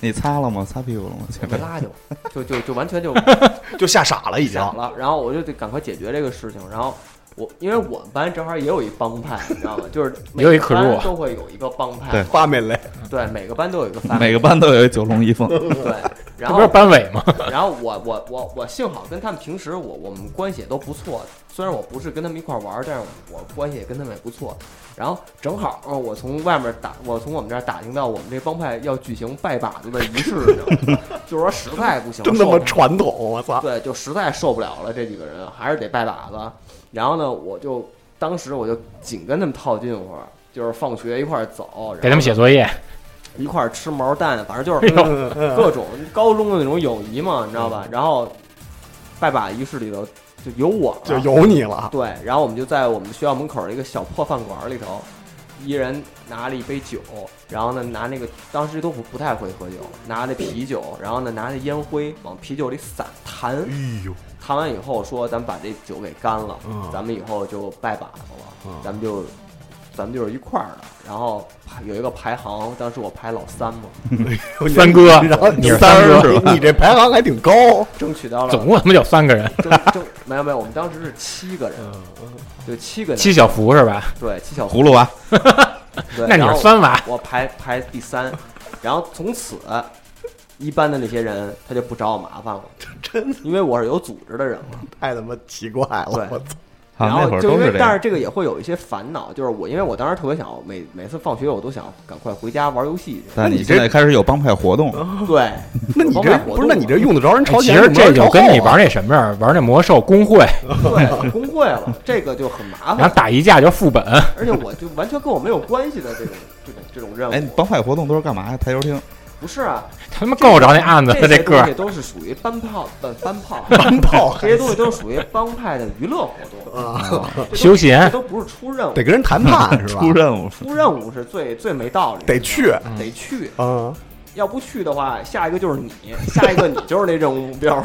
Speaker 5: 你擦了吗？擦屁股了吗？前
Speaker 2: 没
Speaker 5: 面
Speaker 2: 拉就就就就完全
Speaker 4: <laughs>
Speaker 2: 就
Speaker 4: 就吓傻了已经。
Speaker 2: 想了，然后我就得赶快解决这个事情，然后。我因为我们班正好也有一帮派，你知道吗？就是每
Speaker 3: 有一
Speaker 2: 个
Speaker 3: 可入
Speaker 2: 班都会有一个帮派
Speaker 5: 对
Speaker 2: 嘛，
Speaker 4: 花美雷，
Speaker 2: 对，每个班都有一个
Speaker 5: <laughs> 每个班都有一九龙一
Speaker 2: <laughs>
Speaker 5: 凤， <laughs>
Speaker 2: 对，然
Speaker 3: 这
Speaker 2: 后
Speaker 3: 不是班委吗？
Speaker 2: 然后我我我我幸好跟他们平时我我们关系也都不错，虽然我不是跟他们一块儿玩儿，但是我关系也跟他们也不错。然后正好呃我从外面打，我从我们这儿打听到我们这帮派要举行拜把子的仪式，你知道吗 <laughs> 就是说实在不行，
Speaker 4: 真
Speaker 2: 受
Speaker 4: 他妈
Speaker 2: 不
Speaker 4: 传统，我操！
Speaker 2: 对，就实在受不了了，这几个人还是得拜把子。然后呢，我就当时我就紧跟他们套近乎，就是放学一块儿走，
Speaker 3: 给他们写
Speaker 2: 作
Speaker 3: 作业，
Speaker 2: 一块儿吃毛蛋，反正
Speaker 4: 哎
Speaker 2: 就是
Speaker 4: 呃
Speaker 2: 各种高中的那种友谊嘛，你知道
Speaker 4: 嗯
Speaker 2: 吧？然后拜把仪式里头就有我
Speaker 3: <laughs>
Speaker 4: 就
Speaker 2: 了，
Speaker 4: 有你了，
Speaker 2: 对，然后我们就在我们学校门口的一个小破饭馆里头，一人拿了一杯酒，然后呢拿那个当时都不不太会喝酒，拿那啤酒，然后呢拿那烟灰往啤酒里撒弹，
Speaker 4: 哎呦，
Speaker 2: 弹完以后说咱们把这酒给干了，
Speaker 4: 嗯
Speaker 2: 咱们以后就拜把子了，
Speaker 4: 嗯
Speaker 2: 咱们就咱们就是一块儿的。然后排有一个排行，当时我排老三嘛，
Speaker 3: 三哥
Speaker 4: 然后
Speaker 3: 你是
Speaker 4: 三
Speaker 3: 三哥
Speaker 4: 儿你你这排行还挺高，
Speaker 2: 争取到了
Speaker 3: 总共他妈有三个人，
Speaker 2: 争争没有没有，我们当时是七个人，就七个人，
Speaker 3: 七小福是吧？
Speaker 2: 对七小
Speaker 5: 葫芦娃
Speaker 2: 对，
Speaker 3: 那你
Speaker 2: 然
Speaker 3: 是
Speaker 2: 后
Speaker 3: 三娃，
Speaker 2: 我排排第三，然后从此一班的那些人他就不找我麻烦了，
Speaker 4: <laughs> 真的
Speaker 2: 因为我是有组织的人了。
Speaker 4: 太他妈奇怪了
Speaker 2: 对，
Speaker 4: 我操！
Speaker 5: 好
Speaker 2: 然
Speaker 5: 啊像
Speaker 2: 后
Speaker 5: 那会儿
Speaker 2: 就
Speaker 5: 都
Speaker 2: 因为，
Speaker 5: 这
Speaker 2: 但是
Speaker 5: 样。
Speaker 2: 这个也会有一些烦恼，就是我，因为我当时特别想每每次放学我都想赶快回家玩游戏去。
Speaker 5: 但
Speaker 4: 那
Speaker 5: 你
Speaker 4: 你
Speaker 5: 现
Speaker 4: 这
Speaker 5: 在开始有帮派活动，
Speaker 2: 对，
Speaker 4: 那你
Speaker 2: 我
Speaker 4: 这
Speaker 2: 帮派活
Speaker 4: 不是？那
Speaker 2: 动
Speaker 4: 你
Speaker 2: 嘛
Speaker 4: 这用得着人朝
Speaker 3: 其
Speaker 4: 前，
Speaker 3: 实
Speaker 4: 用不着
Speaker 3: 这
Speaker 4: 人朝
Speaker 3: 就跟
Speaker 4: 后
Speaker 3: 你
Speaker 4: 啊
Speaker 3: 玩那什么呀，玩那魔兽公会，
Speaker 2: 对工会了，这个就很麻
Speaker 3: 然
Speaker 2: 烦
Speaker 3: 后，打一架就
Speaker 2: <laughs>
Speaker 3: 副本，
Speaker 2: 而且我就完全跟我没有关系的这种这种这种任
Speaker 5: 哎，你
Speaker 2: 务。
Speaker 5: 帮派活动都是干嘛呀？台球厅，
Speaker 2: 不是啊，
Speaker 3: 他妈够着那案子
Speaker 2: 这
Speaker 3: 了，
Speaker 2: 些
Speaker 3: 个
Speaker 2: 东
Speaker 3: 儿
Speaker 2: 西都是属于班炮，呃，班
Speaker 3: <laughs>
Speaker 2: 炮，
Speaker 4: 干炮，
Speaker 2: 这些东西都是属于帮派的娱乐活动，啊
Speaker 3: <laughs> 休闲
Speaker 2: 这都不是出任务
Speaker 4: 得。跟人
Speaker 3: <laughs>
Speaker 4: 谈判是吧
Speaker 5: 出？任务，
Speaker 2: 出任务是最最没道理的，
Speaker 4: 得去
Speaker 2: 得去，
Speaker 4: 啊！
Speaker 2: 要不去的话，下一个就是你，下一个你就是那任务目标。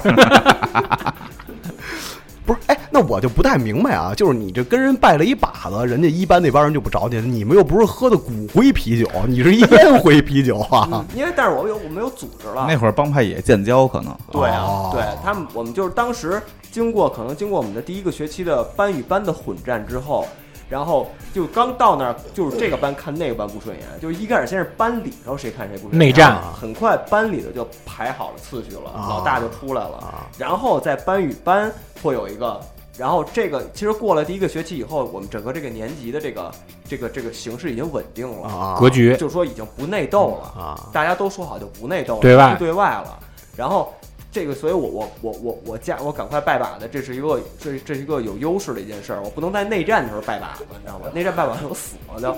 Speaker 4: 不是，哎，那我就不太明白啊，就是你这跟人拜了一把子，人家一般那帮人就不找你，你们又不是喝的骨灰啤酒，你是烟灰啤酒啊
Speaker 2: 嗯，因为但是我有我们有组织了
Speaker 5: 那。会儿帮派也建交，可能
Speaker 2: 啊对啊
Speaker 4: 哦，
Speaker 2: 对他们，我们就是当时经过可能经过我们的第一个学期的班与班的混战之后，然后就刚到那儿，就是这个班看那个班不顺眼，就是一开始先是班里头谁看谁不顺眼，
Speaker 3: 内战
Speaker 2: 然后很快班里头就排好了次序了，
Speaker 4: 啊
Speaker 2: 老大就出来了
Speaker 4: 啊，
Speaker 2: 然后在班与班会有一个。然后这个其实过了第一个学期以后，我们整个这个年级的这个这个这个形势已经稳定了，
Speaker 4: 啊，
Speaker 3: 格局
Speaker 2: 就是说已经不内斗了
Speaker 4: 啊
Speaker 2: 大家都说好就不内斗了，
Speaker 3: 对外
Speaker 2: 不对外了。然后这个，所以我我我我我加我赶快拜把子，这是一个这这是一个有优势的一件事儿，我不能在内战的时候拜把子，你知道吗？内战拜把子我死了就。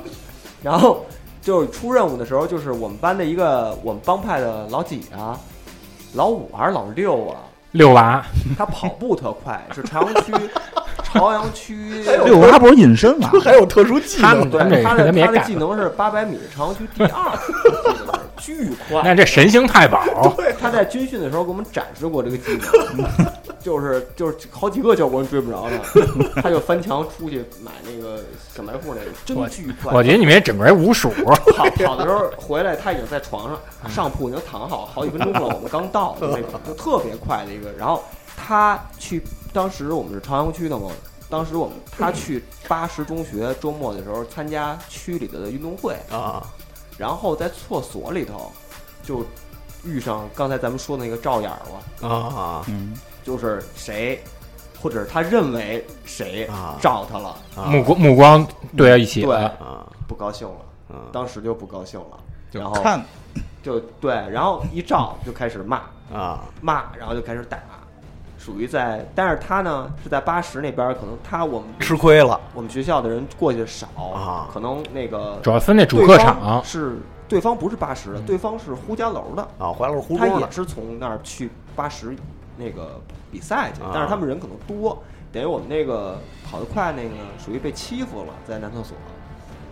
Speaker 2: 然后就是出任务的时候，就是我们班的一个我们帮派的老几啊，老五还是老六啊，
Speaker 3: 六娃，
Speaker 2: 他跑步特快，是朝阳区朝阳区
Speaker 5: 六娃不是隐身吗？
Speaker 4: 还有特殊技
Speaker 3: 他
Speaker 4: 能
Speaker 3: 们他们
Speaker 2: 对
Speaker 3: 这
Speaker 2: 他
Speaker 3: 可
Speaker 2: 的
Speaker 3: 他们也
Speaker 2: 他的技
Speaker 3: 赶，
Speaker 2: 能是八百米朝阳区第
Speaker 3: <laughs>
Speaker 2: 二，我记得是巨快。
Speaker 3: 那这神行太保，
Speaker 2: <laughs> 他在军训的时候给我们展示过这个技能，就是就是好几个教官追不着他，他就翻墙出去买那个小卖部那个，真
Speaker 3: 我
Speaker 2: 巨快。
Speaker 3: 我觉得你们这整个人无数，
Speaker 2: 跑跑的时候回来，他已经在床上上铺已经躺好好几分钟了，我们刚到就那种就特别快的一个。然后他去，当时我们是朝阳区的嘛，当时我们他去八十中学周末的时候参加区里的运动会，
Speaker 4: 啊，
Speaker 2: 然后在厕所里头就遇上刚才咱们说的那个赵眼儿了。
Speaker 4: 啊
Speaker 5: 嗯，
Speaker 2: 就是谁，或者他认为谁
Speaker 4: 啊
Speaker 2: 照他了，
Speaker 4: 啊
Speaker 3: 目光目光对到一起
Speaker 2: 对
Speaker 3: 了，，
Speaker 4: 啊
Speaker 2: 不高兴了，
Speaker 4: 啊！
Speaker 2: 当时就不高兴了。
Speaker 5: 就
Speaker 2: 然后
Speaker 5: 看
Speaker 2: 就对，然后一照就开始骂
Speaker 3: 嗯
Speaker 4: 啊，
Speaker 2: 骂，然后就开始打，属于在，但是他呢是在八十那边儿，可能他我们
Speaker 4: 吃亏了
Speaker 2: 我们学校的人过去少
Speaker 4: 啊
Speaker 2: 可能那个
Speaker 3: 主要分那主
Speaker 2: 对
Speaker 3: 客
Speaker 2: 方
Speaker 3: 场，
Speaker 2: 是对方不是八十的，
Speaker 4: 嗯
Speaker 2: 对方是呼家楼的，
Speaker 4: 啊，回来了糊
Speaker 2: 他
Speaker 4: 涂了
Speaker 2: 也是从那儿去八十那个比赛去
Speaker 4: 啊，
Speaker 2: 但是他们人可能多，等于我们那个跑得快那个呢，属于被欺负了，在男厕所。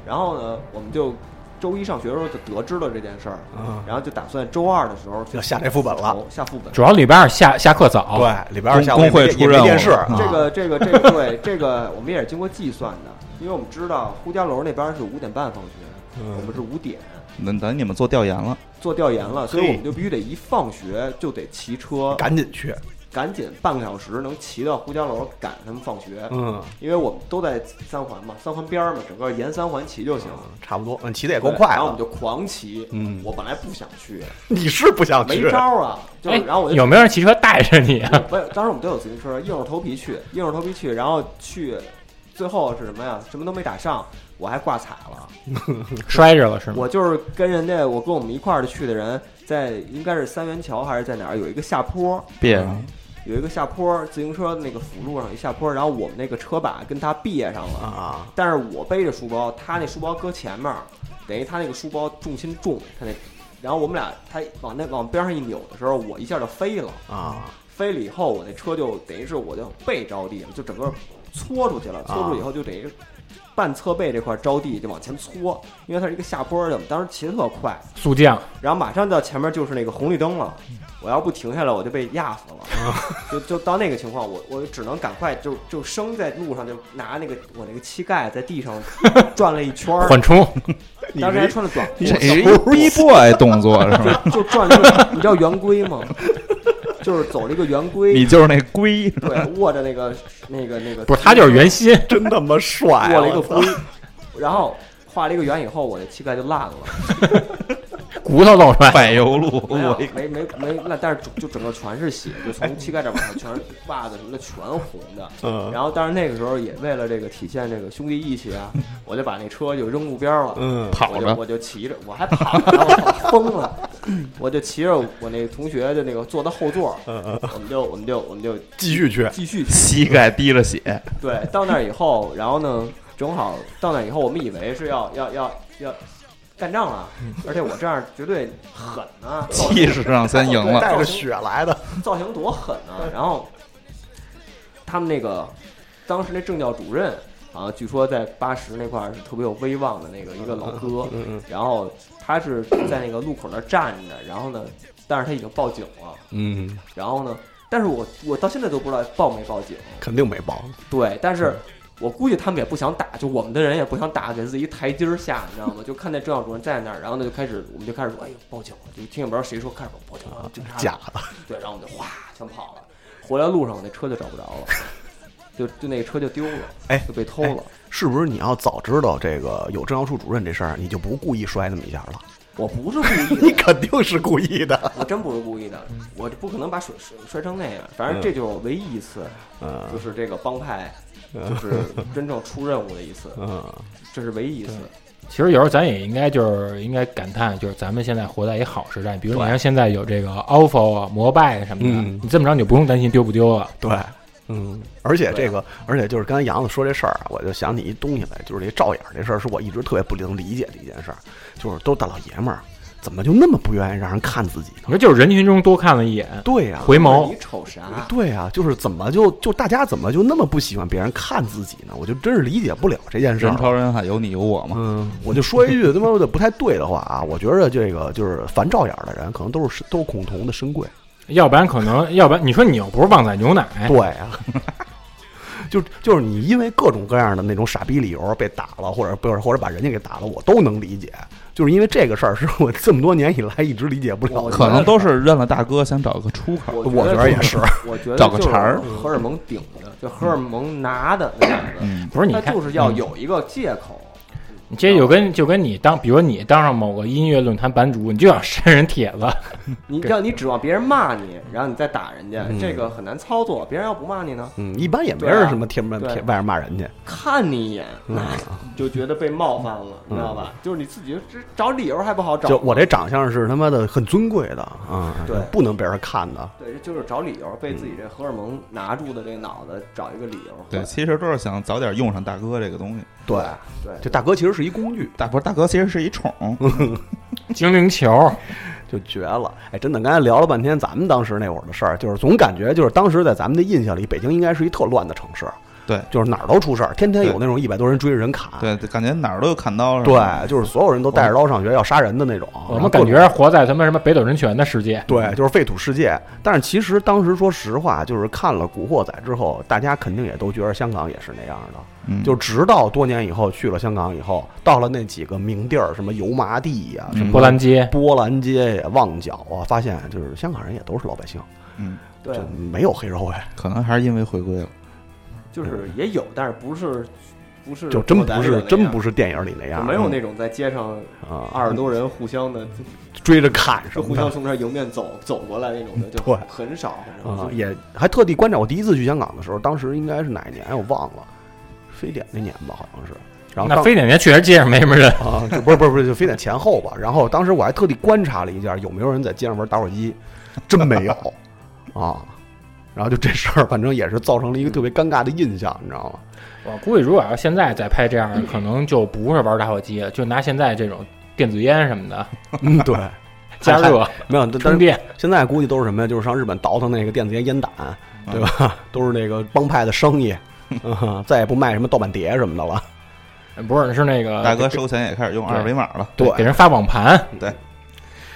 Speaker 2: 然后呢，我们就周一上学的时候就得知了这件事儿，
Speaker 5: 嗯
Speaker 4: 啊
Speaker 2: 然后就打算周二的时候去
Speaker 4: 要下这副本了
Speaker 2: 投，下副本。
Speaker 3: 主要礼拜二下下课早，，
Speaker 4: 对，里边儿下午
Speaker 5: 工
Speaker 4: 也没
Speaker 5: 会出
Speaker 4: 也没
Speaker 5: 任务啊
Speaker 4: 电视
Speaker 5: 了
Speaker 2: 这个这个这个对这个我们也是经过计算的，因为我们知道呼家楼那边是五点半放学，
Speaker 4: 嗯
Speaker 2: 我们是五点。
Speaker 5: 那等你们做调研了，
Speaker 2: 做调研了，所以
Speaker 4: 嘿
Speaker 2: 我们就必须得一放学就得骑车，赶
Speaker 4: 嗯赶紧去，
Speaker 2: 赶紧半个小时能骑到呼家楼赶他们放学，
Speaker 4: 嗯，
Speaker 2: 因为我们都在三环嘛，三环边儿嘛，整个沿三环骑就行。
Speaker 4: 差不多，嗯，骑的也
Speaker 2: 也
Speaker 4: 够快
Speaker 2: 然后我
Speaker 4: 了
Speaker 2: 们。就狂骑。
Speaker 4: 嗯
Speaker 2: 我本来不想去，
Speaker 4: 你是不想
Speaker 2: 没
Speaker 4: 去？
Speaker 2: 招儿啊，就
Speaker 3: 哎
Speaker 2: 然后我就
Speaker 3: 有没有人骑车带着你啊？
Speaker 2: 不是，当时我们都有自行车，硬着头皮去，硬着头皮去，然后去，最后是什么呀？什么都没打上，我还挂彩了。
Speaker 3: <laughs> 摔着
Speaker 4: 嗯
Speaker 3: 了是吗？
Speaker 2: 我就是跟人家，我跟我们一块儿去的人，在应该是三元桥还是在哪儿有一个下坡，
Speaker 5: 别上
Speaker 2: 有一个下坡，自行车那个辅路上一下坡，然后我们那个车把跟他别上了，
Speaker 4: 啊，
Speaker 2: 但是我背着书包，他那书包搁前面儿，等于他那个书包重心重，他那，然后我们俩他往那往边上一扭的时候，我一下就飞了，
Speaker 4: 啊，
Speaker 2: 飞了以后我那车就等于是我就背着地了，就整个搓出去了，搓出去以后就等于半侧背这块着地就往前搓，因为它是一个下坡儿的，我们当时骑得特快，
Speaker 3: 速降，
Speaker 2: 然后马上到前面就是那个红绿灯了，我要不停下来我就被压死
Speaker 3: <laughs>
Speaker 2: 了，就就到那个情况，我我只能赶快就就生在路上就拿那个我那个膝盖在地上转了一圈儿，
Speaker 3: 缓冲，
Speaker 2: 当时还穿着短
Speaker 5: 这
Speaker 2: 裤，
Speaker 5: 是一 B boy 动作是
Speaker 2: <laughs>
Speaker 5: 吗？
Speaker 2: 就转了一，你知道圆规
Speaker 3: <laughs>
Speaker 2: 吗？就是走了一个圆
Speaker 5: 你
Speaker 2: 规，
Speaker 5: 就是那龟，
Speaker 2: 对，握着那个那个那个，
Speaker 3: 不是他就是圆心，
Speaker 4: 真他
Speaker 2: <laughs>
Speaker 4: 妈帅啊！
Speaker 2: 握了一个
Speaker 4: 我操
Speaker 2: 龟，然后画了一个圆以后，我的膝盖就烂了。
Speaker 3: 骨头露出来，
Speaker 5: 柏油路，
Speaker 2: 没有
Speaker 5: 我一
Speaker 2: 没没没，那但是就就整个全是血，就从膝盖这往上全是袜子什么的全红的。
Speaker 4: 嗯
Speaker 2: 然后，但是那个时候也为了这个体现这个兄弟义气啊，我就把那车就扔路边了。
Speaker 4: 嗯
Speaker 5: 跑
Speaker 2: 我就
Speaker 5: 着
Speaker 2: 我就骑着，我还跑着，我跑疯了，我就骑着我那同学的那个坐的后座，我们就我们就我们就
Speaker 4: 继续去，
Speaker 2: 继续骑
Speaker 5: 膝盖滴了血，
Speaker 2: 对，到那儿以后，然后呢，正好到那儿以后，我们以为是要要要要干仗了，而且我这样绝对狠啊，造
Speaker 5: 气势上先赢了。
Speaker 4: 带着血来的，
Speaker 2: 造型多狠啊！然后他们那个当时那政教主任啊，据说在八十那块儿是特别有威望的那个一个老哥，
Speaker 4: 嗯
Speaker 2: 然后他是在那个路口那儿站着，然后呢，但是他已经报警了，
Speaker 4: 嗯，
Speaker 2: 然后呢，但是我我到现在都不知道报没报警，
Speaker 4: 肯定没报。
Speaker 2: 对，但是。
Speaker 4: 嗯
Speaker 2: 我估计他们也不想打，就我们的人也不想打，给自己一台阶儿下，你知道吗？就看那政教主任在那儿，然后呢就开始，我们就开始说，哎呦，报警了！就听也不知道谁说，开始说报警了，警察来了
Speaker 4: 假的，
Speaker 2: 对，然后我们就哗全跑了。回来路上我那车就找不着了，就就那车就丢了，
Speaker 4: 哎
Speaker 2: 就被偷了。
Speaker 4: 是不是？你要早知道这个有政要处主任这事儿，你就不故意摔那么一下了。 <laughs>
Speaker 2: 我不是故
Speaker 4: 你 <laughs>
Speaker 2: 意的，
Speaker 4: 肯定是故意的。
Speaker 2: 我真不是故意的，我这不可能把水摔摔成那样。反正这就是我唯一一次，
Speaker 4: 嗯
Speaker 2: 就是这个帮派，就是真正出任务的一次，
Speaker 4: 嗯，
Speaker 2: 这是唯一一次。
Speaker 3: 其实有时候咱也应该就是应该感叹，就是咱们现在活在一好时代，比如你看现在有这个 OFO 啊、摩拜啊什么的，
Speaker 4: 嗯
Speaker 3: 你这么着你就不用担心丢不丢了。
Speaker 4: 对，嗯，而且这个，而且就是刚才杨子说这事儿啊，我就想起一东西来，就是这照眼儿这事儿，是我一直特别不能理解的一件事儿，就是都大老爷们儿，怎么就那么不愿意让人看自己呢？
Speaker 3: 你说就是人群中多看了一眼，
Speaker 4: 对呀、
Speaker 3: 回眸
Speaker 2: 你，瞅啥？
Speaker 4: 对呀、就是怎么就就大家怎么就那么不喜欢别人看自己呢？我就真是理解不了这件事
Speaker 5: 人
Speaker 4: 儿。
Speaker 5: 潮人海，有你有我嘛。
Speaker 4: 嗯，我就说一句他妈的不太对的话啊，我觉得这个就是烦照眼儿的人，可能都是都是共同的深贵。
Speaker 3: 要不然可能，要不然你说你又不是旺仔牛奶，
Speaker 2: 哎
Speaker 4: 对啊， <laughs> 就就是你因为各种各样的那种傻逼理由被打了，或者不是或者把人家给打了，我都能理解。就是因为这个事儿，是我这么多年以来一直理解不了
Speaker 2: 我
Speaker 4: 的。
Speaker 5: 可能都是认了大哥，想找个出口。
Speaker 2: 我
Speaker 4: 我觉
Speaker 2: 觉
Speaker 4: 得也，
Speaker 2: 就是我觉得
Speaker 5: 找个茬儿
Speaker 2: 就是荷尔蒙顶着，就荷尔蒙拿的那样子，
Speaker 5: 嗯，
Speaker 3: 不是你
Speaker 2: 他
Speaker 3: 看
Speaker 2: 就是要有一个借口。
Speaker 3: 嗯你这就跟就跟你当，比如你当上某个音乐论坛版主，你就想删人帖 <laughs> 子，
Speaker 2: 你让你指望别人骂你，然后你再打人家，这个很难操作。别人要不骂你呢，
Speaker 4: 嗯嗯，一般也没
Speaker 2: 对
Speaker 4: 人
Speaker 2: 啊
Speaker 4: 什么贴门
Speaker 2: 对
Speaker 4: 贴外面骂人去，
Speaker 2: 看你一眼，
Speaker 4: 嗯
Speaker 2: 那你就觉得被冒犯了，你知道吧？就是你自己这找理由还不好找，
Speaker 4: 就我这长相是他妈的很尊贵的啊，
Speaker 2: 对
Speaker 4: 不能被人看的。
Speaker 2: 对，就是找理由，被自
Speaker 4: 嗯
Speaker 2: 己这荷尔蒙拿住的这脑子找一个理由。
Speaker 5: 对，其实都是想早点用上大哥这个东西。
Speaker 4: 对，
Speaker 2: 对，
Speaker 4: 这大哥其实是一工具，
Speaker 5: 大不是大哥，其实是一宠，
Speaker 3: 精灵球，
Speaker 4: 就绝了。哎，真的，刚才聊了半天咱们当时那会儿的事儿，就是总感觉就是当时在咱们的印象里，北京应该是一特乱的城市，
Speaker 5: 对
Speaker 4: 就是哪儿都出事儿，天天有
Speaker 5: 对
Speaker 4: 那种一百多人追着人砍，
Speaker 5: <laughs> 对，感觉哪儿都有砍刀。是吧
Speaker 4: 对，就是所有人都带着刀上学要杀人的那种。
Speaker 3: 嗯我
Speaker 4: 然后
Speaker 3: 们
Speaker 4: 各
Speaker 3: 感
Speaker 4: 种
Speaker 3: 觉嗯活在他妈什么北斗神拳的世界。
Speaker 4: 对，就是废土世界。但是其实当时说实话，就是看了《古惑仔》之后，大家肯定也都觉得香港也是那样的。
Speaker 5: 嗯
Speaker 4: 就直到多年以后去了香港以后，到了那几个名地儿，什么油麻地呀、什么
Speaker 5: 嗯
Speaker 3: 波兰街，
Speaker 4: 波兰街呀、旺角啊，发现就是香港人也都是老百姓，
Speaker 5: 嗯，
Speaker 2: 对
Speaker 4: 就，没有黑社会，
Speaker 5: 可能还是因为回归了。
Speaker 2: 就是也有，但是不是不是
Speaker 4: 嗯就真不是真不
Speaker 2: 是
Speaker 4: 是嗯电影里那样，
Speaker 2: 没有那种在街上
Speaker 4: 啊
Speaker 2: 二十多人互相的
Speaker 4: 追着砍
Speaker 2: 是
Speaker 4: 什
Speaker 2: 互
Speaker 4: 么
Speaker 2: 相
Speaker 4: 的。
Speaker 2: 从这儿迎面走走过来那种的，就
Speaker 4: 对
Speaker 2: 很少很少
Speaker 4: 啊、。
Speaker 3: 嗯
Speaker 4: 也还特地观察。我第一次去香港的时候，当时应该是哪一年哎我忘了，非典那年吧，好像是。然后
Speaker 3: 那
Speaker 4: 当
Speaker 3: 非典年确实街上没什么人，
Speaker 4: 啊，就不是不是不是，就非得前后吧。然后当时我还特地观察了一下，有没有人在街上玩打火机，真没有 <laughs> 啊。然后就这事儿，反正也是造成了一个特别尴尬的印象，你知道吗？
Speaker 3: 我估计如果要现在再拍这样的，可能就不是玩打火机了，就拿现在这种电子烟什么的
Speaker 4: 嗯，对，
Speaker 3: 加热
Speaker 4: 没有，但
Speaker 3: 充
Speaker 4: 但是
Speaker 3: 电，
Speaker 4: 现在估计都是什么呀？就是上日本倒腾那个电子烟烟弹，
Speaker 3: 嗯
Speaker 4: 对吧？ <laughs> 都是那个帮派的生意， <laughs> 嗯再也不卖什么盗版碟什么的了。
Speaker 3: 不是是那个
Speaker 5: 大哥
Speaker 3: 给
Speaker 5: 收钱也开始用
Speaker 3: 对
Speaker 5: 二维码了，
Speaker 3: 给人发网盘，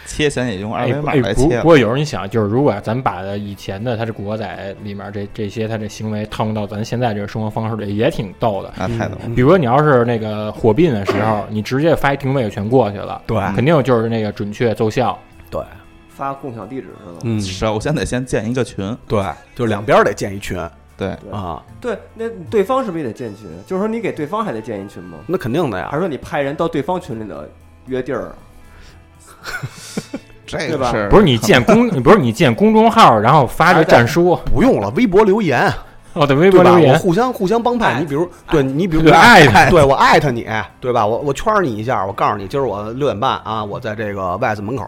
Speaker 5: 切钱也用二
Speaker 3: 哎
Speaker 5: 维码
Speaker 3: 哎
Speaker 5: 来
Speaker 3: 不
Speaker 5: 切
Speaker 3: 不。过有人想，就是如果咱们把以前的他这《古惑仔》里面这这些他这行为套用到咱现在这个生活方式里，也挺逗的。
Speaker 5: 那啊太逗了，
Speaker 3: 比如说你要是那个火并的时候，你直接发一定位全过去了，
Speaker 4: 对
Speaker 3: 肯定就是那个准确奏效。
Speaker 4: 对，
Speaker 2: 发共享地址是吗？
Speaker 4: 嗯，
Speaker 5: 首先得先建一个群，
Speaker 4: 对，就是两边儿得建一群
Speaker 5: 对，
Speaker 2: 对
Speaker 4: 啊，
Speaker 2: 对，那对方是不是也得建群？就是说你给对方还得建一群吗？
Speaker 4: 那肯定的呀
Speaker 2: 还。是说你派人到对方群里头约地儿？
Speaker 5: 这
Speaker 2: 对吧，
Speaker 5: 个是
Speaker 3: 不是你建公， <laughs> 不是你建公众号，然后发这战书，
Speaker 4: 不用了，微博留言，哎
Speaker 3: 哦，对，微
Speaker 4: 对
Speaker 3: 博
Speaker 4: 吧？
Speaker 3: 留
Speaker 4: 我
Speaker 3: 言，
Speaker 4: 互相互相帮派，你比如对你比如
Speaker 3: 对
Speaker 4: 我
Speaker 3: 艾特
Speaker 4: 对我艾特你，对吧？我我圈儿你一下，我告诉你，今儿我六点半啊，我在这个外子门口，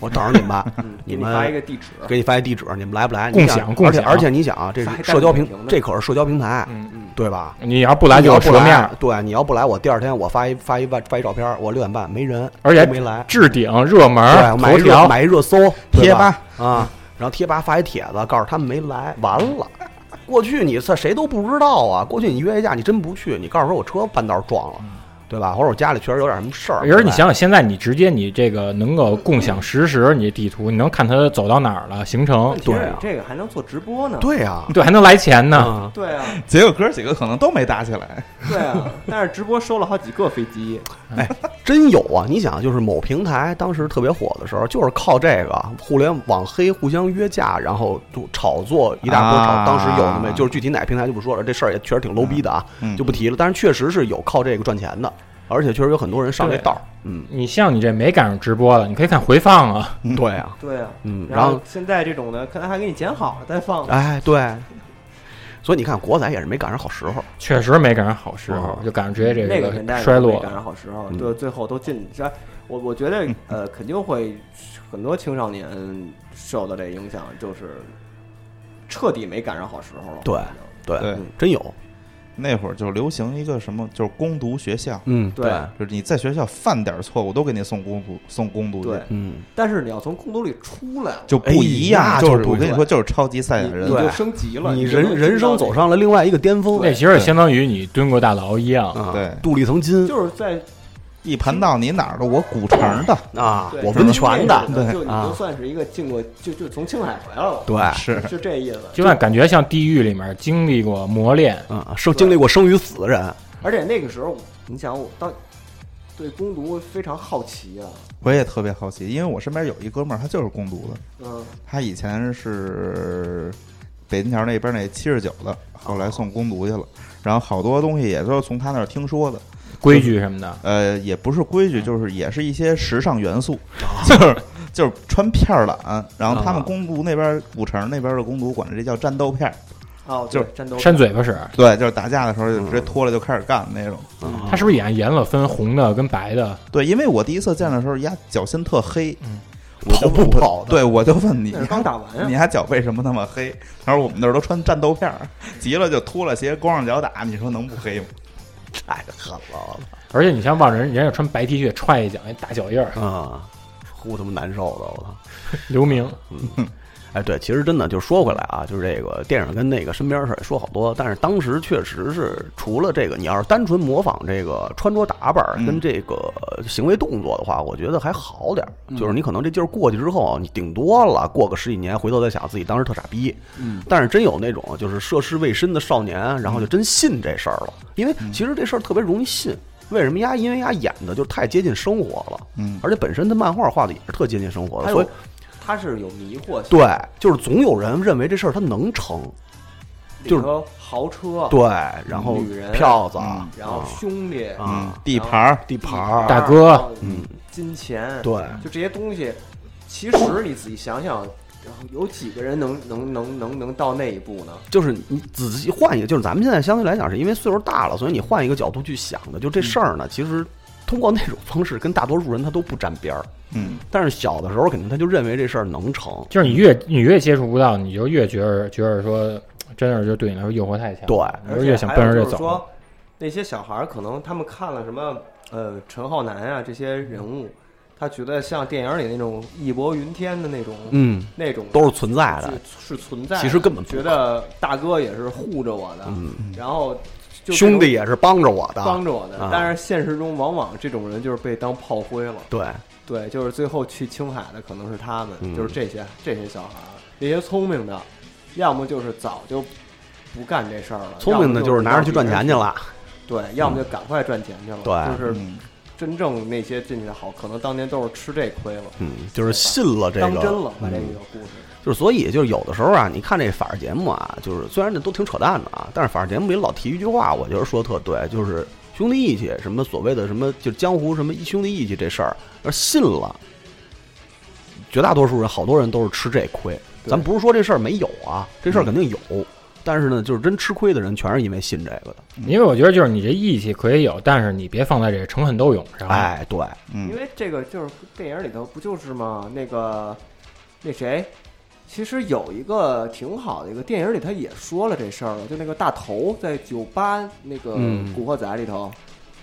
Speaker 4: 我等着你们吧 <laughs>
Speaker 2: 嗯，给
Speaker 4: 你
Speaker 2: 你发一
Speaker 4: 们
Speaker 2: 个地址，
Speaker 4: 给你发一地址，你们来不来？
Speaker 3: 共
Speaker 4: 你想
Speaker 3: 享共
Speaker 4: 而且
Speaker 3: 享
Speaker 4: 而且你想啊，这
Speaker 2: 还
Speaker 4: 是
Speaker 2: 带
Speaker 4: 社交
Speaker 2: 着
Speaker 4: 平
Speaker 2: 影呢，
Speaker 4: 这可是社交平台，
Speaker 3: 嗯
Speaker 2: 嗯
Speaker 4: 对吧？
Speaker 3: 你要不来
Speaker 4: 你
Speaker 3: 就
Speaker 4: 要
Speaker 3: 有
Speaker 4: 不
Speaker 3: 折面
Speaker 4: 来
Speaker 3: 儿，，
Speaker 4: 对，你要不来，我第二天我发一发一发发一照片，我六点半没人，
Speaker 3: 而且
Speaker 4: 都没来，
Speaker 3: 置顶、热门
Speaker 4: 对，
Speaker 3: 儿、
Speaker 4: 买
Speaker 3: 啊头
Speaker 4: 一热
Speaker 3: 条，
Speaker 4: 买一热搜
Speaker 5: 贴吧
Speaker 4: 啊，然后贴吧发一帖子，告诉他们没来，完了。过去你这谁都不知道啊，过去你约一架你真不去，你告诉说我车半道撞了，对吧？或者我家里确实有点什么事儿。
Speaker 3: 而且你
Speaker 4: 对吧
Speaker 3: 想想，现在你直接你这个能够共享实时你地图，你能看他走到哪儿了，行程
Speaker 2: 问，题是
Speaker 4: 对
Speaker 2: 你
Speaker 4: 啊
Speaker 2: 这个还能做直播呢？
Speaker 4: 对呀、
Speaker 3: 对，还能来钱呢。
Speaker 4: 啊，
Speaker 2: 对啊，
Speaker 5: 结果哥几个可能都没打起来，
Speaker 2: 对啊，但是直播收了好几个飞机，
Speaker 4: 真有啊！你想，就是某平台当时特别火的时候，就是靠这个互联网黑互相约架，然后就炒作一大波炒。
Speaker 5: 啊
Speaker 4: 当时有那么就是具体哪个平台就不说了，这事儿也确实挺 low 逼的啊，
Speaker 5: 嗯
Speaker 4: 就不提了。但是确实是有靠这个赚钱的，而且确实有很多人上这道儿。嗯，
Speaker 3: 你像你这没赶上直播了，你可以看回放啊。
Speaker 4: 对啊。
Speaker 2: 对啊，
Speaker 4: 嗯
Speaker 2: 然
Speaker 4: 然后
Speaker 2: 现在这种的，可能还给你剪好了再放。
Speaker 4: 哎，对，所以你看，国仔也是没赶上好时候。
Speaker 3: 确实没赶上好时候
Speaker 4: 哦，
Speaker 3: 就赶上直接这
Speaker 2: 那个年代
Speaker 3: 衰
Speaker 2: 没
Speaker 3: 落
Speaker 2: 赶。上好时候，
Speaker 4: 嗯
Speaker 2: 对，最后都进。这我我觉得呃，肯定会很多青少年受到这影响，就是彻底没赶上好时候了。
Speaker 4: 对对
Speaker 5: 对
Speaker 4: 真有。
Speaker 5: 那会儿就流行一个什么，就是攻读学校，
Speaker 4: 嗯，
Speaker 2: 对
Speaker 5: 就是你在学校犯点错误都给你送攻读，送攻读
Speaker 2: 对
Speaker 5: 去，，
Speaker 4: 嗯，
Speaker 2: 但是你要从空读里出来，
Speaker 5: 就不一样。
Speaker 4: 哎那
Speaker 5: 就
Speaker 4: 就是不
Speaker 5: 我
Speaker 4: 一样
Speaker 5: 跟你说，就是超级赛亚
Speaker 2: 你
Speaker 5: 人
Speaker 2: 你。就升级了，
Speaker 4: 你
Speaker 2: 你就
Speaker 4: 人
Speaker 2: 能
Speaker 4: 人生走上了另外一个巅峰。
Speaker 3: 那其实也相当于你蹲过大牢一样，
Speaker 4: 啊，
Speaker 5: 对
Speaker 4: 镀了一层金
Speaker 2: 就是在
Speaker 5: 一盘道你哪儿的？我 <laughs> 古城的，
Speaker 4: 啊
Speaker 2: 对，
Speaker 4: 我温泉的。
Speaker 2: 对，
Speaker 5: 对
Speaker 2: 就你
Speaker 4: 啊
Speaker 2: 就算是一个进过，就就从青海回来了，
Speaker 4: 对，
Speaker 5: 哎是
Speaker 2: 就这意思。
Speaker 3: 就像感觉像地狱里面经历过磨练，
Speaker 4: 嗯，生经历过生与死的人，
Speaker 2: 而且那个时候，你想我当对攻读非常好奇啊，
Speaker 5: 我也特别好奇，因为我身边有一哥们儿，他就是攻读的，
Speaker 2: 嗯
Speaker 5: 他以前是。北京桥那边那七十九的，后来送攻读去了。然后好多东西也都是从他那儿听说的，
Speaker 3: 规矩什么的，
Speaker 5: 呃，也不是规矩，就是也是一些时尚元素，就是就是穿片儿懒。然后他
Speaker 3: 啊
Speaker 5: 们攻读那边古城那边的攻读管这叫战斗片儿，
Speaker 2: 哦，
Speaker 5: 就是
Speaker 2: 对战
Speaker 4: 嗯
Speaker 2: 斗
Speaker 3: 扇嘴巴使。
Speaker 5: 对，嗯就是打架的时候就直接脱了就开始干那种。
Speaker 4: 嗯
Speaker 3: 他是不是也按颜了分红的跟白的？
Speaker 5: 对，因为我第一次见的时候，丫脚心特黑，
Speaker 3: 嗯
Speaker 5: 我就
Speaker 4: 跑不
Speaker 5: 我
Speaker 4: 跑的
Speaker 5: 对，我就问你，
Speaker 2: 那是刚打啊完呀
Speaker 5: 你还脚为什么那么黑？他说我们那儿都穿战斗片儿，急了就脱了鞋，光着脚打，你说能不黑吗？
Speaker 4: 太狠了
Speaker 3: 而且你像往人，人家穿白 T 恤踹一脚，那大脚印儿，
Speaker 4: 啊，呼他妈难受的，我操！
Speaker 3: 留名。
Speaker 4: 哎，对，其实真的就说回来啊，就是这个电影跟那个身边事儿也说好多，但是当时确实是除了这个，你要是单纯模仿这个穿着打扮儿
Speaker 5: 嗯
Speaker 4: 跟这个行为动作的话，我觉得还好点儿。就是你可能这劲儿过去之后，啊你顶多了过个十几年，回头再想自己当时特傻逼。嗯，但是真有那种就是涉世未深的少年，啊然后就真信这事儿了，因为其实这事儿特别容易信。为什么呀？因为呀演的就太接近生活了，
Speaker 5: 嗯
Speaker 4: 而且本身他漫画画的也是特接近生活的，
Speaker 2: 还
Speaker 4: 所以
Speaker 2: 有他是有迷惑性，
Speaker 4: 对，就是总有人认为这事儿他能成，就是
Speaker 2: 比如说豪车，
Speaker 4: 对，然后
Speaker 2: 哦女人
Speaker 4: 票子，
Speaker 5: 嗯
Speaker 2: 然后
Speaker 4: 啊
Speaker 2: 兄弟，
Speaker 5: 嗯
Speaker 4: 啊，
Speaker 5: 地盘儿，
Speaker 4: 地盘儿，
Speaker 3: 大哥
Speaker 2: 然后
Speaker 4: 嗯
Speaker 2: 金钱，
Speaker 4: 对
Speaker 2: 就这些东西，其实你仔细想想，然后有几个人能能能能能到那一步呢？
Speaker 4: 就是你仔细换一个，就是咱们现在相对来讲是因为岁数大了，所以你换一个角度去想的，就这事
Speaker 2: 嗯
Speaker 4: 儿呢，其实通过那种方式跟大多数人他都不沾边儿，
Speaker 5: 嗯，
Speaker 4: 但是小的时候肯定他就认为这事儿能成，
Speaker 3: 就是你越你越接触不到，你就越觉得觉得说，真的就对你来说诱惑太强，
Speaker 4: 对，
Speaker 3: 你
Speaker 2: 而
Speaker 3: 就
Speaker 2: 且
Speaker 3: 越想
Speaker 2: 还
Speaker 3: 奔
Speaker 2: 有
Speaker 3: 着这
Speaker 2: 就是
Speaker 3: 走。
Speaker 2: 说，那些小孩儿可能他们看了什么呃陈浩南啊这些人物，他觉得像电影里那种义薄云天的那种，
Speaker 4: 嗯，
Speaker 2: 那种
Speaker 4: 都是存在的，
Speaker 2: 是是存在的，
Speaker 4: 其实根本不嗯
Speaker 2: 觉得大哥也是护着我的，然后就这种
Speaker 4: 兄弟也是帮着我的，
Speaker 2: 帮着我的
Speaker 4: 啊，
Speaker 2: 但是现实中往往这种人就是被当炮灰了。
Speaker 4: 对，
Speaker 2: 对，就是最后去青海的可能是他们，
Speaker 4: 嗯
Speaker 2: 就是这些这些小孩儿，这些聪明的，要么就是早就不干这事儿了，
Speaker 4: 聪明
Speaker 2: 要
Speaker 4: 的
Speaker 2: 么就是
Speaker 4: 拿着去赚钱去
Speaker 2: 让别人，
Speaker 4: 了，嗯
Speaker 2: 对，要么就赶快赚钱去了，
Speaker 4: 对
Speaker 2: 就是
Speaker 5: 嗯
Speaker 2: 真正那些进去的好，可能当年都是吃这亏了，
Speaker 4: 嗯，就是信了这个，
Speaker 2: 当真了把这
Speaker 4: 嗯
Speaker 2: 个故事，
Speaker 4: 就是所以就是有的时候啊，你看这法制节目啊，就是虽然这都挺扯淡的啊，但是法制节目里老提一句话，我觉得说得特对，就是兄弟义气，什么所谓的什么就江湖什么兄弟义气这事儿，要是信了，绝大多数人好多人都是吃这亏。
Speaker 2: 对
Speaker 4: 咱不是说这事儿没有啊，这事儿肯定有，但是呢，就是真吃亏的人全是因为信这个的。
Speaker 3: 因为我觉得就是你这义气可以有，但是你别放在这个仇恨斗勇
Speaker 2: 啊
Speaker 3: 上。，
Speaker 4: 哎，对，
Speaker 5: 嗯
Speaker 2: 因为这个就是电影里头不就是吗？那个那谁，其实有一个挺好的一个电影里他也说了这事儿了，就那个大头在酒吧那个
Speaker 4: 嗯
Speaker 2: 《古惑仔》里头，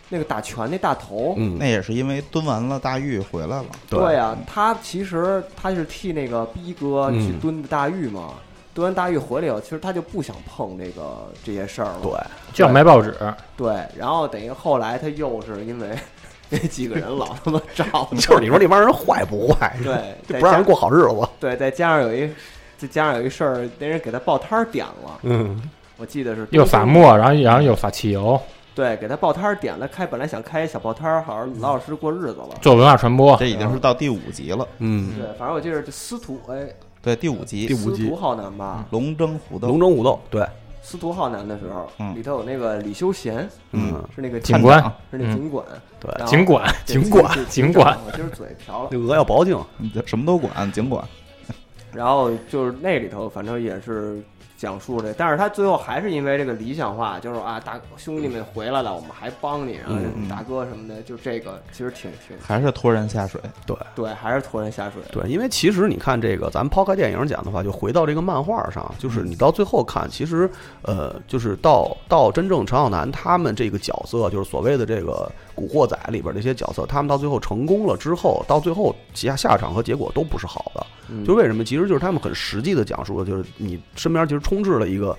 Speaker 2: 那个打拳那大头，
Speaker 4: 嗯
Speaker 5: 那，也是因为蹲完了大狱回来了，
Speaker 2: 对啊呀、他其实他是替那个逼哥去
Speaker 4: 嗯
Speaker 2: 蹲的大狱嘛。蹲完大狱回来以后，其实他就不想碰这个这些事儿了。
Speaker 4: 对，
Speaker 3: 就想卖报纸，
Speaker 2: 对，然后等于后来他又是因为 <laughs> 那几个人老他妈找他，
Speaker 4: <laughs> 就是你说这帮人坏不坏？
Speaker 2: 对，
Speaker 4: <laughs> 就
Speaker 2: 再
Speaker 4: 不让
Speaker 2: 加
Speaker 4: 人过好日子。
Speaker 2: 对，再加上有一，再加上有一事儿，那人给他报摊儿点了，
Speaker 4: 嗯，
Speaker 2: 我记得是
Speaker 3: 又撒
Speaker 2: 木，
Speaker 3: 墨，然后然后又撒汽油，
Speaker 2: 对，给他报摊儿点了，开本来想开一小报摊儿，好像老老实实过日子了。
Speaker 3: 做文化传播
Speaker 5: 这。已经是到第五集了，
Speaker 4: 嗯，
Speaker 2: 对，反正我记得这司徒，哎，
Speaker 5: 对，第五集
Speaker 4: 第五
Speaker 2: 司
Speaker 4: 集嗯
Speaker 2: 徒浩南吧，
Speaker 5: 龙争虎斗，
Speaker 4: 龙争虎斗，对，
Speaker 2: 司徒浩南的时候，
Speaker 5: 嗯
Speaker 2: 里头有那个李修贤，
Speaker 4: 嗯，
Speaker 2: 是那个
Speaker 3: 警
Speaker 2: 探
Speaker 3: 官
Speaker 2: 长，是那
Speaker 3: 嗯
Speaker 2: 警管，
Speaker 4: 对
Speaker 2: 然后
Speaker 3: 尽管
Speaker 2: 对
Speaker 4: 警管
Speaker 2: 警
Speaker 3: 警管，
Speaker 2: 我今儿嘴瓢了
Speaker 4: 那。鹅要保净。
Speaker 5: 你这什么都管，尽管
Speaker 2: 然后就是那里头，反正也是讲述这，但是他最后还是因为这个理想化，就是啊，大兄弟们回来了，我们还帮你，然后
Speaker 4: 嗯
Speaker 5: 嗯
Speaker 2: 大哥什么的，就这个其实挺挺
Speaker 5: 还是拖人下水。
Speaker 4: 对，
Speaker 2: 对，还是拖人下水。
Speaker 4: 对，因为其实你看这个，咱们抛开电影讲的话，就回到这个漫画上，就是
Speaker 3: 嗯
Speaker 4: 你到最后看，其实呃，就是到到真正陈浩南他们这个角色，就是所谓的这个《古惑仔》里边这些角色，他们到最后成功了之后，到最后下下场和结果都不是好的。
Speaker 2: 嗯
Speaker 4: 就为什么？其实就是他们很实际的讲述了，就是你身边其实充斥了一个。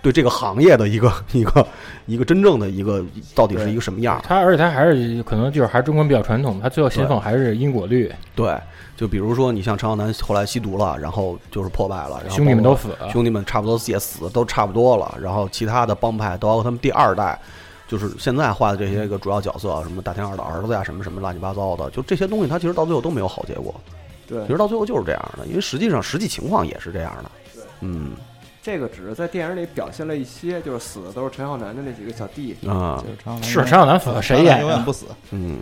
Speaker 4: 对这个行业的一个 <laughs> 一个一个真正的一个到底是一个什么样儿？
Speaker 3: 他而且他还是可能就是还是中国人比较传统，他最后信奉还是因果律，
Speaker 4: 对，就比如说你像陈浩南后来吸毒了，然后就是破败了，然后
Speaker 3: 兄弟们
Speaker 4: 包
Speaker 3: 都
Speaker 4: 括
Speaker 3: 死了。
Speaker 4: 兄弟们差不多也死都差不多了，然后其他的帮派，包括他们第二代，就是现在画的这些个主要角色，什么大天二的儿子呀，什么什么乱七八糟的，就这些东西，它其实到最后都没有好结果，
Speaker 2: 对
Speaker 4: 其实到最后就是这样的，因为实际上实际情况也是这样的
Speaker 2: 对。
Speaker 4: 嗯，
Speaker 2: 这个只是在电影里表现了一些，就是死的都是陈浩南的那几个小弟，
Speaker 4: 啊
Speaker 5: 就，是常
Speaker 3: 是陈小南死了谁演
Speaker 5: 嗯永远
Speaker 3: 呀？
Speaker 5: 不死，
Speaker 4: 嗯，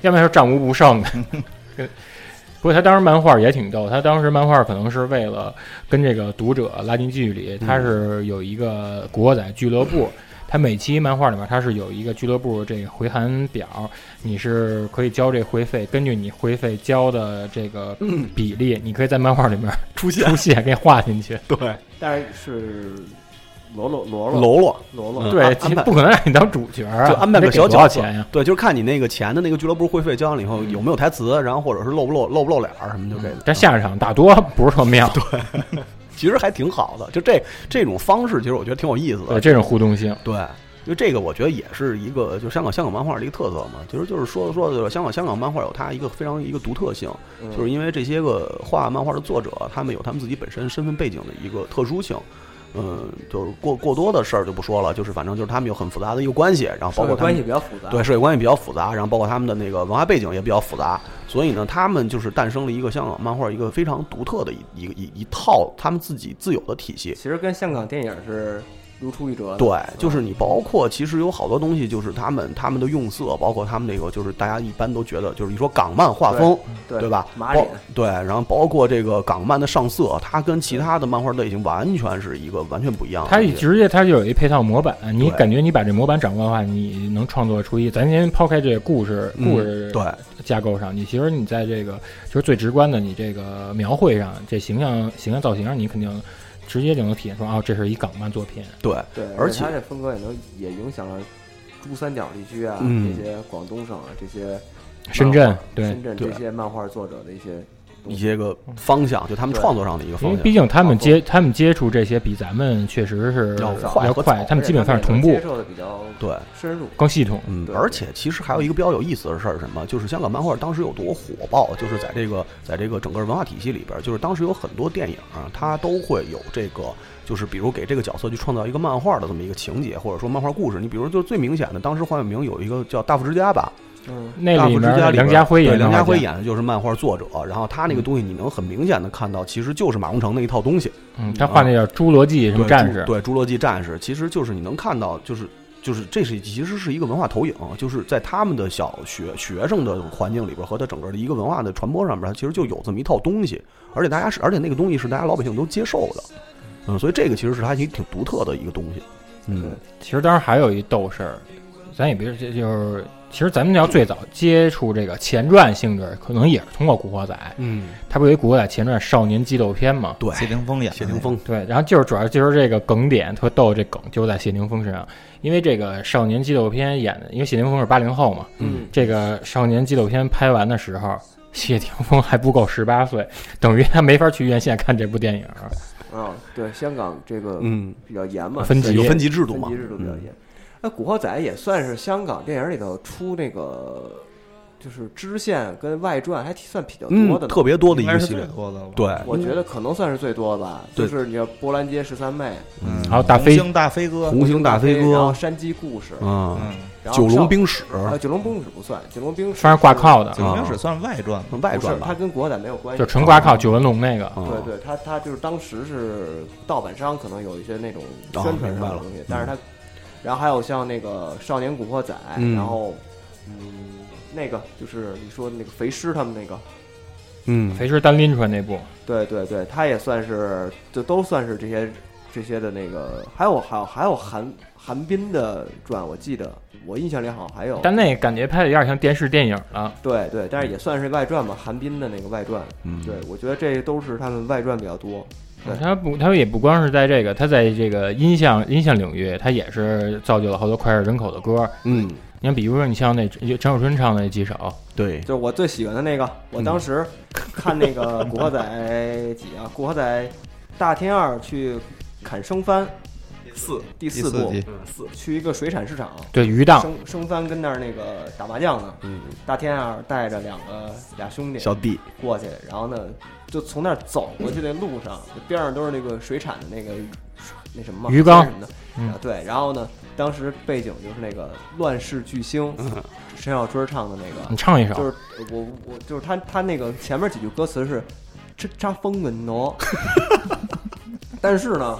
Speaker 3: 要不然就是战无不胜的。 <laughs> 不过他当时漫画也挺逗，他当时漫画可能是为了跟这个读者拉近距离，他是有一个古惑仔俱乐部，他每期漫画里面他是有一个俱乐部这个回函表，你是可以交这会费，根据你会费交的这个
Speaker 4: 嗯
Speaker 3: 比例，你可以在漫画里面
Speaker 4: <laughs> 出现
Speaker 3: 出现给画进
Speaker 4: <laughs>
Speaker 3: 去。
Speaker 4: 对
Speaker 2: 但是是罗罗罗罗
Speaker 4: 喽喽，
Speaker 2: 罗
Speaker 4: 嗯
Speaker 2: 罗，
Speaker 3: 对，
Speaker 4: 安
Speaker 3: 其实
Speaker 4: 安排
Speaker 3: 不可能让你当主角啊，
Speaker 4: 就安排
Speaker 3: 你得
Speaker 4: 个
Speaker 3: 给
Speaker 4: 小
Speaker 3: 多少
Speaker 4: 角色
Speaker 3: 钱啊呀？，
Speaker 4: 对，就是看你那个钱的那个俱乐部会费交完了以后有没有台词，然后或者是露不露露不露脸儿什么，就这个。
Speaker 3: 但下场大多不是特
Speaker 4: <laughs>
Speaker 3: 妙，
Speaker 4: 其实还挺好的，就这这种方式，其实我觉得挺有意思
Speaker 3: 对
Speaker 4: 的。
Speaker 3: 这种互动性。
Speaker 4: 对，因为这个我觉得也是一个，就是香港香港漫画的一个特色嘛。其实就是说着说着，香港香港漫画有它一个非常一个独特性，
Speaker 2: 嗯
Speaker 4: 就是因为这些个画漫画的作者，他们有他们自己本身身份背景的一个特殊性。嗯，就是过过多的事儿就不说了，就是反正就是他们有很复杂的一个关系，然后
Speaker 2: 社
Speaker 4: 包
Speaker 2: 会
Speaker 4: 括他
Speaker 2: 关
Speaker 4: 们
Speaker 2: 系比较复杂，
Speaker 4: 对，社会关系比较复杂，然后包括他们的那个文化背景也比较复杂，所以呢，他们就是诞生了一个香港漫画一个非常独特的一一个一一套他们自己自有的体系。
Speaker 2: 其实跟香港电影是如出一辙的，
Speaker 4: 对，就是你包括其实有好多东西，就是他们他们的用色，包括他们那个就是大家一般都觉得，就是你说港漫画风，
Speaker 2: 嗯对
Speaker 4: 对吧？
Speaker 2: 马
Speaker 4: 包
Speaker 2: 脸
Speaker 4: 对，然后包括这个港漫的上色，它跟其他的漫画类型完全是一个完全不一样的
Speaker 3: 它
Speaker 4: 东西。
Speaker 3: 直接它就有一配套模板，你
Speaker 4: 对
Speaker 3: 感觉你把这模板掌握的话，你能创作出一。咱先抛开这故事
Speaker 4: 嗯
Speaker 3: 故事
Speaker 4: 对
Speaker 3: 架构上，你其实你在这个就是最直观的，你这个描绘上，这形象形象造型上，你肯定直接就能体现出啊，这是一港漫作品。
Speaker 4: 对，
Speaker 2: 对，
Speaker 4: 而且
Speaker 2: 他这风格也能也影响了珠三角地区啊，
Speaker 4: 嗯
Speaker 2: 这些广东省啊，这些
Speaker 3: 深圳对
Speaker 2: 深，圳
Speaker 4: 对
Speaker 2: 这些漫画作者的一些
Speaker 4: 一些个方向，就他们
Speaker 2: 对
Speaker 4: 创作上的一个
Speaker 3: 因
Speaker 4: 方
Speaker 3: 为
Speaker 4: 向。
Speaker 3: 毕竟他们接他们接触这些比咱们确实是
Speaker 4: 要快
Speaker 3: 要
Speaker 4: 和
Speaker 3: 快
Speaker 4: 早，
Speaker 3: 他们基本上是同
Speaker 2: 而且他们也能接
Speaker 3: 步
Speaker 2: 受的比较
Speaker 4: 对，
Speaker 2: 深入，
Speaker 3: 更系统。
Speaker 4: 嗯
Speaker 2: 对，
Speaker 4: 而且其实还有一个比较有意思的事儿是什么？就是香港漫画当时有多火爆，就是在这个在这个整个文化体系里边儿，就是当时有很多电影儿、啊它都会有这个，就是比如给这个角色去创造一个漫画的这么一个情节，或者说漫画故事。你比如就是最明显的，当时黄晓明有一个叫《大富之家》吧，
Speaker 2: 嗯，
Speaker 3: 那
Speaker 4: 大
Speaker 3: 里
Speaker 4: 富之
Speaker 3: 面
Speaker 4: 家里边
Speaker 3: 梁家辉
Speaker 4: 对
Speaker 3: 演
Speaker 4: 梁
Speaker 3: 的
Speaker 4: 家
Speaker 3: 话
Speaker 4: 辉，演的就是漫画作者，然后他那个东西你能很明显的看到，其实就是马荣成那一套东西。
Speaker 3: 嗯，他画那叫《侏罗纪》什么
Speaker 4: 啊对
Speaker 3: 战
Speaker 4: 侏
Speaker 3: 士，
Speaker 4: 对《侏罗纪战士》，其实就是你能看到，就是就是这是其实是一个文化投影，就是在他们的小学学生的环境里边和他整个的一个文化的传播上边，它其实就有这么一套东西，而且大家是而且那个东西是大家老百姓都接受的，嗯，所以这个其实是它挺挺独特的一个东西，嗯，
Speaker 3: 其实当时还有一逗事儿，咱也别这就是，其实咱们要最早接触这个前传性质，可能也是通过《古惑仔》，
Speaker 4: 嗯，
Speaker 3: 它不有一《古惑仔前传少年激斗篇》吗？
Speaker 4: 对，
Speaker 5: 谢霆锋演的
Speaker 4: 谢霆锋，
Speaker 3: 对，然后就是主要就是这个梗点特逗，这梗就在谢霆锋身上，因为这个《少年激斗篇》演的，因为谢霆锋是八零后嘛，
Speaker 2: 嗯
Speaker 3: 这个《少年激斗篇》拍完的时候，谢霆锋还不够十八岁，等于他没法去院线看这部电影。
Speaker 2: 啊，对，香港这个
Speaker 4: 嗯，
Speaker 2: 比较严嘛，
Speaker 3: 分级
Speaker 4: 对有分级制度
Speaker 2: 分
Speaker 4: 嘛，
Speaker 2: 级制度比较
Speaker 4: 嗯
Speaker 2: 严。那《古惑仔》也算是香港电影里头出那个就是支线跟外传还挺算比较多的
Speaker 4: 嗯，
Speaker 2: 呢，
Speaker 4: 特别多的一
Speaker 5: 应该
Speaker 4: 个
Speaker 5: 是
Speaker 4: 系
Speaker 5: 最
Speaker 4: 列，
Speaker 5: 多的了。，
Speaker 4: 对，
Speaker 2: 我觉得可能算是最多的吧。就
Speaker 4: 对
Speaker 2: 是你要波兰街十三妹、
Speaker 5: 嗯，
Speaker 3: 还有大飞
Speaker 5: 红星大飞哥，
Speaker 4: 红星大飞
Speaker 2: 然后
Speaker 4: 哥，
Speaker 2: 山鸡故事，
Speaker 4: 嗯，
Speaker 5: 嗯，
Speaker 2: 然后
Speaker 4: 九龙
Speaker 2: 上
Speaker 4: 冰史，
Speaker 2: 啊，九龙冰史不算，九龙冰史
Speaker 3: 虽然挂靠的
Speaker 5: 九，龙冰史算外传吧，
Speaker 4: 外
Speaker 2: 不
Speaker 4: 传
Speaker 2: 是，
Speaker 4: 吧
Speaker 2: 它，跟《古惑仔》没有关系，
Speaker 3: 就纯挂靠九纹龙那个，
Speaker 4: 嗯
Speaker 2: 对对，他他就是当时是盗版商可能有一些那种宣
Speaker 4: 哦
Speaker 2: 传上
Speaker 4: 明白
Speaker 2: 的
Speaker 4: 了
Speaker 2: 东西，但是他，然后还有像那个《少年古惑仔》
Speaker 4: 嗯
Speaker 2: 然后嗯，那个就是你说的那个肥师他们那个，
Speaker 4: 嗯，
Speaker 3: 肥师单拎出来那部，
Speaker 2: 对对对，他也算是就都算是这些这些的那个，还有还有还有韩韩冰的传，我记得我印象里好像还有，
Speaker 3: 但那感觉拍的有点像电视电影了。
Speaker 2: 对对，但是也算是外传吧，韩冰的那个外传，
Speaker 4: 嗯
Speaker 2: 对我觉得这都是他们外传比较多，对
Speaker 3: 他不，他也不光是在这个，他在这个音像音像领域，他也是造就了好多脍炙人口的歌。
Speaker 4: 嗯，
Speaker 3: 你看，比如说你像那张小春唱的那几首，
Speaker 4: 对，
Speaker 2: 就是我最喜欢的那个，我当时看那个《古惑仔》几啊，《古惑仔》大天二去砍生番
Speaker 4: 嗯
Speaker 5: 四
Speaker 2: 第
Speaker 5: 第
Speaker 2: 四
Speaker 5: 四
Speaker 2: 部，
Speaker 5: 集，
Speaker 2: 去一个水产市场，
Speaker 3: 对鱼档，
Speaker 2: 生生番跟那儿那个打麻将呢。
Speaker 4: 嗯，
Speaker 2: 大天二带着两个俩兄弟
Speaker 4: 小弟，
Speaker 2: 过去，然后呢，就从那儿走过去那路上，边上都是那个水产的那个那什么嘛
Speaker 3: 鱼缸
Speaker 2: 什么的，
Speaker 3: 嗯
Speaker 2: 啊对，然后呢，当时背景就是那个乱世巨星
Speaker 3: 嗯
Speaker 2: 沈小春唱的那个，
Speaker 3: 你唱一
Speaker 2: 就
Speaker 3: 首，
Speaker 2: 是我我就是他他那个前
Speaker 3: <laughs>
Speaker 2: 面几句歌词是“叱咤风云挪”，但是呢，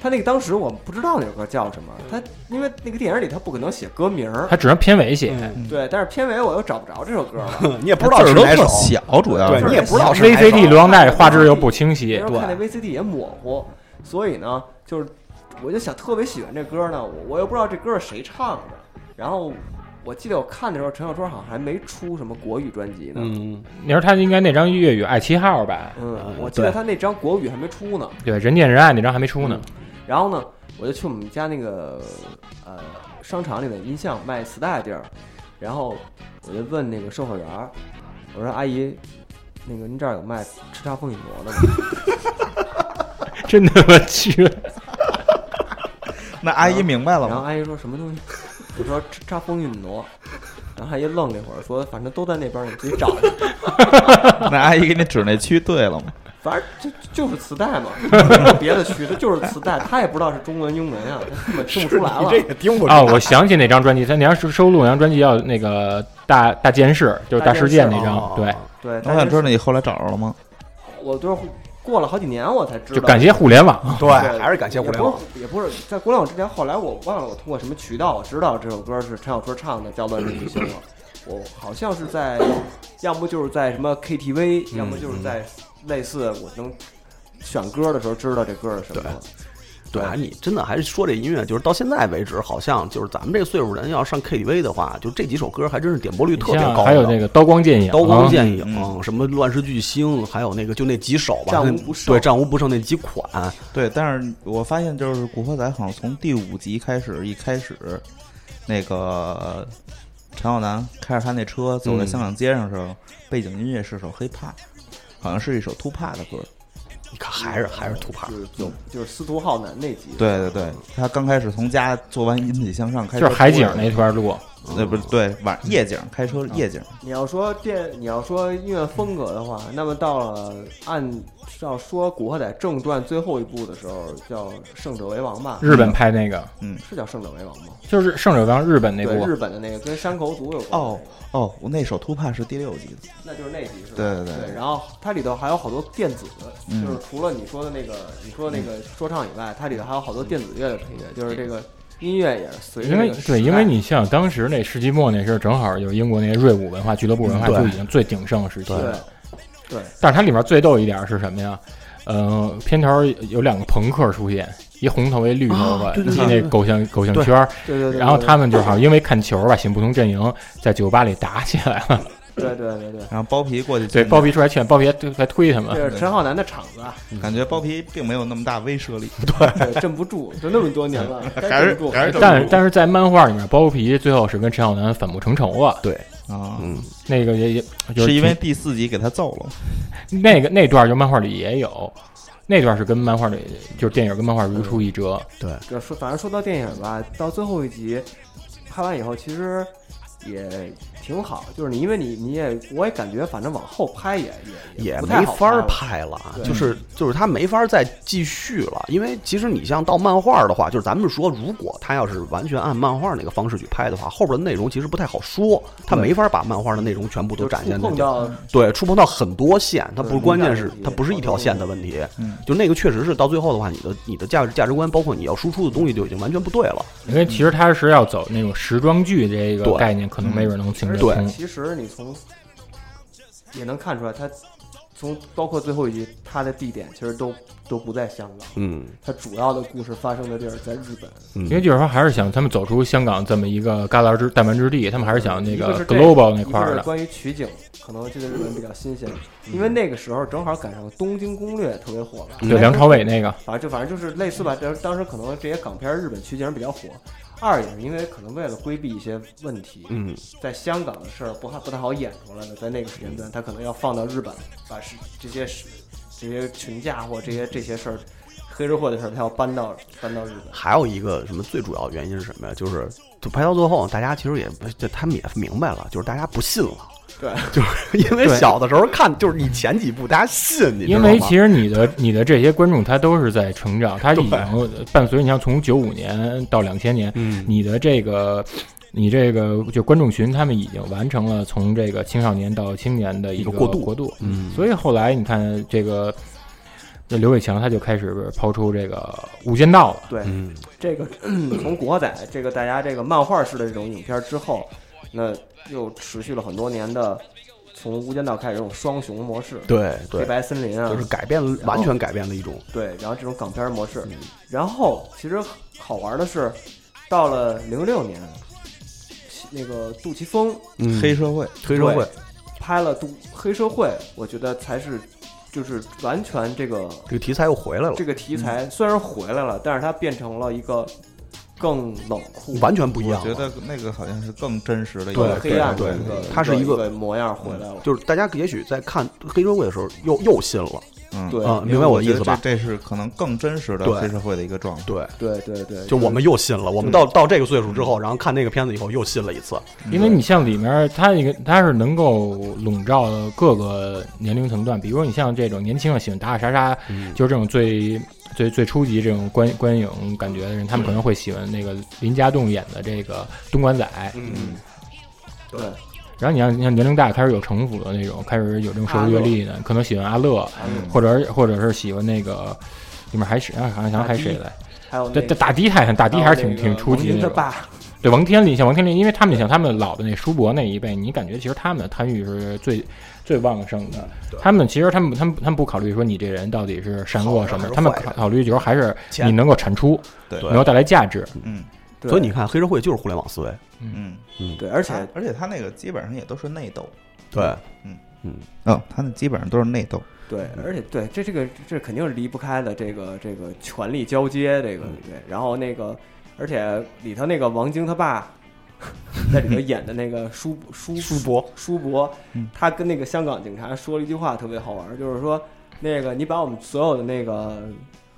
Speaker 2: 他那个当时我不知道那首歌叫什么，他因为那个电影里他不可能写歌名儿，
Speaker 3: 他只能片尾写，
Speaker 2: 对，但是片尾我又找不着这首歌了。
Speaker 4: 嗯你也不
Speaker 5: 字
Speaker 4: 知道
Speaker 5: 儿
Speaker 4: 是
Speaker 5: 都
Speaker 4: 哪
Speaker 5: 特
Speaker 4: 首，
Speaker 5: 小，主要
Speaker 4: 对
Speaker 5: 是
Speaker 4: 你也不知道是哪首
Speaker 3: VCD 录像带画质又不清晰
Speaker 2: 那时，候看那 VCD 也模糊，所以呢，就是我就想特别喜欢这歌呢，我我又不知道这歌是谁唱的。然后我记得我看的时候，陈小春好像还没出什么国语专辑呢。嗯呃
Speaker 4: 嗯，
Speaker 3: 你说他应该那张粤语《爱七号》吧？
Speaker 2: 我记得
Speaker 4: 对
Speaker 2: 他那张国语还没出呢。
Speaker 3: 对，《人见人爱》那张还没出
Speaker 2: 嗯
Speaker 3: 呢。
Speaker 2: 然后呢，我就去我们家那个呃商场里的音像卖磁带的地儿，然后我就问那个售货员儿，我说阿姨，那个您这儿有卖《叱咤风云魔》的吗？
Speaker 3: 真的我 <laughs> 去，
Speaker 5: 那阿姨明白了
Speaker 2: 然后
Speaker 5: 吗？
Speaker 2: 阿姨说什么东
Speaker 5: <laughs>
Speaker 2: 西？我说叱咤风云挪，然后阿姨愣了一会儿，说反正都在那边，你自己找去。
Speaker 4: 啊
Speaker 5: 那阿姨给你指那区对了吗？
Speaker 2: 反正就就是磁带嘛，没有别的区，它就是磁带，她也不知道是中文英文啊，她根本听 <laughs> 不出来
Speaker 4: 你
Speaker 2: 了
Speaker 4: 这。也听不
Speaker 3: 哦，我想起那张专辑，他那张收收录那张专辑叫那个大大件事，就是大事件那
Speaker 2: 哦
Speaker 3: 张，对，
Speaker 2: 对，
Speaker 5: 我想知道你后来找着了吗？
Speaker 2: 我就是过了好几年我才知道。
Speaker 3: 就感谢互联
Speaker 2: <laughs>
Speaker 3: 网。
Speaker 4: 对，还是感谢互
Speaker 2: 也
Speaker 4: 联网
Speaker 2: 不。是也不是在互联网之前，后来我忘了我通过什么渠道我知道这首歌是陈小春唱的，叫《万里旅行》了。我好像是在，要么就是在什么 KTV，要么就是在类似我能选歌的时候知道这歌是什么了。
Speaker 4: 对啊，你真的还是说这音乐，就是到现在为止，好像就是咱们这个岁数人要上 KTV 的话，就这几首歌还真是点播率特别
Speaker 3: 像
Speaker 4: 高的。
Speaker 3: 还有那个刀光剑影，啊
Speaker 4: 刀光剑
Speaker 5: 嗯
Speaker 4: 影，什么乱世巨星，还有那个就那几首吧，
Speaker 2: 战无
Speaker 4: 那
Speaker 2: 不胜
Speaker 4: 对，战无不胜那几款，
Speaker 5: 对，但是我发现就是《古惑仔》好像从第五集开始，一开始那个陈浩南开着他那车
Speaker 4: 嗯
Speaker 5: 走在香港街上的时候，背景音乐是首 hiphop，好像是一首 Tupac 的歌。
Speaker 4: 你看还是还是土嗯牌
Speaker 2: 就。是有就是司徒浩南那集，
Speaker 5: 对对对，他刚开始从家做完引体向上开
Speaker 3: 就
Speaker 5: 车
Speaker 3: 是
Speaker 5: 出
Speaker 3: 海
Speaker 5: 来，
Speaker 3: 景那段路，
Speaker 4: 嗯
Speaker 5: 那不是对晚夜景开车夜景，
Speaker 2: 你要说电，你要说音乐风格的话，那么到了按照说《古惑仔》正传最后一部的时候，叫《胜者为王》吧？
Speaker 3: 日本拍那个
Speaker 2: 是叫《胜者为王》吗？
Speaker 3: 就是《胜者为王》日本那
Speaker 2: 对，
Speaker 3: 部
Speaker 2: 日，本的那个跟山口组有关的那个
Speaker 5: 哦哦，我那首 Tupac 是第六集的，
Speaker 2: 那就是那集是吧？
Speaker 5: 对对
Speaker 2: 对
Speaker 5: 对
Speaker 2: 然后它里头还有好多电子，
Speaker 5: 嗯
Speaker 2: 就是除了你说的那个你说的那个说唱以外，它里头还有好多电子乐的配乐，就是这个音乐也是随着
Speaker 3: 因为
Speaker 2: 这个时代
Speaker 3: 对，因为你像当时那世纪末那时候，正好就是英国那些瑞舞文化、俱乐部文化
Speaker 4: 嗯对
Speaker 3: 就已经最鼎盛的时期
Speaker 2: 对
Speaker 3: 了。
Speaker 2: 对
Speaker 3: 但是它里面最逗一点是什么呀？呃，片头有两个朋克出现，一红头一绿头发，
Speaker 4: 啊对对
Speaker 3: 系
Speaker 4: 对
Speaker 3: 那狗像狗像圈儿。
Speaker 2: 对对对，
Speaker 3: 然后他们就好像因为看球吧，选不同阵营，在酒吧里打起来了。
Speaker 2: 对对对
Speaker 5: <laughs>
Speaker 2: 对，
Speaker 5: 然后包皮过去
Speaker 4: 嗯
Speaker 3: 对，
Speaker 5: 劝
Speaker 3: 包皮出来劝，包皮还还推他
Speaker 2: 这
Speaker 3: 们。
Speaker 2: 是陈浩南的场子啊，
Speaker 5: 架，感觉包皮并没有那么大威慑力，
Speaker 2: 对，镇不住，都那么多年了，
Speaker 5: 还
Speaker 2: 该
Speaker 5: 是
Speaker 2: 镇不住
Speaker 5: 还是
Speaker 3: 但是但是在漫画里面，包皮最后是跟陈浩南反目成仇了。
Speaker 4: 对，
Speaker 5: 啊，
Speaker 4: 嗯，
Speaker 3: 那个也也就是
Speaker 5: 是因为第四集给他揍了，
Speaker 3: 那个那段儿就漫画里也有，那段儿是跟漫画里就是电影跟漫画如出一辙。
Speaker 4: 对，
Speaker 2: 这说，反正说到电影吧，到最后一集拍完以后，其实也挺好。就是你，因为你你也，我也感觉，反正往后拍也也
Speaker 4: 也
Speaker 2: 不太
Speaker 4: 没
Speaker 2: 好
Speaker 4: 法儿
Speaker 2: 了
Speaker 4: 拍了啊，
Speaker 2: 对
Speaker 4: 就是就是他没法儿再继续了，因为其实你像到漫画的话，就是咱们说，如果他要是完全按漫画那个方式去拍的话，后边的内容其实不太好说，他没法儿把漫画的内嗯容全部都
Speaker 2: 就
Speaker 4: 展
Speaker 2: 触
Speaker 4: 现在
Speaker 2: 碰到
Speaker 4: 对，触碰到很多线，它不是
Speaker 2: 对
Speaker 4: 关键
Speaker 2: 敏感
Speaker 4: 是
Speaker 2: 问题
Speaker 4: 它不是一条线的问题，
Speaker 5: 嗯
Speaker 4: 就那个确实是到最后的话，你的你的价值价值观，包括你要输出的东西就已经完全不对
Speaker 2: 嗯
Speaker 4: 了。
Speaker 3: 因为其实他是要走那种时装剧这个
Speaker 4: 对
Speaker 3: 概念，可能没
Speaker 2: 嗯
Speaker 3: 准能行得
Speaker 4: 对
Speaker 3: 通。
Speaker 2: 其实你从也能看出来，他从包括最后一集，他的地点其实都都不在香港，
Speaker 4: 嗯，
Speaker 2: 他主要的故事发生的地儿在日本。
Speaker 4: 因
Speaker 3: 因为就是说，还是想他们走出香港这么一个旮旯之弹丸之地，他们还是想那
Speaker 2: 嗯一个是这个
Speaker 3: global 那块
Speaker 2: 一
Speaker 3: 儿
Speaker 2: 个是
Speaker 3: 的。
Speaker 2: 关于取景，可能这个日本比较新鲜，
Speaker 4: 嗯
Speaker 2: 因为那个时候正好赶上《东京攻略》特别火了，
Speaker 3: 嗯对，梁朝伟那个，
Speaker 2: 反正就反正就是类似吧。当当时可能这些港片儿日本取景比较火，二也是因为可能为了规避一些问题，
Speaker 4: 嗯，
Speaker 2: 在香港的事儿不太不太好演出来的，在那个时间段，他可能要放到日本，把是这些是这些群架或这些这些事儿。黑社会的事儿，他要搬到搬到日本。
Speaker 4: 还有一个什么最主要原因是什么呀？就是就拍到最后，大家其实也这他们也明白了，就是大家不信了。
Speaker 2: 对，
Speaker 4: <laughs> 就是
Speaker 5: <laughs>
Speaker 4: 因为小的时候看，就是你前几部大家信，你知道
Speaker 3: 因
Speaker 4: 吗？
Speaker 3: 为其实你的你的这些观众他都是在成长，他已经伴随你像从九五年到两千年，
Speaker 4: 嗯
Speaker 3: 你的这个。你这个就观众群，他们已经完成了从这个青少年到青年的一
Speaker 4: 一个过渡
Speaker 3: 过渡，
Speaker 4: 嗯，
Speaker 3: 所以后来你看这个，那刘伟强他就开始抛出这个《无间道》了。
Speaker 2: 对，
Speaker 4: 嗯，
Speaker 2: 这个从国仔这个大家这个漫画式的这种影片之后，那又持续了很多年的，从《无间道》开始这种双雄模式，
Speaker 4: 对
Speaker 2: 黑
Speaker 4: 对，
Speaker 2: 白森林啊，
Speaker 4: 就是改变了，完全改变了一种，
Speaker 2: 对，然后这种港片模
Speaker 4: 嗯
Speaker 2: 式。然后其实好玩的是，到了零六年，那个杜琪峰
Speaker 4: 嗯
Speaker 5: 黑社会，
Speaker 4: 黑社会
Speaker 2: 对，拍了《杜黑社会》，我觉得才是就是完全这个
Speaker 4: 这个题材又回来了
Speaker 2: 这，个题材虽然回来了，但是它变成了一个更冷酷、
Speaker 4: 完全不一
Speaker 5: 我
Speaker 4: 样
Speaker 5: 觉
Speaker 4: 了。
Speaker 5: 得那个好像是更真实的一
Speaker 2: 更
Speaker 5: 个
Speaker 4: 对
Speaker 2: 黑暗的
Speaker 4: 对
Speaker 2: 一个
Speaker 4: 对，
Speaker 2: 一
Speaker 4: 它是
Speaker 2: 一
Speaker 4: 一个
Speaker 2: 个模样回来了。
Speaker 4: 就是大家也许在看黑社会的时候，又又信了，
Speaker 5: 嗯，
Speaker 2: 对
Speaker 4: 啊，
Speaker 5: 因为
Speaker 4: 明白我
Speaker 5: 我
Speaker 4: 的意思
Speaker 5: 觉得
Speaker 4: 吧？
Speaker 5: 这这是可能更真实的
Speaker 4: 对
Speaker 5: 黑社会的一个状态。
Speaker 4: 对，
Speaker 2: 对对对，
Speaker 4: 就我们又信了，我们到
Speaker 5: 嗯
Speaker 4: 到这个岁数之后，然后看那个片子以后又信了一次，
Speaker 3: 因为你像里面，它一个它是能够笼罩各个年龄层段，比如说你像这种年轻的喜欢打打杀杀，就是这种最最最初级这种观观影感觉的人，他们可能会喜欢那个林家栋演的这个东莞仔。
Speaker 4: 嗯，
Speaker 2: 对
Speaker 3: 然后你像你像年龄大开始有城府的那种，开始有这种社会阅历的，可能喜欢阿乐，或者或者是喜欢那个里面还是啊，好像还谁来？
Speaker 2: 还有
Speaker 3: 对，
Speaker 2: 那
Speaker 3: 对，
Speaker 2: 个
Speaker 3: 打的还打的还
Speaker 2: 啊
Speaker 3: 是挺挺初级
Speaker 2: 的
Speaker 3: 那种。
Speaker 2: 爸，
Speaker 3: 对王天林，像王天林，因为他们你像他们老的那叔伯那一辈，你感觉其实他们的贪欲是最最旺盛的。他们其实他们他们他们不考虑说你这人到底是善恶什么，他们考考虑就是还是你能够产出，
Speaker 5: 对
Speaker 3: 能够带来价值。
Speaker 5: 嗯
Speaker 2: 对
Speaker 4: 所以你看黑社会就是互联网思维，
Speaker 5: 嗯，
Speaker 2: 对，而
Speaker 5: 而
Speaker 2: 且
Speaker 5: 而且他那个基本上也都是内斗，
Speaker 4: 对，
Speaker 5: 嗯，他那基本上都是内斗。
Speaker 2: 对，而且对，这这个这肯定是离不开的，这个这个权力交接，这个对，然后那个，而且里头那个王晶他爸 <laughs> 在里头演的那个叔叔叔伯叔伯
Speaker 5: 嗯，
Speaker 2: 他跟那个香港警察说了一句话特别好玩，就是说那个你把我们所有的那个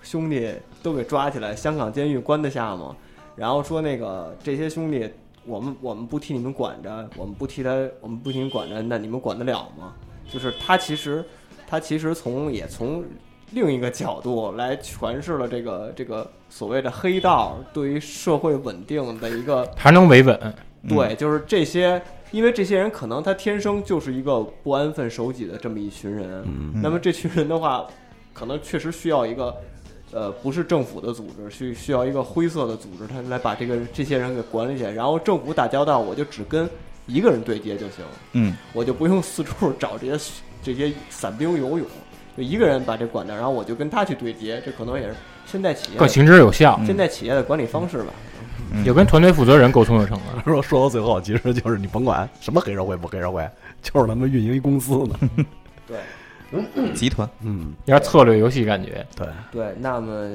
Speaker 2: 兄弟都给抓起来，香港监狱关得下吗？然后说那个这些兄弟，我们我们不替你们管着，我们不替他，我们不替你们管着，那你们管得了吗？就是他其实他其实从也从另一个角度来诠释了这个这个所谓的黑道对于社会稳定的一个
Speaker 3: 还能维稳，
Speaker 2: 对，就是这些，因为这些人可能他天生就是一个不安分守己的这么一群人，那么这群人的话，可能确实需要一个。呃，不是政府的组织，需需要一个灰色的组织，他来把这个这些人给管理起来。然后政府打交道，我就只跟一个人对接就行，
Speaker 5: 嗯，
Speaker 2: 我就不用四处找这些这些散兵游勇，就一个人把这管掉，然后我就跟他去对接。这可能也是现代企业
Speaker 3: 更
Speaker 2: 的
Speaker 3: 行之有
Speaker 4: 嗯
Speaker 3: 效，
Speaker 2: 现代企业的管理方式吧。
Speaker 3: 也跟团队负责人沟通就成了。
Speaker 4: 说说到最后，其实就是你甭管什么黑社会不黑社会，就是他们运营一公司呢。
Speaker 2: 对
Speaker 5: 集团，
Speaker 4: 嗯，
Speaker 3: 有点策略游戏感觉。
Speaker 4: 对，
Speaker 2: 对，那么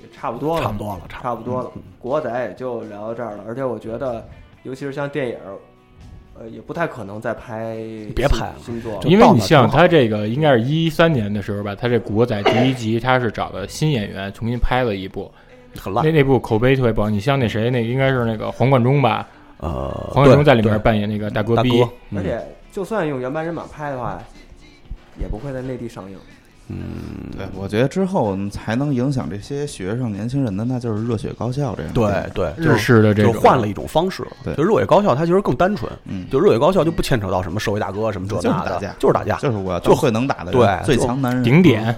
Speaker 2: 也差不多了，
Speaker 4: 差不多嗯了，差
Speaker 2: 哦差不多了。国仔也就聊到这儿了，而且我觉得，尤其是像电影儿，呃，也不太可能再拍
Speaker 4: 别拍了
Speaker 2: 新新作了。
Speaker 4: 就
Speaker 3: 因为
Speaker 4: 到
Speaker 3: 你
Speaker 4: 那儿
Speaker 3: 像
Speaker 4: 多好
Speaker 3: 他这个，应该是一三年的时候吧，他这《国仔》第一集，他是找的新演员重新拍了一部，
Speaker 4: 不多，很
Speaker 3: 那
Speaker 4: 烂。
Speaker 3: 那部口碑特别不好。你像那谁，那应该是那个黄贯中吧？
Speaker 4: 呃，
Speaker 3: 黄贯中
Speaker 4: 对
Speaker 3: 在里
Speaker 4: 对
Speaker 3: 面扮演那个大哥
Speaker 4: 大
Speaker 3: 逼
Speaker 4: 哥，，
Speaker 2: 而
Speaker 4: 嗯
Speaker 2: 且，就算用原班人马拍的话，也不会在内地上映。
Speaker 4: 嗯
Speaker 5: 对，我觉得之后才能影响这些学生、年轻人的，那就是热血高校这样。
Speaker 4: 对，对，就
Speaker 3: 日
Speaker 4: 是
Speaker 3: 式的这种，
Speaker 4: 就是换了一种方式了。
Speaker 5: 对
Speaker 4: 就热血高校它其实更单纯，
Speaker 5: 嗯，
Speaker 4: 就热血高校就不牵扯到什么社会大哥什么这
Speaker 5: 就是
Speaker 4: 那
Speaker 5: 打
Speaker 4: 的
Speaker 5: 架，
Speaker 4: 就是打架。
Speaker 5: 就是我要
Speaker 4: 就
Speaker 5: 当最能打的人，
Speaker 4: 对
Speaker 5: 最
Speaker 4: 就
Speaker 5: 强男人，嗯
Speaker 3: 顶点。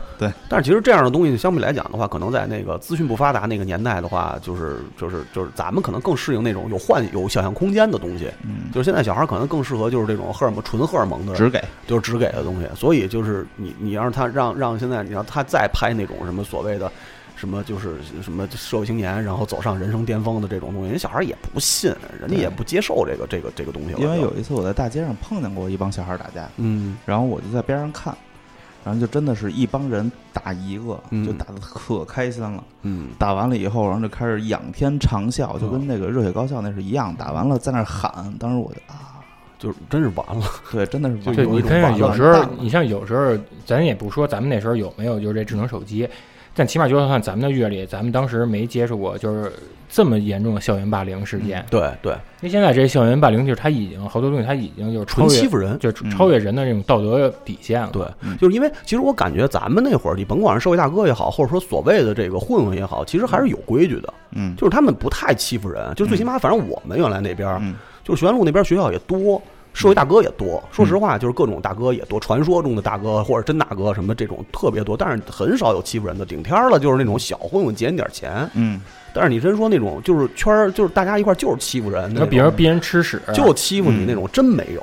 Speaker 4: 但是其实这样的东西相对来讲的话，可能在那个资讯不发达那个年代的话，就是就是就是咱们可能更适应那种有幻有想象空间的东西。
Speaker 5: 嗯，
Speaker 4: 就是现在小孩可能更适合就是这种荷尔蒙纯荷尔蒙的
Speaker 5: 只给
Speaker 4: 就是只给的东西，所以就是你你要是他让让现在你让他再拍那种什么所谓的什么就是什么社会青年，然后走上人生巅峰的这种东西，人小孩也不信，人家也不接受这个这个这个东西了。
Speaker 5: 因为
Speaker 4: 就
Speaker 5: 有一次我在大街上碰见过一帮小孩打架，
Speaker 4: 嗯
Speaker 5: 然后我就在边上看，然后就真的是一帮人打一个，
Speaker 4: 嗯
Speaker 5: 就打的可开心了。
Speaker 4: 嗯
Speaker 5: 打完了以后，然后就开始仰天长啸，就跟那个热血高校那是一样。打完了在那儿喊，当时我就啊，
Speaker 4: 就是真是完了，
Speaker 5: 对，真的是
Speaker 4: 就
Speaker 5: 完
Speaker 3: 对，
Speaker 5: 了
Speaker 4: 嗯有
Speaker 3: 你
Speaker 4: 一种
Speaker 3: 真
Speaker 4: 完
Speaker 3: 是有
Speaker 4: 蛋
Speaker 3: 时候
Speaker 5: 了，
Speaker 3: 你像有时候，咱也不说咱们那时候有没有就是这智能手机，但起码就算咱们的阅历，咱们当时没接触过就是这么严重的校园霸凌事件。
Speaker 4: 对对，
Speaker 3: 因为现在这校园霸凌就是他已经好多东西，他已经就是超
Speaker 4: 纯欺
Speaker 3: 越，
Speaker 4: 负人。
Speaker 3: 就是超越人的这种道德底线了。
Speaker 4: 对
Speaker 5: 嗯，
Speaker 4: 就是因为其实我感觉咱们那会儿，你甭管是社会大哥也好，或者说所谓的这个混混也好，其实还是有规矩的，
Speaker 5: 嗯
Speaker 4: 就是他们不太欺负人，就是最起码，反正我们原来那边儿，
Speaker 5: 嗯
Speaker 4: 就是学院路那边学校也多，社会大哥也多。说实话，就是各种大哥也多，传说中的大哥或者真大哥什么这种特别多，但是很少有欺负人的。顶天儿了就是那种小混混捡点钱，
Speaker 5: 嗯，
Speaker 4: 但是你真说那种就是圈儿，就是大家一块儿就是欺负人，
Speaker 3: 那比如逼人吃屎，啊
Speaker 4: 就欺负你那种，真没有，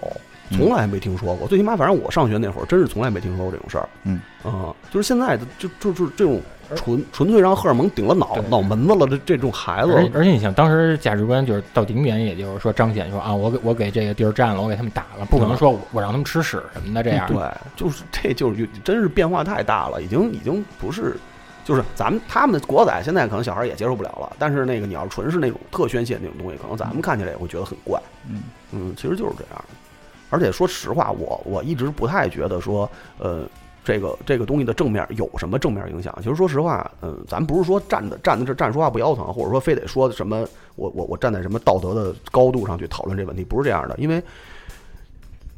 Speaker 5: 嗯
Speaker 4: 从来没听说过。最起码，反正我上学那会儿，真是从来没听说过这种事儿。
Speaker 5: 嗯，
Speaker 4: 啊，就是现在的就就就这种纯纯粹让荷尔蒙顶了脑
Speaker 3: 对
Speaker 4: 脑门子了，这这种孩子，
Speaker 3: 而而且你想，当时价值观就是到顶点，也就是说彰显说啊，我给我给这个地儿占了，我给他们打了，不可能说我我让他们吃屎什么的这样。
Speaker 4: 对，就是这就是真是变化太大了，已经已经不是。就是咱们他们的国仔现在可能小孩儿也接受不了了，但是那个你要是纯是那种特宣泄那种东西，可能咱们看起来也会觉得很怪。
Speaker 5: 嗯
Speaker 4: 嗯，其实就是这样。而且说实话，我我一直不太觉得说，呃，这个这个东西的正面有什么正面影响。其实说实话，嗯、咱不是说站的站在这站着说话不腰疼，或者说非得说什么我我我站在什么道德的高度上去讨论这问题，不是这样的。因为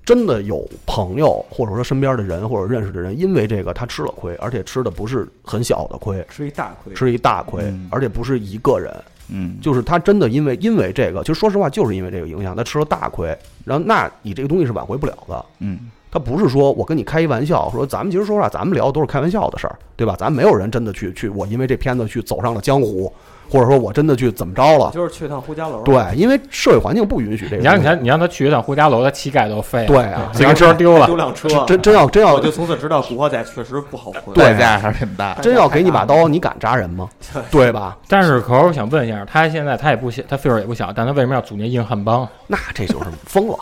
Speaker 4: 真的有朋友或者说身边的人或者认识的人，因为这个他吃了亏，而且吃的不是很小的亏，
Speaker 2: 吃一大亏，
Speaker 4: 吃一大亏，
Speaker 5: 嗯
Speaker 4: 而且不是一个人。
Speaker 5: 嗯，
Speaker 4: 就是他真的因为因为这个，其实说实话，就是因为这个影响，他吃了大亏。然后，那你这个东西是挽回不了的。
Speaker 5: 嗯
Speaker 4: 他不是说我跟你开一玩笑，说咱们其实说实话，咱们聊的都是开玩笑的事儿，对吧？咱没有人真的去去我因为这片子去走上了江湖，或者说我真的去怎么着了。
Speaker 2: 就是去趟呼家楼，，
Speaker 4: 对，哎因为社会环境不允许这个
Speaker 3: 你
Speaker 4: 东西。
Speaker 3: 让你看，你让他去一趟呼家楼，他膝盖都废了，
Speaker 4: 对啊
Speaker 3: 自行车丢了
Speaker 2: 丢，辆车，
Speaker 4: 真真要真
Speaker 2: 我
Speaker 4: 要
Speaker 2: 哦就从此知道古惑仔确实不好混。哎
Speaker 4: 对
Speaker 5: 代价还是挺大，
Speaker 4: 真要给你把刀，你敢扎人吗？对吧？
Speaker 3: 但是可是我想问一下，他现在他也不小，他岁数也不小，但他为什么要组那硬汉帮？
Speaker 4: 那这就是疯了，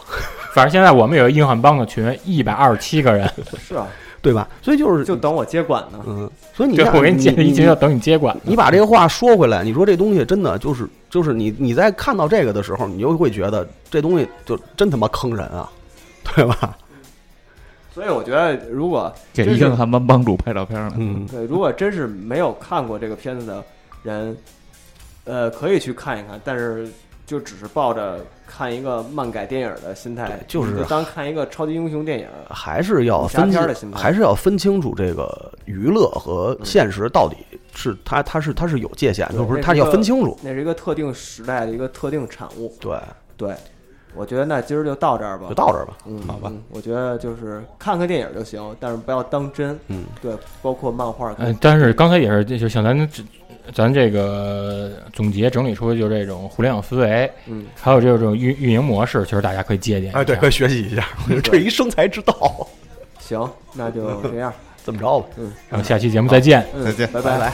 Speaker 3: 反正现在我们有一个硬汉帮的群，一百二十七个人，
Speaker 2: 是啊，
Speaker 4: 对吧？所以就是
Speaker 2: 就等我接管呢。
Speaker 4: 嗯，所以你
Speaker 3: 对
Speaker 4: 看
Speaker 3: 我给你建议，
Speaker 4: 你
Speaker 3: 就要等你接管。
Speaker 4: 你把这个话说回来，你说这东西真的就是就是你你在看到这个的时候，你就会觉得这东西就真他妈坑人啊，对吧？
Speaker 2: 所以我觉得，如果
Speaker 5: 给
Speaker 2: 真
Speaker 5: 一
Speaker 2: 是
Speaker 5: 个汉帮帮主拍照片呢。
Speaker 4: 嗯，
Speaker 2: 对，如果真是没有看过这个片子的人，呃，可以去看一看，但是就只是抱着看一个漫改电影的心态
Speaker 4: 对，就是啊
Speaker 2: 你当看一个超级英雄电影。
Speaker 4: 还是要分
Speaker 2: 你瞎
Speaker 4: 清
Speaker 2: 片儿的心态嗯
Speaker 4: 还是要分清楚这个娱乐和现实到底是它它是它是有界限，
Speaker 2: 对
Speaker 4: 就不是
Speaker 2: 这
Speaker 4: 它
Speaker 2: 是
Speaker 4: 要
Speaker 2: 个
Speaker 4: 分清楚。
Speaker 2: 那是一个特定时代的一个特定产物。
Speaker 4: 对，
Speaker 2: 对，我觉得那今儿就到这儿吧，
Speaker 4: 就到这儿吧。
Speaker 2: 嗯，
Speaker 4: 好吧
Speaker 2: 嗯我觉得就是看看电影就行，但是不要当真。
Speaker 4: 嗯，哎
Speaker 2: 对，包括漫画跟
Speaker 3: 嗯，但是刚才也是，就是像咱这咱这个总结整理出，就是这种互联网思维，
Speaker 2: 嗯，
Speaker 3: 还有这种运运营模式，其实大家可以借鉴一下。
Speaker 4: 啊哎以学习一下，这是一生财之道。
Speaker 2: 行，那就这样，
Speaker 3: <laughs>
Speaker 4: 这么着吧，
Speaker 3: 然后下期节目再见。
Speaker 2: 嗯，
Speaker 5: 再见
Speaker 2: 拜
Speaker 4: 拜。